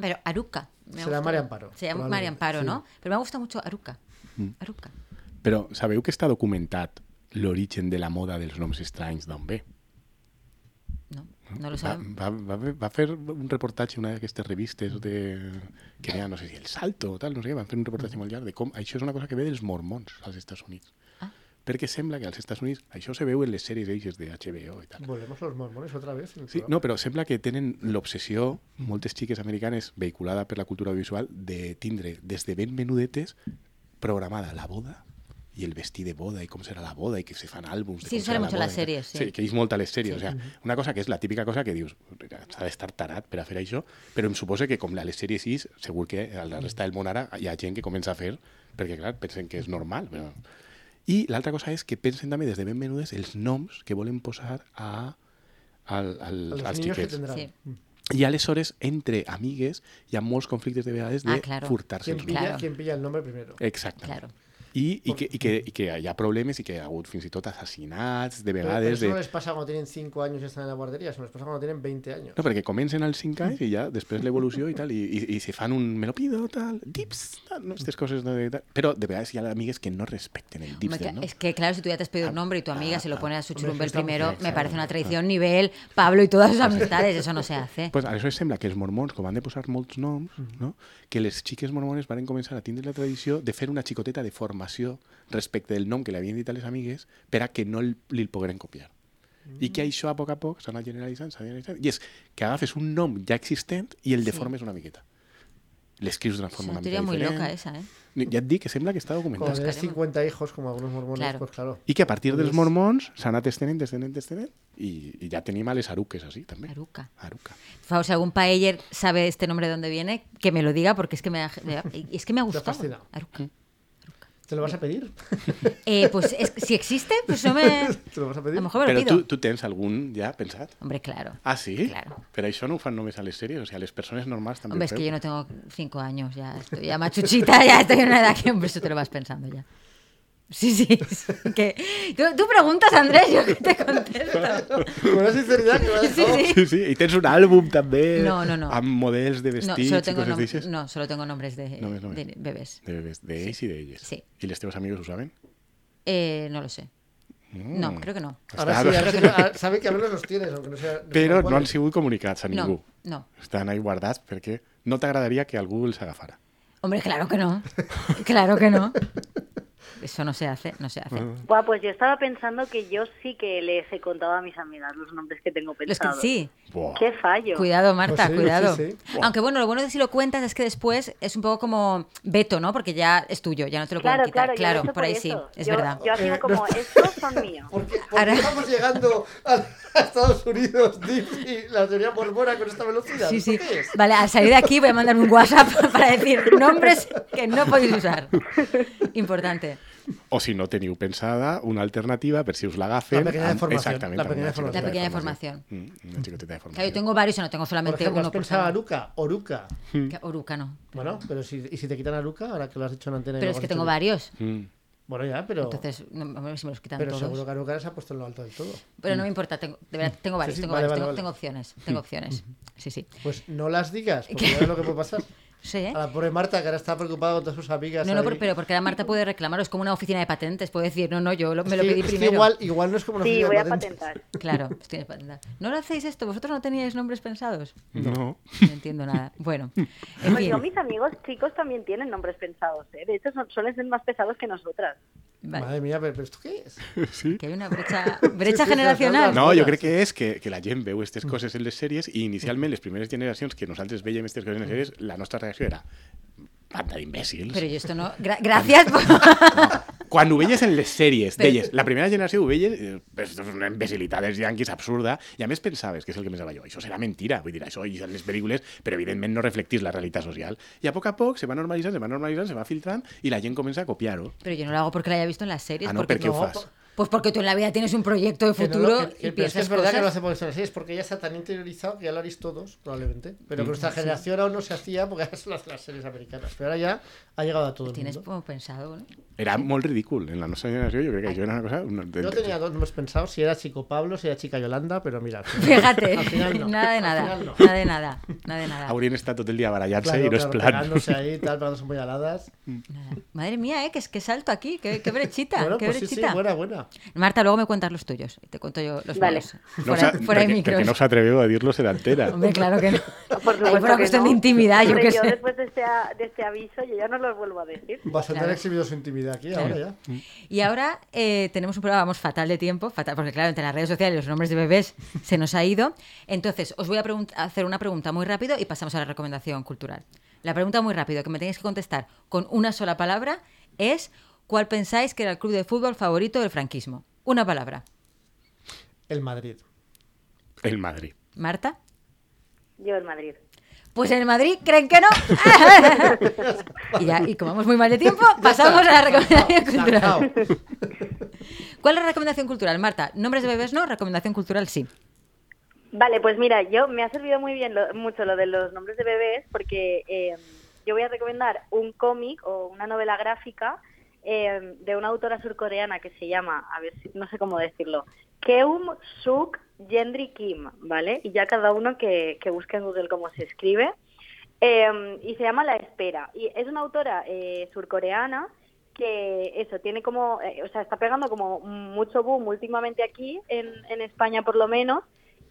Speaker 2: Pero Aruca. me ha
Speaker 3: Será
Speaker 2: gustado.
Speaker 3: María Amparo,
Speaker 2: Se llama María
Speaker 3: probablemente,
Speaker 2: Amparo,
Speaker 3: sí. Mm.
Speaker 2: ¿no? Pero me gusta mucho Aruca. Aruca.
Speaker 4: Però sabeu que està documentat l'origen de la moda dels noms estranys d'on ve?
Speaker 2: No,
Speaker 3: Ah,
Speaker 2: no lo
Speaker 4: Va,
Speaker 2: saben.
Speaker 4: va, va, va fer un reportatge una d'aquestes revistes de... que era, no sé si El Salto o tal, no sé què, van fer un reportatge molt llarg de com això és una cosa que ve dels mormons als Estats Units.
Speaker 2: Ah.
Speaker 4: Perquè sembla que als Estats Units, això se veu en les sèries eixes de HBO i tal.
Speaker 3: Volvemos los mormones otra vez. en el
Speaker 4: Sí,
Speaker 3: programa.
Speaker 4: no, però sembla que tenen l'obsessió, moltes xiques americanes vehiculada per la cultura visual, de tindre des de ben menudetes programada la boda i el vestir de boda i com serà la boda i que se fan àlbums. de
Speaker 2: Sí,
Speaker 4: com
Speaker 2: eso
Speaker 4: serà
Speaker 2: sale
Speaker 4: la
Speaker 2: mucho en
Speaker 4: boda
Speaker 2: las
Speaker 4: i tal.
Speaker 2: series, sí.
Speaker 4: sí. que és molt a les sèries. Sí. O sigui, una cosa que és la típica cosa que dius, s'ha d'estar tarat per a fer això, però em suposa que com a les sèries és, segur que a la resta del món ara hi ha gent que comença a fer, perquè clar, pensen que és normal. Però... I l'altra cosa és que pensen també des de ben menudes els noms que volen posar a, al, al,
Speaker 3: A los
Speaker 4: als
Speaker 3: niños que
Speaker 4: xiquets.
Speaker 3: tendrán.
Speaker 2: Sí.
Speaker 4: I aleshores, entre amigues, hi ha molts conflictes de vegades de
Speaker 2: Ah, claro.
Speaker 4: furtar-se
Speaker 3: ¿Quién
Speaker 4: els
Speaker 3: pilla,
Speaker 4: noms.
Speaker 2: Claro.
Speaker 4: Eh,
Speaker 3: quién pilla el nombre primero?
Speaker 4: Exactament.
Speaker 2: Claro.
Speaker 4: I, i, que, i, que, i que hi ha problemes i que hi ha hagut fins i tot assassinats de
Speaker 3: Pero, pero
Speaker 4: vegades
Speaker 3: eso no les
Speaker 4: de...
Speaker 3: pasa cuando tienen 5 años y están en la guardería, eso les pasa cuando tienen 20 años.
Speaker 4: No, perquè comencen als 5 anys i ja després l'evolució i tal, i, i, i se fan un me lo pido, tal, dips, tal, no, aquestes coses de, tal. Però de vegades hi ha amigues que no respecten el dips
Speaker 2: Hombre,
Speaker 4: del, no? Ah,
Speaker 2: Es que claro, si tú ya te has pedido un nombre y tu amiga se lo pone a su churumbel
Speaker 3: está muy
Speaker 2: primero,
Speaker 3: bien,
Speaker 2: me parece una traición nivel Pablo y todas sus amistades, eso no se hace.
Speaker 4: Pues aleshores sembla que els mormons, com han de posar molts noms,
Speaker 2: Mm.
Speaker 4: no? que les xiques mormones van començar a tindre la tradició de fer una xicoteta de formació respecte del nom que li havien dit a les amigues per a que no el- li el pogueren copiar. I
Speaker 2: Mm.
Speaker 4: que això a poc a poc s'ha anat generalitzant, s'ha generalitzant, i és que agafes un nom ja existent i el deformes una miqueta. L'escrius d'una
Speaker 2: Es
Speaker 4: forma
Speaker 2: una
Speaker 4: una
Speaker 2: teoría
Speaker 4: mica
Speaker 2: muy
Speaker 4: diferent.
Speaker 2: loca esa, ¿eh?
Speaker 4: Ja et dic que sembla que està
Speaker 3: Cuando
Speaker 4: documentat.
Speaker 3: tenés
Speaker 2: queremos.
Speaker 3: 50 hijos, como algunos mormones,
Speaker 2: Claro.
Speaker 3: pues claro.
Speaker 4: I que a partir dels mormons s'ha anat estenent, estenent, estenent, i, i ja tenim a les aruques així, també.
Speaker 2: Aruca.
Speaker 4: Aruca.
Speaker 2: Por favor, si algún paeller sabe este nombre de dónde viene, que me lo diga porque es que me ha, me ha- es que me ha gustado.
Speaker 3: fascinado.
Speaker 2: Aruca.
Speaker 3: ¿Te lo vas a pedir?
Speaker 2: Eh, pues es- si existe, pues no me...
Speaker 3: ¿Te lo vas a
Speaker 2: A
Speaker 3: pedir?
Speaker 2: lo mejor me lo
Speaker 4: Però
Speaker 2: pido.
Speaker 4: tu, tu tens algun ja pensat?
Speaker 2: Hombre, claro.
Speaker 4: Ah, sí?
Speaker 2: Claro.
Speaker 4: Però això no ho fan només a les sèries, o sigui, a les persones normals també
Speaker 2: Hombre,
Speaker 4: ho
Speaker 2: es
Speaker 4: feu.
Speaker 2: que yo no tengo cinco años, ya estoy ya machuchita, ya estoy en una edad que hombre, eso te lo vas pensando ya. Sí, sí, sí, que tú, tú preguntas, Andrés, yo que te contesto.
Speaker 3: Con una sinceridad que me ha
Speaker 2: Sí,
Speaker 3: dejado-
Speaker 2: sí.
Speaker 4: Sí, sí, i tens un àlbum també
Speaker 2: No, no, no.
Speaker 4: amb models de
Speaker 2: No,
Speaker 4: vestits
Speaker 2: solo
Speaker 4: i
Speaker 2: tengo,
Speaker 4: coses
Speaker 2: nom-
Speaker 4: d'aixes.
Speaker 2: no, solo tengo nombres de,
Speaker 4: Nombres, nombres.
Speaker 2: de bebés.
Speaker 4: De bebès, d'ells i d'elles.
Speaker 2: Sí.
Speaker 4: I les teves amigues ho saben?
Speaker 2: Eh, no lo sé. No, creo que no.
Speaker 3: Ahora sí, ahora sí, ahora- sabe que al menos los tienes, aunque no sea.
Speaker 4: Però
Speaker 3: sea
Speaker 4: no han sigut comunicats a ningú.
Speaker 2: No, no.
Speaker 4: Estan ahí guardats perquè no t'agradaria que algú els agafara.
Speaker 2: Hombre, claro que no. Claro que no. Eso no se hace, no se hace.
Speaker 6: Buah, pues yo estaba pensando que yo sí que les he contado a mis amigas los nombres que tengo
Speaker 2: Los que
Speaker 6: pensados.
Speaker 2: sí.
Speaker 4: Buah.
Speaker 6: Qué fallo.
Speaker 2: Cuidado, Marta,
Speaker 3: Pues sí,
Speaker 2: cuidado.
Speaker 3: sí,
Speaker 2: Aunque bueno, lo bueno de si lo cuentas es que después es un poco como veto, ¿no? Porque ya es tuyo, ya no te lo
Speaker 6: Claro,
Speaker 2: pueden quitar.
Speaker 6: claro, yo
Speaker 2: claro,
Speaker 6: lo sé
Speaker 2: por ahí sí,
Speaker 6: eso.
Speaker 2: es
Speaker 6: Yo-
Speaker 2: verdad.
Speaker 6: Yo
Speaker 3: Eh,
Speaker 6: aquí
Speaker 3: no
Speaker 6: como,
Speaker 3: está-
Speaker 6: estos son míos.
Speaker 3: ¿Por qué, por qué
Speaker 2: Ahora-
Speaker 3: estamos llegando a, a Estados Unidos, Dip, y la teoría mormona con esta velocidad?
Speaker 2: Sí,
Speaker 3: ¿Esto
Speaker 2: sí.
Speaker 3: qué es?
Speaker 2: Vale, al salir de aquí voy a mandar un WhatsApp para decir nombres que no podéis usar. Importante.
Speaker 4: O si no teniu pensada una alternativa per si us l'agafen.
Speaker 3: La pequeña
Speaker 4: amb-
Speaker 3: deformació,
Speaker 4: Exactament,
Speaker 3: la
Speaker 4: amb
Speaker 3: pequeña
Speaker 4: una
Speaker 2: deformació.
Speaker 4: xicoteta
Speaker 2: La pequeña
Speaker 4: de Mm, una xicoteta de
Speaker 2: Claro,
Speaker 4: formació.
Speaker 2: yo tengo varios y no tengo
Speaker 3: Por
Speaker 2: solamente
Speaker 3: ejemplo,
Speaker 2: uno.
Speaker 3: has
Speaker 2: por
Speaker 3: pensado
Speaker 2: cada-
Speaker 3: Aruca, Oruca.
Speaker 2: que- Oruca no.
Speaker 3: Bueno, pero si, ¿y si te quitan Aruca? Ahora que lo has dicho en antena. y
Speaker 2: Pero
Speaker 3: lo
Speaker 2: es
Speaker 3: has
Speaker 2: que
Speaker 3: dicho
Speaker 2: tengo
Speaker 3: bien.
Speaker 2: varios.
Speaker 4: Mm.
Speaker 3: Bueno, ya, pero.
Speaker 2: Entonces, no, a ver si me los quitan
Speaker 3: pero
Speaker 2: todos.
Speaker 3: seguro que Aruca se ha puesto en lo alto del todo.
Speaker 2: Pero no me importa, tengo, de verdad, tengo varios,
Speaker 3: sí,
Speaker 2: tengo
Speaker 3: vale,
Speaker 2: varios, tengo,
Speaker 3: vale, vale. Mm.
Speaker 2: tengo opciones, tengo opciones. Sí, sí.
Speaker 3: Pues no las digas, porque ya ves lo que puede pasar.
Speaker 2: Sí, ¿eh?
Speaker 3: A la pobre Marta, que ahora está preocupada con todas sus amigas.
Speaker 2: No, no,
Speaker 3: ahí.
Speaker 2: por- pero porque la Marta puede reclamar, es como una oficina de patentes, puede decir, no, no, yo lo- me lo
Speaker 3: Sí,
Speaker 2: pedí
Speaker 3: es que
Speaker 2: primero.
Speaker 3: igual, igual no es como una
Speaker 6: Sí,
Speaker 3: oficina
Speaker 6: voy a
Speaker 3: de patentes.
Speaker 6: patentar.
Speaker 2: Claro, pues tienes patente. ¿No lo hacéis esto? ¿Vosotros no teníais nombres pensados?
Speaker 4: No.
Speaker 2: No entiendo nada. Bueno, en
Speaker 6: Pues yo,
Speaker 2: fin.
Speaker 6: mis amigos chicos también tienen nombres pensados, ¿eh? De hecho, son- suelen ser más pesados que nosotras.
Speaker 2: Vale,
Speaker 3: Madre mía, pero, pero ¿esto qué es?
Speaker 4: Sí.
Speaker 2: que hay una brecha, brecha
Speaker 3: sí,
Speaker 2: generacional.
Speaker 4: No, jo
Speaker 3: Coses.
Speaker 4: crec que és que, que la gent veu aquestes coses en les sèries i inicialment les primeres generacions que nosaltres veiem aquestes coses en este les sèries, la nostra reacció era banda d'imbècils.
Speaker 2: Pero yo esto no... gra- gracias por...
Speaker 4: Quan ho veies en les sèries,
Speaker 2: Però-
Speaker 4: deies, la primera generació ho veies, eh, "Pues, esto es una imbecilitat dels yanquis absurda, i a més pensaves, que és el que pensava jo, això serà mentira, vull dir, això hi ha en les pel·lícules, però evidentment no reflectís la realitat social. I a poc a poc se va normalitzant, se va normalitzant, se va filtrant, i la gent comença a copiar-ho.
Speaker 2: Pero yo no lo hago porque lo haya visto en las series.
Speaker 4: Ah, no,
Speaker 2: porque
Speaker 4: per què ho
Speaker 3: no,
Speaker 4: fas?
Speaker 2: Pues porque tú en la vida tienes un proyecto de
Speaker 3: Que no
Speaker 2: futuro
Speaker 3: lo- que- que-
Speaker 2: y
Speaker 3: pero es que
Speaker 2: piensas
Speaker 3: es verdad que no
Speaker 2: cosas...
Speaker 3: hacemos esto así, es porque ya está tan interiorizado que ya lo haréis todos, probablemente. Pero que nuestra generación aún no se hacía porque ahora son las, las series americanas. Pero ahora ya ha llegado a todo el
Speaker 2: Pues Tienes
Speaker 3: mundo.
Speaker 2: como pensado, ¿no?
Speaker 4: Era molt ridícul. En la nostra generació jo crec que això era una cosa... Una, de,
Speaker 3: Yo tenía dos nombres pensados, si era Chico Pablo, si era Chica Yolanda, pero mira. al final-
Speaker 2: Fíjate,
Speaker 3: Al final no.
Speaker 2: nada de
Speaker 3: Al
Speaker 2: nada,
Speaker 3: final no.
Speaker 2: nada de nada, nada de nada.
Speaker 4: Haurien estat tot el dia barallant-se
Speaker 3: Claro,
Speaker 4: i no és
Speaker 3: claro,
Speaker 4: plan.
Speaker 3: pegándose ahí, tal, pegándose muy aladas.
Speaker 2: Nada. Madre mía, ¿eh? Que, es que salto aquí, qué, qué brechita,
Speaker 3: Bueno,
Speaker 2: qué
Speaker 3: pues sí, sí,
Speaker 2: brechita.
Speaker 3: buena, buena.
Speaker 2: Marta, luego me cuentas los tuyos y te cuento yo los
Speaker 6: Vale.
Speaker 2: míos.
Speaker 4: No
Speaker 2: Fuera,
Speaker 4: us ha-
Speaker 2: fuera de
Speaker 4: perquè-
Speaker 2: micros.
Speaker 4: Perquè no us atreveu a dir-los en antena.
Speaker 2: Hombre, claro que no.
Speaker 6: Por
Speaker 2: Ahí
Speaker 6: supuesto
Speaker 2: por una
Speaker 6: que
Speaker 2: cuestión
Speaker 6: no.
Speaker 2: de intimidad, yo
Speaker 6: Hombre,
Speaker 2: qué sé.
Speaker 6: después de este, a- de este aviso, yo ya no los vuelvo a decir.
Speaker 3: Bastante
Speaker 2: Claro.
Speaker 3: han exhibido su intimidad aquí ahora ya.
Speaker 2: Y ahora eh, tenemos un programa vamos, fatal de tiempo, fatal, porque claro, entre las redes sociales y los nombres de bebés se nos ha ido. Entonces, os voy a pregun- a hacer una pregunta muy rápido y pasamos a la recomendación cultural. La pregunta muy rápido que me tenéis que contestar con una sola palabra es ¿cuál pensáis que era el club de fútbol favorito del franquismo? Una palabra.
Speaker 3: El Madrid.
Speaker 4: El Madrid.
Speaker 2: Marta.
Speaker 6: Yo en Madrid.
Speaker 2: Pues en el Madrid creen que no. y, ya, y como vamos muy mal de tiempo, pasamos a la recomendación
Speaker 3: Sacao.
Speaker 2: cultural. ¿Cuál es la recomendación cultural, Marta? Nombres de bebés no, recomendación cultural sí.
Speaker 6: Vale, pues mira, yo me ha servido muy bien lo- mucho lo de los nombres de bebés porque eh, yo voy a recomendar un cómic o una novela gráfica eh, de una autora surcoreana que se llama, a ver si, no sé cómo decirlo, Keum Suk Jendri Kim, ¿vale? Y ya cada uno que, que busque en Google cómo se escribe. Eh, y se llama La Espera. Y es una autora eh, surcoreana que eso tiene como, eh, o sea, está pegando como mucho boom últimamente aquí en, en España por lo menos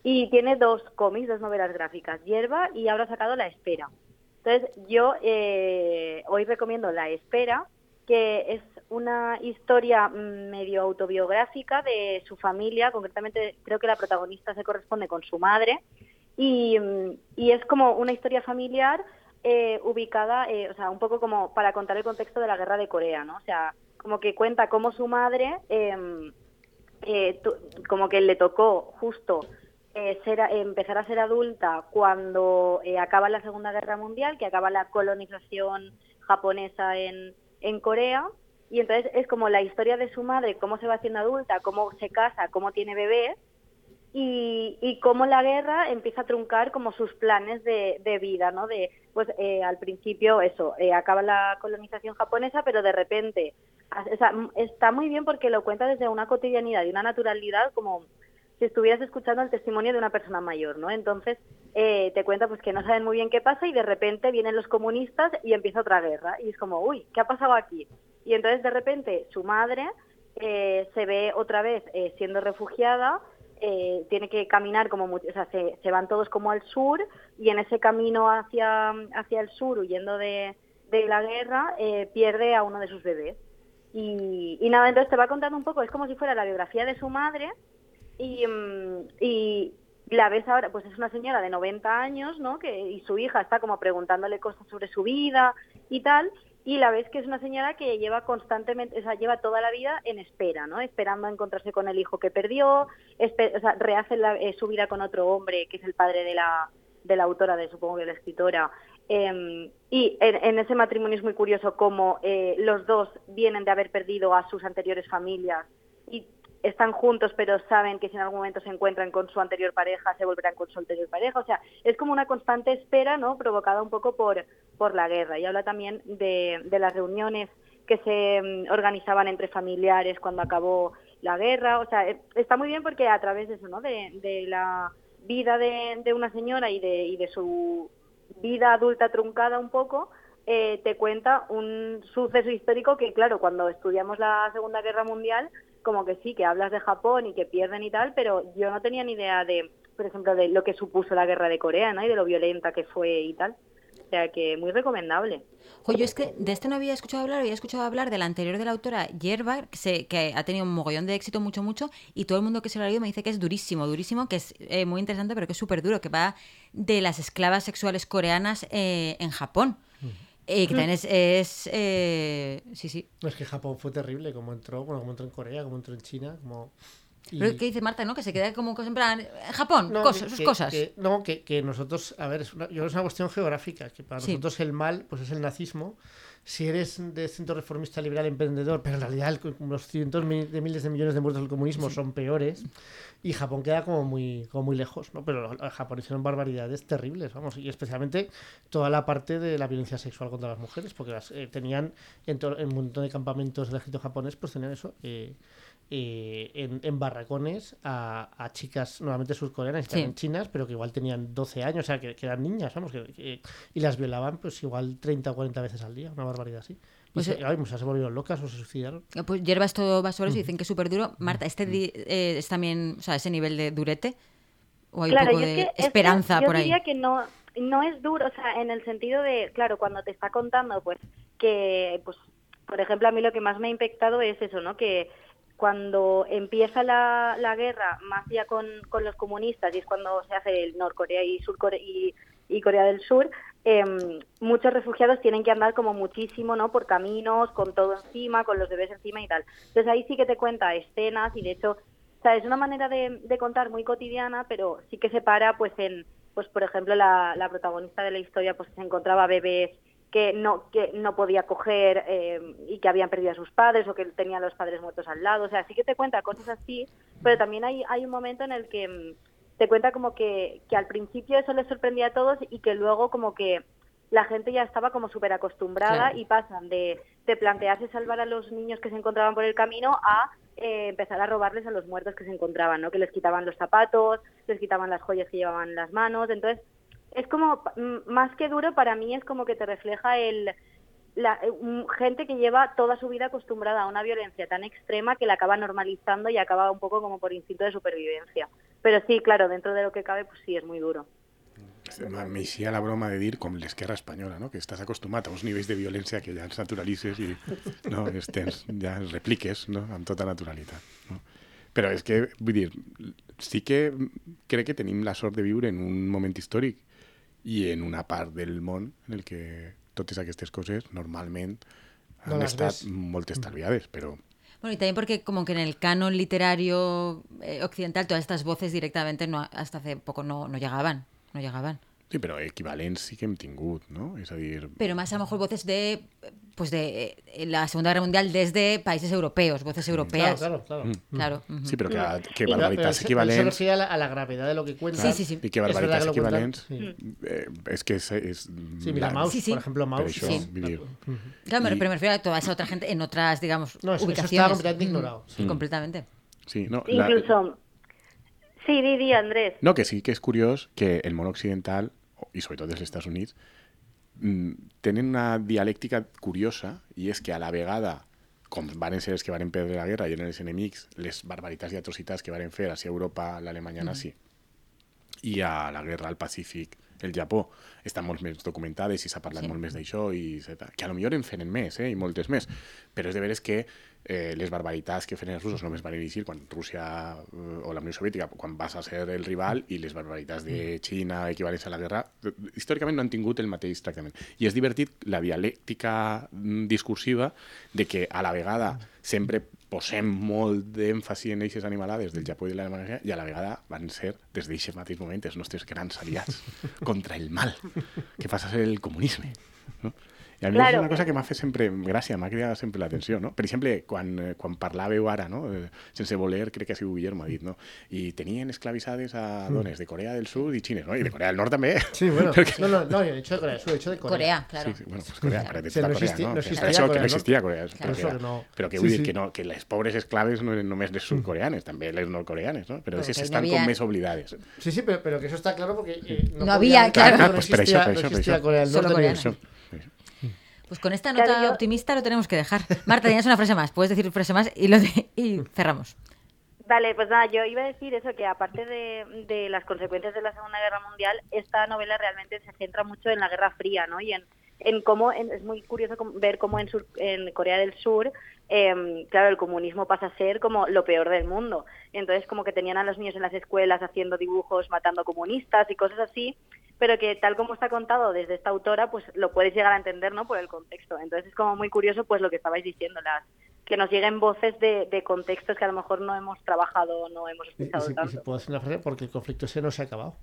Speaker 6: y tiene dos cómics, dos novelas gráficas, Hierba y ahora ha sacado La Espera. Entonces yo eh, hoy recomiendo La Espera, que es una historia mm, medio autobiográfica de su familia, concretamente creo que la protagonista se corresponde con su madre y, mm, y es como una historia familiar eh, ubicada, eh, o sea, un poco como para contar el contexto de la guerra de Corea, ¿no? O sea, como que cuenta cómo su madre, em, eh, tu- como que le tocó justo eh, ser, a- empezar a ser adulta cuando eh, acaba la Segunda Guerra Mundial, que acaba la colonización japonesa en, en Corea. Y entonces es como la historia de su madre, cómo se va haciendo adulta, cómo se casa, cómo tiene bebés y, y cómo la guerra empieza a truncar como sus planes de, de vida, ¿no? De, pues eh, al principio eso, eh, acaba la colonización japonesa, pero de repente, a- o sea, m- está muy bien porque lo cuenta desde una cotidianidad y una naturalidad como si estuvieras escuchando el testimonio de una persona mayor, ¿no? Entonces eh, te cuenta pues que no saben muy bien qué pasa y de repente vienen los comunistas y empieza otra guerra y es como, uy, ¿qué ha pasado aquí? Y entonces de repente su madre eh, se ve otra vez eh, siendo refugiada, eh, tiene que caminar como, mu- o sea, se, se van todos como al sur y en ese camino hacia, hacia el sur, huyendo de, de la guerra, eh, pierde a uno de sus bebés. Y, y nada, entonces te va contando un poco, es como si fuera la biografía de su madre, y, mm, y la ves ahora, pues es una señora de 90 años, ¿no? Que, y su hija está como preguntándole cosas sobre su vida y tal, y la ves que es una señora que lleva constantemente, o sea, lleva toda la vida en espera, ¿no? Esperando a encontrarse con el hijo que perdió, espe- o sea, rehace la- eh, su vida con otro hombre que es el padre de la, de la autora, de supongo que la escritora. Eh, y en, en ese matrimonio es muy curioso cómo eh, los dos vienen de haber perdido a sus anteriores familias y están juntos, pero saben que si en algún momento se encuentran con su anterior pareja, se volverán con su anterior pareja. O sea, es como una constante espera, ¿no? Provocada un poco por, por la guerra. Y habla también de, de las reuniones que se mm, organizaban entre familiares cuando acabó la guerra. O sea, eh, está muy bien porque a través de eso, ¿no? De, de la vida de, de una señora y de, y de su vida adulta truncada un poco, eh, te cuenta un suceso histórico que, claro, cuando estudiamos la Segunda Guerra Mundial, como que sí, que hablas de Japón y que pierden y tal, pero yo no tenía ni idea de, por ejemplo, de lo que supuso la Guerra de Corea, ¿no? Y de lo violenta que fue y tal. O sea, que muy recomendable.
Speaker 2: Jo, yo es que de este no había escuchado hablar, había escuchado hablar de la anterior de la autora Yerba, que, se- que ha tenido un mogollón de éxito mucho, mucho, y todo el mundo que se lo ha leído me dice que es durísimo, durísimo, que es eh, muy interesante, pero que es súper duro, que va de las esclavas sexuales coreanas eh, en Japón. Eh, que también es... es, eh, sí, sí.
Speaker 3: No, es que Japón fue terrible, como entró, bueno, como entró en Corea, como entró en China, como... y-
Speaker 2: Pero que dice Marta, ¿no? Que se queda como cosa en plan... eh, Japón,
Speaker 3: No,
Speaker 2: cosas,
Speaker 3: que-
Speaker 2: sus
Speaker 3: que-
Speaker 2: cosas.
Speaker 3: que- no, que, que nosotros, a ver, es una, yo creo que es una cuestión geográfica, que para
Speaker 2: Sí.
Speaker 3: nosotros el mal pues es el nazismo. Si eres de centro reformista, liberal, emprendedor, pero en realidad el- los cientos mi- de miles de millones de muertos del comunismo son peores y Japón queda como muy, como muy lejos, ¿no? Pero los japoneses hicieron barbaridades terribles, vamos, y especialmente toda la parte de la violencia sexual contra las mujeres, porque las, eh, tenían en, to- en un montón de campamentos del ejército japonés, pues tenían eso. eh, eh, en, en barracones a, a chicas normalmente surcoreanas y
Speaker 2: Sí.
Speaker 3: también chinas, pero que igual tenían 12 años, o sea, que, que eran niñas, vamos, que, que- y las violaban pues igual 30 o 40 veces al día, una barbaridad así. Y
Speaker 2: Pues,
Speaker 3: se,
Speaker 2: eh,
Speaker 3: ay, muchas se volvieron locas o se suicidaron.
Speaker 2: Eh, Pues Yerba esto va sobre eso y dicen que es súper duro. Marta, ¿este di- eh, es también, o sea, ese nivel de durete? ¿O hay un poco
Speaker 6: yo
Speaker 2: de
Speaker 6: es que es-
Speaker 2: esperanza
Speaker 6: yo
Speaker 2: por ahí?
Speaker 6: diría que no, no es duro, o sea, en el sentido de, claro, cuando te está contando, pues, que, pues, por ejemplo, a mí lo que más me ha impactado es eso, ¿no? Que cuando empieza la, la guerra, más ya con, con los comunistas, y es cuando se hace el Norcorea y Surcorea y, y Corea del Sur, em, muchos refugiados tienen que andar como muchísimo, ¿no? Por caminos, con todo encima, con los bebés encima y tal. Entonces ahí sí que te cuenta escenas y de hecho o sea, es una manera de, de contar muy cotidiana, pero sí que se para, pues, en, pues por ejemplo, la, la protagonista de la historia pues se encontraba bebés que no, que no podía coger eh, y que habían perdido a sus padres o que tenían los padres muertos al lado. O sea, sí que te cuenta cosas así, pero también hay, hay un momento en el que mm, te cuenta como que, que al principio eso les sorprendía a todos y que luego como que la gente ya estaba como súper acostumbrada
Speaker 2: Claro.
Speaker 6: y pasan de, de plantearse salvar a los niños que se encontraban por el camino a eh, empezar a robarles a los muertos que se encontraban, ¿no? Que les quitaban los zapatos, les quitaban las joyas que llevaban en las manos. Entonces, es como, mm, más que duro, para mí es como que te refleja el, la, eh, un- gente que lleva toda su vida acostumbrada a una violencia tan extrema que la acaba normalizando y acaba un poco como por instinto de supervivencia. Pero sí, claro, dentro de lo que cabe, pues sí, es muy duro.
Speaker 4: Me hacía la broma de dir com l'esquerra espanyola, no? que estàs acostumat a uns nivells de violència que ja els naturalitzes i no, els tens, ja els repliques no? amb tota naturalitat. No? Però és que, vull dir, sí que crec que tenim la sort de viure en un moment històric i en una part del món en el que totes aquestes coses normalment han
Speaker 3: No les
Speaker 4: estat
Speaker 3: ves.
Speaker 4: molt estalviades, però
Speaker 2: Bueno, y también porque como que en el canon literario eh, occidental todas estas voces directamente no, hasta hace poco no, no llegaban, no llegaban.
Speaker 4: Sí, però equivalents sí que hem tingut, no? És a dir,
Speaker 2: Pero más a lo mejor voces de, pues de eh, la Segunda Guerra Mundial desde países europeos, voces europeas.
Speaker 3: Claro, claro,
Speaker 2: Mm. Claro,
Speaker 3: claro.
Speaker 2: ujú.
Speaker 4: sí, però que, que
Speaker 6: Però-
Speaker 3: Pero- pero
Speaker 4: barbaritats
Speaker 3: eso- pero eso
Speaker 4: equivalents...
Speaker 3: refiere a la, a la gravedad de lo que cuenta.
Speaker 2: Sí, sí, sí.
Speaker 4: I que
Speaker 3: Es verdad
Speaker 4: barbaritats
Speaker 3: que lo cuentan,
Speaker 4: equivalents...
Speaker 3: sí.
Speaker 4: Eh, és que és... és
Speaker 3: Sí, mira,
Speaker 4: la-
Speaker 3: Maus,
Speaker 2: Sí, sí.
Speaker 3: por ejemplo,
Speaker 4: Però
Speaker 3: Maus.
Speaker 4: això,
Speaker 2: sí.
Speaker 4: vull dir,
Speaker 2: Claro, me-
Speaker 4: Y-
Speaker 2: pero me refiero a toda esa otra gente en otras, digamos,
Speaker 3: No, eso- eso
Speaker 2: ubicaciones.
Speaker 3: estaba completamente ignorado.
Speaker 2: Sí, completamente.
Speaker 4: sí, no, la-
Speaker 6: Incluso. Sí, di, di, Andrés.
Speaker 4: no, que sí que és curiós que el món occidental, i sobretot dels Estats Units, mm, tenen una dialèctica curiosa i és que a la vegada com van ser els que van perdre la guerra i eren els enemics, les barbaritats i atrocitats que van fer hacia Europa, a
Speaker 3: Mm.
Speaker 4: l'Alemanya nazi i a la guerra al Pacífic, el Japó, estan molt més documentades i s'ha parlat molt més d'això i etcètera. que a lo millor en feren més, eh, i moltes més, però és de veres que eh, les barbaritats que feren els russos només van iniciar quan Rússia eh, o la Unió Soviètica, quan vas a ser el rival, i les barbaritats de Xina equivalents a la guerra, eh, històricament no han tingut el mateix tractament. I és divertit la dialèctica mm, discursiva de que a la vegada sempre posem molt d'èmfasi en aquestes animalades del Japó i de l'Alemanya i a la vegada van ser, des d'aquest mateix moment, els nostres grans aliats contra el mal, que passa a ser el comunisme. No? I a mi
Speaker 6: Claro.
Speaker 4: és una cosa que m'ha fet sempre gràcia, m'ha cridat sempre l'atenció. No? Per exemple, quan, eh, quan parlàveu ara, no? Eh, sense voler, crec que ha sigut Guillermo, ha dit, no? i tenien esclavitzades a dones de Corea del Sud i Xines, no? i de Corea del Nord també.
Speaker 3: Mm. Sí, bueno.
Speaker 4: Perquè-
Speaker 3: No, no, no, yo he dicho de Corea, yo he dicho de Corea.
Speaker 2: Corea, claro.
Speaker 4: Sí, sí, bueno, pues Corea, para
Speaker 3: sea,
Speaker 4: detectar
Speaker 3: no
Speaker 4: Corea,
Speaker 3: existi-
Speaker 4: ¿no?
Speaker 3: no
Speaker 4: Que
Speaker 3: existia
Speaker 4: això- que
Speaker 3: Corea,
Speaker 4: no
Speaker 3: ¿no?
Speaker 4: existia Corea. és
Speaker 3: Claro.
Speaker 4: Corea.
Speaker 3: Això que no.
Speaker 4: Però que
Speaker 3: Sí,
Speaker 4: vull dir
Speaker 3: sí. Mm.
Speaker 4: que, no, que les pobres esclaves no eren només les sudcoreanes, també les nordcoreanes, no? Però
Speaker 2: Però
Speaker 4: aquestes
Speaker 2: que hi
Speaker 4: estan
Speaker 2: havia-
Speaker 4: com més oblidades.
Speaker 3: Sí, sí, pero, pero que eso está claro porque eh,
Speaker 2: No
Speaker 3: podía-
Speaker 2: había, claro.
Speaker 4: Ah,
Speaker 3: No
Speaker 4: pues, pero
Speaker 3: existía,
Speaker 4: eso, pero
Speaker 3: no
Speaker 4: eso,
Speaker 3: existía
Speaker 4: pero
Speaker 3: Corea del
Speaker 2: Solo
Speaker 3: Norte.
Speaker 2: Corea.
Speaker 3: ni-
Speaker 4: Això.
Speaker 2: Pues con esta nota
Speaker 6: Claro, yo-
Speaker 2: optimista lo tenemos que dejar. Marta, tenías una frase más. Puedes decir frase más y, lo de- y cerramos.
Speaker 6: Vale, pues nada, yo iba a decir eso, que aparte de, de las consecuencias de la Segunda Guerra Mundial, esta novela realmente se centra mucho en la Guerra Fría, ¿no? Y en, en cómo, en- es muy curioso com- ver cómo en, Sur- en Corea del Sur, em, claro, el comunismo pasa a ser como lo peor del mundo. Entonces, como que tenían a los niños en las escuelas haciendo dibujos, matando comunistas y cosas así, pero que tal como está contado desde esta autora, pues lo puedes llegar a entender, ¿no? Por el contexto. Entonces, es como muy curioso, pues, lo que estabais diciendo, las que nos lleguen voces de, de contextos que a lo mejor no hemos trabajado o no hemos
Speaker 3: Y, y
Speaker 6: escuchado
Speaker 3: si, y si
Speaker 6: tanto.
Speaker 3: puedo hacer una frase, porque el conflicto ese no se ha acabado.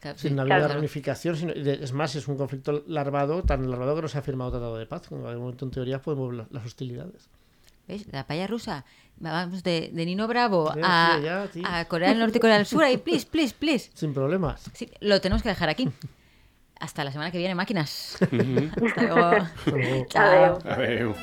Speaker 2: Claro,
Speaker 3: Sin
Speaker 2: sí,
Speaker 3: una
Speaker 6: claro,
Speaker 3: la
Speaker 6: claro.
Speaker 3: reunificación, sino- de- es más, es un conflicto larvado, tan larvado que no se ha firmado tratado de paz. En algún momento, en teoría, podemos ver las hostilidades.
Speaker 2: ¿Veis? La paya rusa. Vamos de, de Nino Bravo
Speaker 3: Ya,
Speaker 2: a,
Speaker 3: tío, ya, tío.
Speaker 2: a Corea del Norte y Corea del Sur. Ahí, please, please, please.
Speaker 3: Sin problemas.
Speaker 2: Sí, lo tenemos que dejar aquí. Hasta la semana que viene, máquinas. Hasta luego.
Speaker 3: luego.
Speaker 2: Chao.
Speaker 4: Adéu.